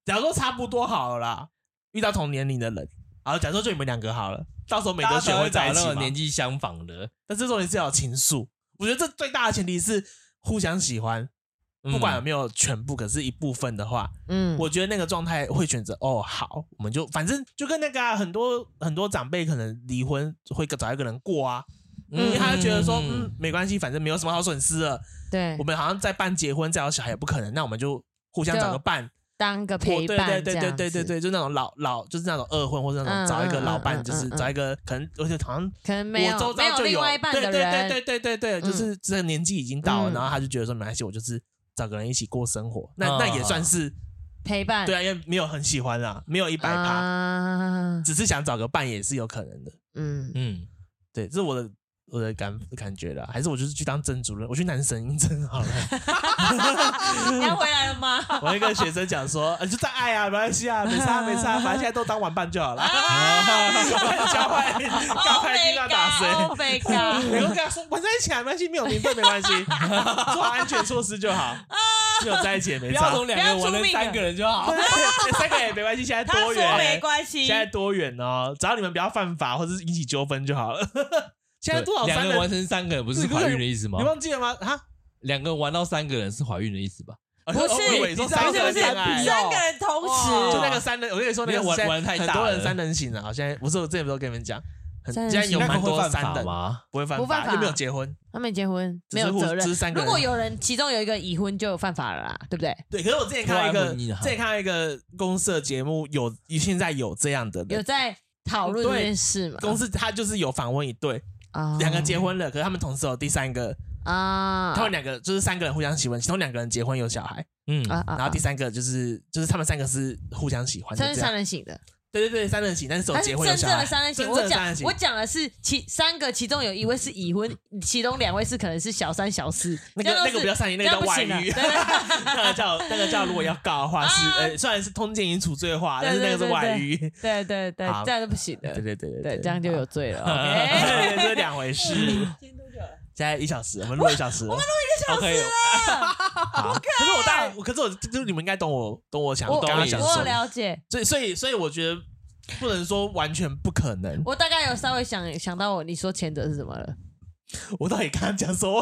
Speaker 2: 假如说差不多好了啦，遇到同年龄的人，好，假如说就你们两个好了，到时候没
Speaker 1: 大
Speaker 2: 得
Speaker 1: 家
Speaker 2: 选
Speaker 1: 才会
Speaker 2: 会
Speaker 1: 找
Speaker 2: 在一起
Speaker 1: 那种
Speaker 2: 嘛
Speaker 1: 年纪相仿的，
Speaker 2: 但这重点是要有情愫，我觉得这最大的前提是互相喜欢，
Speaker 1: 嗯
Speaker 2: 不管有没有全部，可是一部分的话，
Speaker 3: 嗯，
Speaker 2: 我觉得那个状态会选择哦，好，我们就反正就跟那个啊、很多很多长辈可能离婚会找一个人过啊，因为他就觉得说嗯没关系，反正没有什么好损失了，
Speaker 3: 对
Speaker 2: 我，们好像再办结婚再有小孩也不可能，那我们就互相找个伴
Speaker 3: 当个
Speaker 2: 过，
Speaker 3: 陪
Speaker 2: 对
Speaker 3: 伴，
Speaker 2: 对对对对对，对，就那种老老就是那种二婚或者那
Speaker 3: 嗯
Speaker 2: 种找一个
Speaker 3: 嗯
Speaker 2: 老
Speaker 3: 嗯
Speaker 2: 伴，
Speaker 3: 嗯
Speaker 2: 就是
Speaker 3: 嗯
Speaker 2: 找一个可能而且好像
Speaker 3: 可能没有
Speaker 2: 我周
Speaker 3: 没
Speaker 2: 遭
Speaker 3: 有
Speaker 2: 就
Speaker 3: 另
Speaker 2: 有
Speaker 3: 外一半的人，
Speaker 2: 对对对对对对，就
Speaker 3: 嗯
Speaker 2: 是这个年纪已经到了，
Speaker 3: 嗯
Speaker 2: 然后他就觉得说没关系，我就是找个人一起过生活，那
Speaker 1: 嗯
Speaker 2: 那也算是
Speaker 3: 陪伴，
Speaker 2: 对啊，因为没有很喜欢啦，没有一百趴，
Speaker 3: 啊，
Speaker 2: 只是想找个伴也是有可能的。
Speaker 3: 嗯，
Speaker 1: 嗯，
Speaker 2: 对，这是我的我的感感觉啦，还是我就是去当正主任，我去男神应征 好了。
Speaker 3: 你要回来了 吗？
Speaker 2: 我会跟学生讲说，呃，就在爱啊，没关系啊，没差没差，反正现在都当玩伴就 好了。教坏， 刚才听到打谁？
Speaker 3: Oh my god！Oh my god！
Speaker 2: 你都跟他说玩在一起啊，没关系，没有名分没关系，做好安全措施就好。没有在一起也没
Speaker 1: 不
Speaker 2: 差
Speaker 1: 要，从两个人玩成
Speaker 2: 啊
Speaker 1: 三个人就好。
Speaker 2: 对三个也没关系，现在
Speaker 3: 他
Speaker 2: 多
Speaker 3: 说
Speaker 2: 远？
Speaker 3: 没关系
Speaker 2: 现，在多远哦？只要你们不要犯法或者是引起纠纷就好 了。现在多少
Speaker 1: 对两
Speaker 2: 三人
Speaker 1: 个人？玩成三个人不是怀孕的意思吗
Speaker 2: 你？忘记了吗？啊，
Speaker 1: 两个人玩到三个人是怀孕的意思吧？
Speaker 3: 不是
Speaker 2: 哦我以为你说三
Speaker 3: 不是
Speaker 2: 个
Speaker 3: 不
Speaker 2: 人哦
Speaker 3: 是
Speaker 2: 恋爱
Speaker 1: 是
Speaker 3: 三个人同
Speaker 1: 哇
Speaker 3: 时，
Speaker 2: 就那个三人，我跟你说那个
Speaker 1: 你玩
Speaker 2: 现在
Speaker 1: 玩太大了
Speaker 2: 很多人三人行啊。现在不是我之前不是跟你们讲，很
Speaker 3: 三人
Speaker 2: 现
Speaker 3: 行
Speaker 2: 在有蛮多三
Speaker 1: 的
Speaker 2: 人
Speaker 1: 吗？
Speaker 2: 不会犯
Speaker 3: 不犯法
Speaker 2: 又没有结婚，
Speaker 3: 他没结婚，
Speaker 2: 只
Speaker 3: 没
Speaker 2: 是
Speaker 3: 有
Speaker 2: 互
Speaker 3: 责任
Speaker 2: 只是。三个
Speaker 3: 如
Speaker 2: 人。
Speaker 3: 果有人其中有一个已婚，就有犯法了啦，对不对？
Speaker 2: 对，可是我之前看到一
Speaker 1: 不然
Speaker 2: 个，
Speaker 1: 婚姻啊
Speaker 2: 之前看到一个公司的节目，有现在有这样的
Speaker 3: 有
Speaker 2: 人，
Speaker 3: 在讨论这
Speaker 2: 对
Speaker 3: 件事嘛？
Speaker 2: 公司他就是有访问一对，
Speaker 3: 啊
Speaker 2: 两个结婚了，可是他们同时有第三个，
Speaker 3: 啊，
Speaker 2: 他们两个就是三个人互相喜欢，其中两个人结婚有小孩，
Speaker 1: 嗯，
Speaker 3: 啊啊，
Speaker 2: 然后第
Speaker 3: 啊
Speaker 2: 三个就是就是他们三个是互相喜欢
Speaker 3: 这
Speaker 2: 的
Speaker 3: 是
Speaker 2: 这
Speaker 3: 三
Speaker 2: 样，
Speaker 3: 人行的，
Speaker 2: 对对对，三人行，但是有
Speaker 3: 但是
Speaker 2: 结
Speaker 3: 真
Speaker 2: 婚有
Speaker 3: 正
Speaker 2: 小孩
Speaker 3: 的，三人行。
Speaker 2: 真
Speaker 3: 我
Speaker 2: 正的三
Speaker 3: 讲
Speaker 2: 人行
Speaker 3: 我讲的是其三个，其中有一位是已婚，其中两位是可能是小三小四，
Speaker 2: 那
Speaker 3: 这
Speaker 2: 个
Speaker 3: 样都
Speaker 2: 那个
Speaker 3: 是
Speaker 2: 不叫善意，那
Speaker 3: 这
Speaker 2: 个
Speaker 3: 样
Speaker 2: 叫
Speaker 3: 不
Speaker 2: 外
Speaker 3: 行啊了
Speaker 2: 遇，
Speaker 3: 对对对
Speaker 2: 那个叫那个叫如果要告的话是呃虽然是通奸已处罪化，但是那个是外遇，
Speaker 3: 啊对对对，
Speaker 2: 好
Speaker 3: 这样就不行的
Speaker 2: 对，对对对呃
Speaker 3: 对，这样就有罪 了。OK，
Speaker 2: 对对，这是两回事。
Speaker 3: 今天多久了？
Speaker 2: 现在一小时，我们录一小时了，我们录
Speaker 1: 好可以。
Speaker 2: 好。可是我大概，可是我就是你们应该懂我懂我想
Speaker 3: 我
Speaker 2: 刚刚想
Speaker 3: 我有
Speaker 2: 说，
Speaker 3: 了解，
Speaker 2: 所以所以所以我觉得不能说完全不可能。
Speaker 3: 我大概有稍微想想到我你说前者是什么了，
Speaker 2: 我到底刚刚讲什么？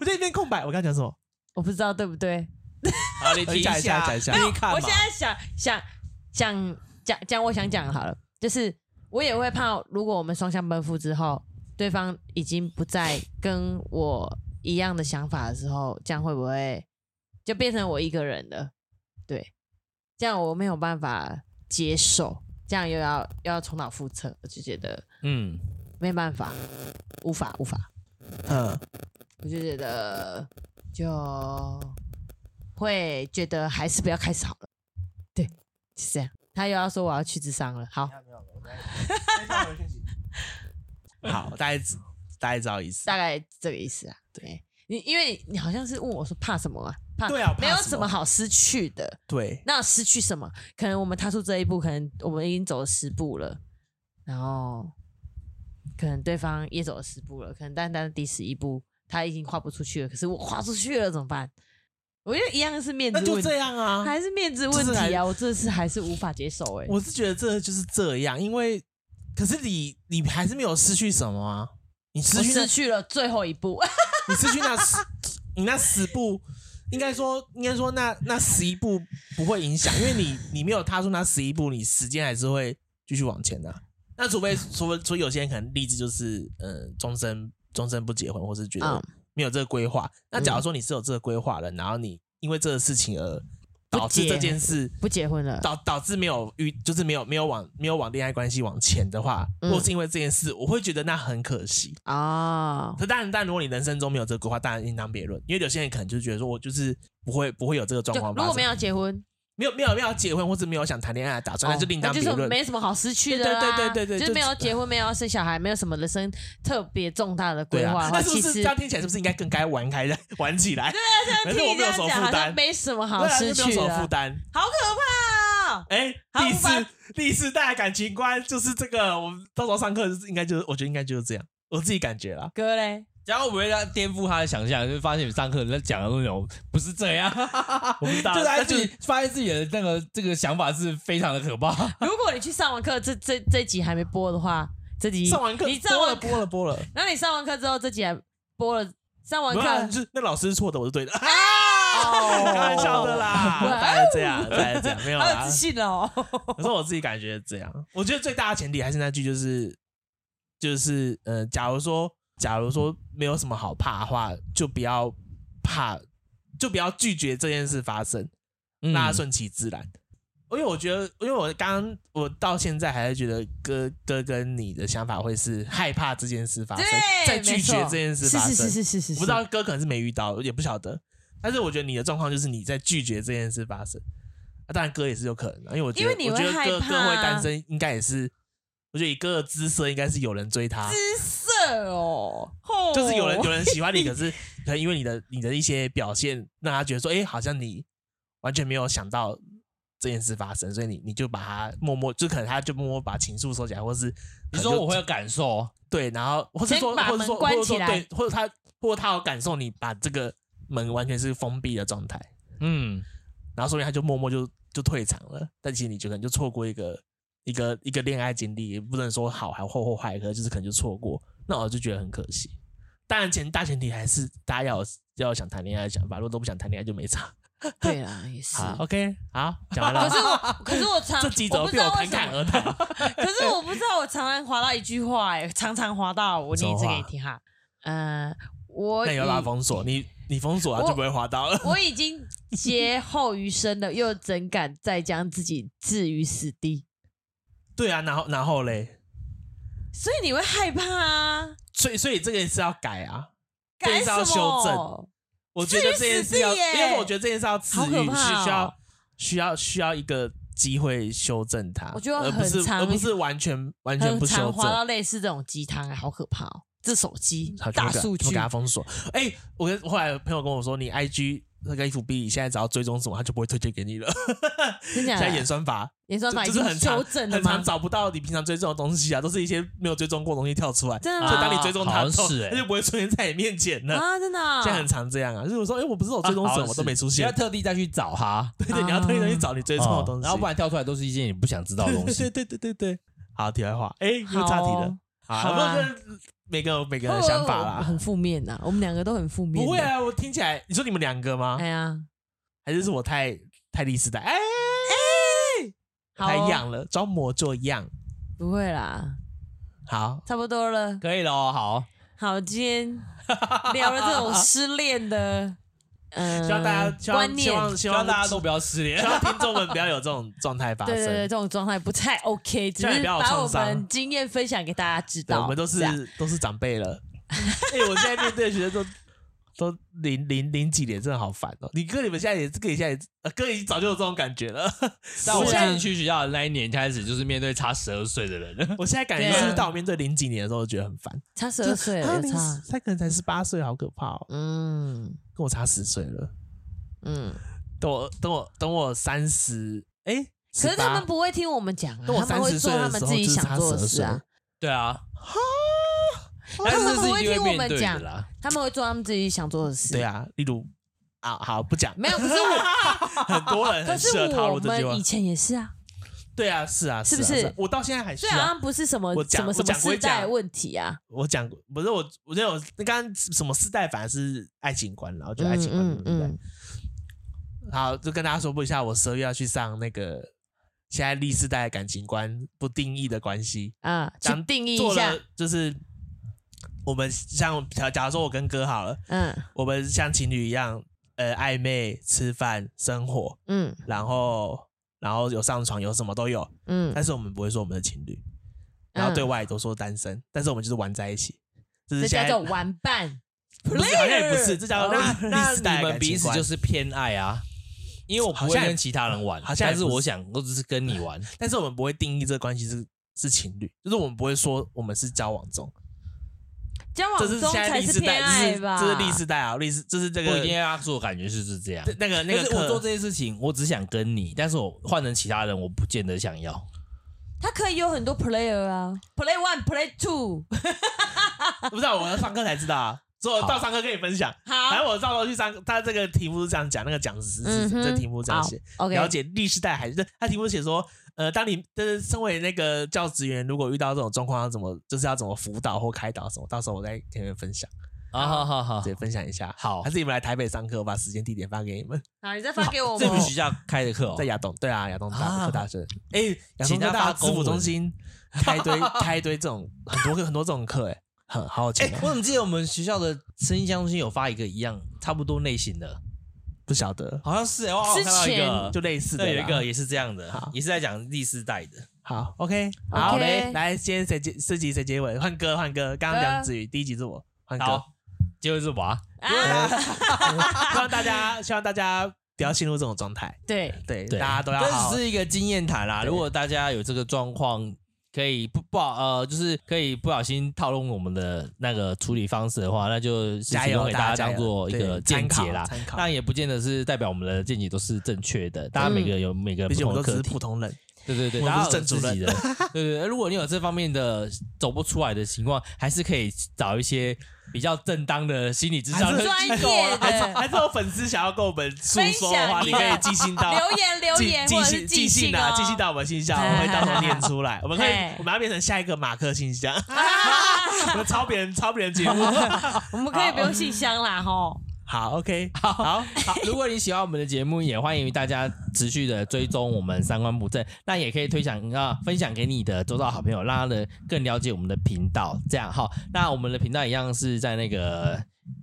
Speaker 2: 我这一片空白，我刚刚讲什么？呃
Speaker 3: 我不知道对不对？
Speaker 1: 好，你提
Speaker 2: 讲一下讲一下
Speaker 1: 你看嘛
Speaker 3: 我现在想想想讲讲我想讲的好了，就是我也会怕，如果我们双向奔赴之后，对方已经不再跟我一样的想法的时候，这样会不会就变成我一个人了？对，这样我没有办法接受，这样又要又要重蹈覆辙，我就觉得
Speaker 1: 嗯，
Speaker 3: 没办法，无法无法，
Speaker 2: 嗯，
Speaker 3: 我就觉得就会觉得还是不要开始好了。对，是这样。他又要说我要去智商了，好，
Speaker 2: 好，大概知大概知道意思。
Speaker 3: 大概这个意思啊。对你，因为你好像是问我说怕什么啊？怕
Speaker 2: 对啊，怕
Speaker 3: 没有
Speaker 2: 什
Speaker 3: 什么好失去的。
Speaker 2: 对，
Speaker 3: 那失去什么？可能我们踏出这一步，可能我们已经走了十步了，然后可能对方也走了十步了，可能单单第十一步他已经跨不出去了，可是我跨出去了怎么办？我觉得一样是面子
Speaker 2: 那
Speaker 3: 问题，
Speaker 2: 就这样啊。
Speaker 3: 还是面子问
Speaker 2: 就是
Speaker 3: 题
Speaker 2: 还
Speaker 3: 啊！我这次还是无法接受哎、
Speaker 2: 我是觉得这就是这样，因为可是你你还是没有失去什么啊，你失
Speaker 3: 我
Speaker 2: 去那
Speaker 3: 失去了最后 一步，
Speaker 2: 你失去那十，你那十步，应该说，应该说那那十一步不会影响，因为你你没有踏出那十一步，你时间还是会继续往前的啊、那除非，除非，除非有些人可能立志就是，呃，终身终身不结婚，或是觉得
Speaker 3: 嗯
Speaker 2: 没有这个规划。那假如说你是有这个规划了，然后你因为这个事情而导致
Speaker 3: 不结
Speaker 2: 这件事
Speaker 3: 不结婚了，
Speaker 2: 导导致没有遇，就是没有没有往没有往恋爱关系往前的话，
Speaker 3: 嗯
Speaker 2: 或是因为这件事，我会觉得那很可惜。
Speaker 3: 哦，
Speaker 2: 可当然，但如果你人生中没有这个规划，当然另当别论。因为有些人可能就觉得说，我就是不会不会有这个状
Speaker 3: 就
Speaker 2: 况发
Speaker 3: 如
Speaker 2: 生。
Speaker 3: 果没有结婚，哦
Speaker 2: 没有没有没有要结婚或者没有想谈恋爱的打算，那就另
Speaker 3: 那
Speaker 2: 当
Speaker 3: 就
Speaker 2: 别
Speaker 3: 是
Speaker 2: 论。
Speaker 3: 没什么好失去的啦，啊
Speaker 2: 对对对对对
Speaker 3: 就是
Speaker 2: 就
Speaker 3: 没有结婚，没有要生小孩，没有什么人生特别重大的规划的话，
Speaker 2: 啊那是不
Speaker 3: 其
Speaker 2: 是这
Speaker 3: 实
Speaker 2: 样听起来是不是应该更该玩开的玩起来？对啊，
Speaker 3: 听
Speaker 2: 我
Speaker 3: 你
Speaker 2: 没有
Speaker 3: 这样
Speaker 2: 什么
Speaker 3: 讲
Speaker 2: 负
Speaker 3: 好像
Speaker 2: 担，
Speaker 3: 没什么好
Speaker 2: 对啊，
Speaker 3: 失
Speaker 2: 就没有什
Speaker 3: 去
Speaker 2: 么
Speaker 3: 的
Speaker 2: 负，担。
Speaker 3: 好可怕哦！
Speaker 2: 哎，
Speaker 3: 好
Speaker 2: 第
Speaker 3: 无法
Speaker 2: 四第四代感情观就是这个，我们到时候上课就是应该就是，我觉得应该就是这样，我自己感觉啦。
Speaker 3: 哥嘞，
Speaker 4: 然后我会让颠覆他的想象，就发现你上课人家讲的内容不是这 样，
Speaker 2: 我不知 道，
Speaker 4: 就是
Speaker 2: 那
Speaker 4: 他
Speaker 2: 就
Speaker 4: 自己发现自己的那个这个想法是非常的可怕。
Speaker 3: 如果你去上完课，这这这集还没播的话，这集
Speaker 2: 上完课
Speaker 3: 你上
Speaker 2: 播了
Speaker 3: 完，
Speaker 2: 播了播了，
Speaker 3: 那你上完课之后，这集还播了，上完
Speaker 2: 没有啊
Speaker 3: 课
Speaker 2: 就是那老师是错的，我是对的。
Speaker 3: 哦
Speaker 2: 开玩笑的啦，
Speaker 3: 哇哦
Speaker 2: 大概这样，大概这样，没有 啊
Speaker 3: 好
Speaker 2: 啦
Speaker 3: 有自。信哦，
Speaker 2: 可是我自己感觉这样，我觉得最大的前提还是那句，就是就是呃，假如说假如说没有什么好怕的话，就不要怕，就不要拒绝这件事发生，
Speaker 4: 嗯
Speaker 2: 让它顺其自然。因为我觉得，因为我刚刚我到现在还是觉得哥哥跟你的想法会是害怕这件事发生，再
Speaker 3: 对，
Speaker 2: 拒
Speaker 3: 没
Speaker 2: 绝
Speaker 3: 错
Speaker 2: 这件事
Speaker 3: 是
Speaker 2: 发生。
Speaker 3: 是是是是是，
Speaker 2: 我不知道哥可能是没遇到，也不晓得。但是我觉得你的状况就是你在拒绝这件事发生。啊，当然哥也是有可能的、啊因为我觉得
Speaker 3: 因为你
Speaker 2: 我
Speaker 3: 会
Speaker 2: 觉得哥
Speaker 3: 害怕
Speaker 2: 哥会单身，应该也是，我觉得以哥的姿色，应该是有人追他，
Speaker 3: 姿色哦，吼
Speaker 2: 就是有人有人喜欢你，可 是可能因为你的你的一些表现，让他觉得说，哎、好像你完全没有想到这件事发生，所以你你就把他默默，就可能他就默默把情愫收起来，或是
Speaker 4: 你
Speaker 2: 可能
Speaker 4: 说
Speaker 2: 就
Speaker 4: 我会有感受，
Speaker 2: 对，然后或者
Speaker 3: 先
Speaker 2: 说
Speaker 3: 把
Speaker 2: 或者
Speaker 3: 门
Speaker 2: 说
Speaker 3: 关
Speaker 2: 或者说
Speaker 3: 起来
Speaker 2: 对，或者他或者他有感受你把这个门完全是封闭的状态，
Speaker 4: 嗯，
Speaker 2: 然后说明他就默默就就退场了，但其实你就可能就错过一个一个一个恋爱经历，也不能说好还或或坏，可能就是可能就错过，那我就觉得很可惜。当然前大前提还是大家要有要有想谈恋爱的想法，如果都不想谈恋爱就没差。
Speaker 3: 对啦，也是。
Speaker 2: 好，OK，好，讲完
Speaker 3: 可
Speaker 2: 了
Speaker 3: 是。我，可是我常
Speaker 2: 这几
Speaker 3: 我
Speaker 2: 则
Speaker 3: 不知
Speaker 2: 被我
Speaker 3: 道为
Speaker 2: 侃
Speaker 3: 什
Speaker 2: 侃
Speaker 3: 么，
Speaker 2: 而谈，
Speaker 3: 可是我不知道我常常滑到一句话，哎，常常滑到，我念一次给你听哈。嗯，我
Speaker 2: 那你要
Speaker 3: 已
Speaker 2: 把它封锁，你你封锁啊
Speaker 3: 我
Speaker 2: 它就不会滑到了。
Speaker 3: 我已经劫后余生了，又怎敢再将自己置于死地？
Speaker 2: 对啊，然后然后嘞，
Speaker 3: 所以你会害怕啊？
Speaker 2: 所以所以这个是要改啊，这
Speaker 3: 改
Speaker 2: 个是要
Speaker 3: 什
Speaker 2: 修正。
Speaker 3: 么？
Speaker 2: 我觉得这件事要，
Speaker 3: 至于死地
Speaker 2: 因
Speaker 3: 耶
Speaker 2: 为我觉得这件事要治
Speaker 3: 好可
Speaker 2: 愈，
Speaker 3: 怕哦
Speaker 2: 是需要需要需要一个机会修正它，
Speaker 3: 我觉得
Speaker 2: 而
Speaker 3: 很
Speaker 2: 不是
Speaker 3: 长
Speaker 2: 而不是完全完全
Speaker 3: 很
Speaker 2: 不
Speaker 3: 常
Speaker 2: 修
Speaker 3: 滑
Speaker 2: 正。
Speaker 3: 到类似这种鸡汤，哎好可怕哦！这手机
Speaker 2: 好
Speaker 3: 大
Speaker 2: 全部给它
Speaker 3: 数
Speaker 2: 全部
Speaker 3: 据
Speaker 2: 给，它封锁。哎、我跟后来有朋友跟我说，你 IG 那个 FB 你现在只要追踪什么，他就不会推荐给你了。
Speaker 3: 真
Speaker 2: 现
Speaker 3: 假
Speaker 2: 在演
Speaker 3: 的？
Speaker 2: 算法
Speaker 3: 演算法已
Speaker 2: 就
Speaker 3: 经
Speaker 2: 是很常
Speaker 3: 修正了
Speaker 2: 很常
Speaker 3: 吗？
Speaker 2: 找不到你平常追踪的东西啊，都是一些没有追踪过的东西跳出来。所
Speaker 3: 真的
Speaker 2: 以
Speaker 3: 吗？
Speaker 2: 当你追踪它
Speaker 4: 好像
Speaker 2: 之后，
Speaker 4: 是欸
Speaker 2: 它就不会出现在你面前了。
Speaker 3: 啊，真的啊，
Speaker 2: 现在很常这样啊，就是我说，哎、我不是我追踪什么、都没出
Speaker 4: 你
Speaker 2: 现
Speaker 4: 要，特地再去找他，
Speaker 2: 对对，你要特意
Speaker 3: 啊
Speaker 2: 去找你追踪的东
Speaker 4: 哦
Speaker 2: 西，
Speaker 4: 然后不然跳出来都是一些你不想知道的东西。
Speaker 2: 对对对对对对。好，题外话，哎，又
Speaker 3: 好
Speaker 2: 岔题了
Speaker 3: 哦。
Speaker 2: 好，
Speaker 3: 好啊
Speaker 2: 我们每个有每个人的想法啦。
Speaker 3: 很负面呐、我们两个都很负面。
Speaker 2: 不会，啊，我听起来，你说你们两个吗
Speaker 3: 哎？呀，
Speaker 2: 还是是我太太历史代？哎，
Speaker 3: 好
Speaker 2: 太
Speaker 3: 哦
Speaker 2: 样了，装模作样。
Speaker 3: 不会啦，
Speaker 2: 好，
Speaker 3: 差不多了。
Speaker 4: 可以了哦，好，
Speaker 3: 好，今 天聊了这种失恋的，嗯，
Speaker 2: 希望大家希
Speaker 3: 观
Speaker 2: 望希
Speaker 3: 念，
Speaker 2: 望希
Speaker 4: 希望
Speaker 2: 望
Speaker 4: 大家都不要失
Speaker 2: 希
Speaker 4: 联。
Speaker 2: 望听众们不要有这种状态发
Speaker 3: 对对对，这
Speaker 2: 生。
Speaker 3: 种状态不太 OK，只
Speaker 2: 希望你
Speaker 3: 是
Speaker 2: 不要有
Speaker 3: 把我
Speaker 2: 创伤
Speaker 3: 们经验分享给大家知
Speaker 2: 对，
Speaker 3: 道。
Speaker 2: 我们都是
Speaker 3: 这样
Speaker 2: 都是长辈 了。哎，我现在面对的学生都都零零零几年，真的好烦哦。你哥你们现在也哥你现在也呃哥已经早就有这种感觉了。
Speaker 4: 但我
Speaker 2: 是
Speaker 4: 现在去学校的那一年开始，就是面对差十二岁的人。
Speaker 2: 我现在感觉
Speaker 3: 对啊
Speaker 2: 是到我面对零几年的时候，就觉得很烦。
Speaker 3: 差十二岁了，
Speaker 2: 啊
Speaker 3: 有
Speaker 2: 你
Speaker 3: 差，
Speaker 2: 他可能才十八岁，好可怕哦，
Speaker 3: 嗯
Speaker 2: 跟我差十岁了。
Speaker 3: 嗯。
Speaker 2: 等我等我等我三十，哎，
Speaker 3: 可是他们
Speaker 2: 18
Speaker 3: 不会听我们讲啊，
Speaker 2: 等我
Speaker 3: 他们会
Speaker 2: 30岁
Speaker 3: 做
Speaker 2: 的
Speaker 3: 他们
Speaker 2: 时候
Speaker 3: 自己
Speaker 2: 就是
Speaker 3: 想
Speaker 2: 差
Speaker 3: 做的
Speaker 2: 12
Speaker 3: 事啊
Speaker 2: 岁。
Speaker 4: 对啊，
Speaker 3: 哦
Speaker 4: 但
Speaker 3: 他
Speaker 4: 是
Speaker 3: 们
Speaker 4: 这
Speaker 3: 不
Speaker 4: 是
Speaker 3: 会
Speaker 4: 一定
Speaker 3: 听
Speaker 4: 会面
Speaker 3: 我们
Speaker 4: 对的
Speaker 3: 讲，
Speaker 4: 啦。
Speaker 3: 他们会做他们自己想做的事。
Speaker 2: 对啊，例如啊，好不讲，
Speaker 3: 没有，可是我，
Speaker 2: 很多人
Speaker 3: 可
Speaker 2: 很适合
Speaker 3: 是
Speaker 2: 套
Speaker 3: 我
Speaker 2: 路这句
Speaker 3: 们
Speaker 2: 话
Speaker 3: 以。前也是啊，
Speaker 2: 对啊，是啊，
Speaker 3: 是不
Speaker 2: 啊
Speaker 3: 是
Speaker 2: 啊我到现在还是
Speaker 3: 所以好
Speaker 2: 啊，
Speaker 3: 像不是什么
Speaker 2: 我
Speaker 3: 什
Speaker 2: 讲
Speaker 3: 么什
Speaker 2: 我
Speaker 3: 么
Speaker 2: 讲
Speaker 3: 世
Speaker 2: 归
Speaker 3: 代
Speaker 2: 讲
Speaker 3: 问题啊，
Speaker 2: 我讲过，不是我我那种刚刚什么世代反而是爱情观了，我觉
Speaker 3: 嗯
Speaker 2: 得爱情观
Speaker 3: 嗯
Speaker 2: 对不对
Speaker 3: 嗯，
Speaker 2: 好，就跟大家说不一下，我十二月要去上那个现在历世代的感情观不定义的关系。
Speaker 3: 啊，去
Speaker 2: 讲
Speaker 3: 定义一
Speaker 2: 做
Speaker 3: 下
Speaker 2: 了，就是我们像假假如说我跟哥好了，
Speaker 3: 嗯
Speaker 2: 我们像情侣一样，呃，暧昧、吃饭、生活，
Speaker 3: 嗯
Speaker 2: 然后然后有上床，有什么都有，
Speaker 3: 嗯，
Speaker 2: 但是我们不会说我们的情侣，然后对外也都说单身，但是我们就是玩在一起，这
Speaker 3: 这
Speaker 2: 是现
Speaker 3: 叫
Speaker 2: 在
Speaker 3: 做玩伴，啊
Speaker 2: 不是好像也不是，这叫
Speaker 4: 那
Speaker 2: 那
Speaker 4: 那
Speaker 2: 那
Speaker 4: 你们彼此就是是偏爱啊，
Speaker 1: 因为我不
Speaker 2: 好
Speaker 1: 会
Speaker 2: 像也
Speaker 1: 跟其他人玩，
Speaker 2: 好像也
Speaker 1: 但是
Speaker 2: 不是
Speaker 1: 我想我只是跟你玩，
Speaker 2: 但是我们不会定义这关系是是情侣，就是我们不会说我们是交往中，
Speaker 3: 交往
Speaker 2: 这是
Speaker 3: 中
Speaker 2: 现在
Speaker 3: 才
Speaker 2: 历世代，
Speaker 3: 偏爱
Speaker 2: 这是
Speaker 3: 吧？
Speaker 2: 这是历世代啊，历世这是这
Speaker 1: 不
Speaker 2: 个
Speaker 1: 一定要做，感觉是是这样
Speaker 2: 这。那个那
Speaker 1: 但
Speaker 2: 个
Speaker 1: 是我
Speaker 2: 课
Speaker 1: 做这些事情，我只想跟你，但是我换成其他人，我不见得想要。
Speaker 3: 他可以有很多 player 啊，play one play two，
Speaker 2: 不知道，我要上课才知道啊。所以我到上课跟你分享。反
Speaker 3: 好
Speaker 2: 正我到时候去上，他这个题目是这样讲，那个讲师是
Speaker 3: 嗯哼
Speaker 2: 这题目这样写。
Speaker 3: ，OK，
Speaker 2: 了解历世代孩子，他题目写说，呃，当你就是身为那个教职员，如果遇到这种状况，要怎么就是要怎么辅导或开导什么，到时候我再跟你们分享，
Speaker 1: 啊，好好好，
Speaker 2: 对，分享一下。
Speaker 1: 好
Speaker 2: 还是你们来台北上课，我把时间地点发给你们，
Speaker 3: 好，你再发给我
Speaker 1: 这
Speaker 3: 们
Speaker 1: 不。是学校开的课哦
Speaker 2: 在。亚东，对啊，亚东大
Speaker 1: 啊
Speaker 2: 科大生，哎，亚
Speaker 1: 请
Speaker 2: 东
Speaker 1: 他
Speaker 2: 科
Speaker 1: 发
Speaker 2: 大
Speaker 1: 公
Speaker 2: 支
Speaker 1: 文
Speaker 2: 付中 心开一堆开一堆这种很多个很多这种课，哎，很好有
Speaker 1: 哎
Speaker 2: 钱哦，
Speaker 1: 我怎么记得我们学校的声音相中心有发一个一样差不多类型的，
Speaker 2: 不晓得，
Speaker 1: 好像是哎，我好像看到一个，
Speaker 2: 就类似的啦
Speaker 1: 对，有一个也是这样的
Speaker 2: 好，
Speaker 1: 也是在讲第四代的。
Speaker 2: 好，OK，
Speaker 3: OK
Speaker 2: 好嘞，来，今天谁结这集谁结尾？换歌，换歌。刚刚讲子瑜，第一集是我换歌，
Speaker 1: 啊好，结尾是我啊，
Speaker 3: 啊，
Speaker 2: 希望大家希望大家不要陷入这种状态，
Speaker 3: 对，
Speaker 2: 对，
Speaker 1: 对
Speaker 2: 大家都要好
Speaker 1: 这
Speaker 2: 好
Speaker 1: 只是一个经验谈啦。
Speaker 2: 对
Speaker 1: 如果大家有这个状况，可以不不好呃，就是可以不小心套用我们的那个处理方式的话，那就是
Speaker 2: 加
Speaker 1: 提供
Speaker 2: 油，
Speaker 1: 给大
Speaker 2: 加
Speaker 1: 家
Speaker 2: 油
Speaker 1: 当做一个
Speaker 2: 对参
Speaker 1: 见
Speaker 2: 考
Speaker 1: 解啦。
Speaker 2: 参考
Speaker 1: 当。然也不见得是代表我们的见解都是正确的，大家每个人有每个人
Speaker 2: 毕
Speaker 1: 不
Speaker 2: 竟我
Speaker 1: 同的
Speaker 2: 们都只
Speaker 1: 课
Speaker 2: 是
Speaker 1: 题
Speaker 2: 普，通人，
Speaker 1: 对对对，
Speaker 2: 我们
Speaker 1: 大家
Speaker 2: 不是正主
Speaker 1: 有自己
Speaker 2: 任
Speaker 1: 的，对对对。如果你有这方面的走不出来的情况，还是可以找一些比较正当的心理智商
Speaker 2: 还是
Speaker 3: 专业
Speaker 2: 还是
Speaker 3: 的
Speaker 2: 还是有粉丝想要跟我们诉说的话，
Speaker 3: 分享你
Speaker 2: 你
Speaker 3: 的
Speaker 2: 可以寄信到
Speaker 3: 留言留
Speaker 2: 寄
Speaker 3: 言或
Speaker 2: 寄
Speaker 3: 者是
Speaker 2: 信寄
Speaker 3: 信
Speaker 2: 信
Speaker 3: 哦
Speaker 2: 啊，，寄信到我们信箱，
Speaker 3: 哎
Speaker 2: 我们会到时候念出来。我们可以
Speaker 3: 哎，
Speaker 2: 我们要变成下一个马克信箱，我们抄别人抄别人节目。
Speaker 3: 我们可以不用信箱啦，吼。
Speaker 2: 好，OK，好，
Speaker 1: 好，如果你喜欢我们的节目，也欢迎大家持续的追踪我们三观不正，那也可以推享啊、分享给你的周遭好朋友，让他们更了解我们的频道。这样好，那我们的频道一样是在那个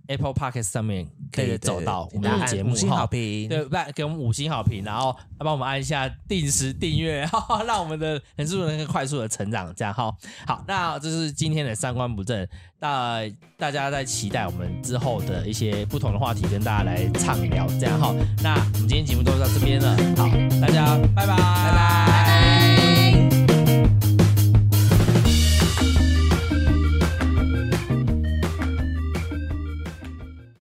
Speaker 1: Apple Podcast 上面可以找到
Speaker 2: 对
Speaker 1: 我
Speaker 2: 对对
Speaker 1: 们的节目
Speaker 2: 五星
Speaker 1: 哈
Speaker 2: 好评，
Speaker 1: 对，不然给我们五星好评，然后帮我们按一下定时订阅， 哈哈，让我们的人数能够快速的成长，这样哈。好，那这是今天的三观不正，那大家在期待我们之后的一些不同的话题跟大家来畅聊，这样哈。那我们今天节目都到这边了，好，大家拜拜。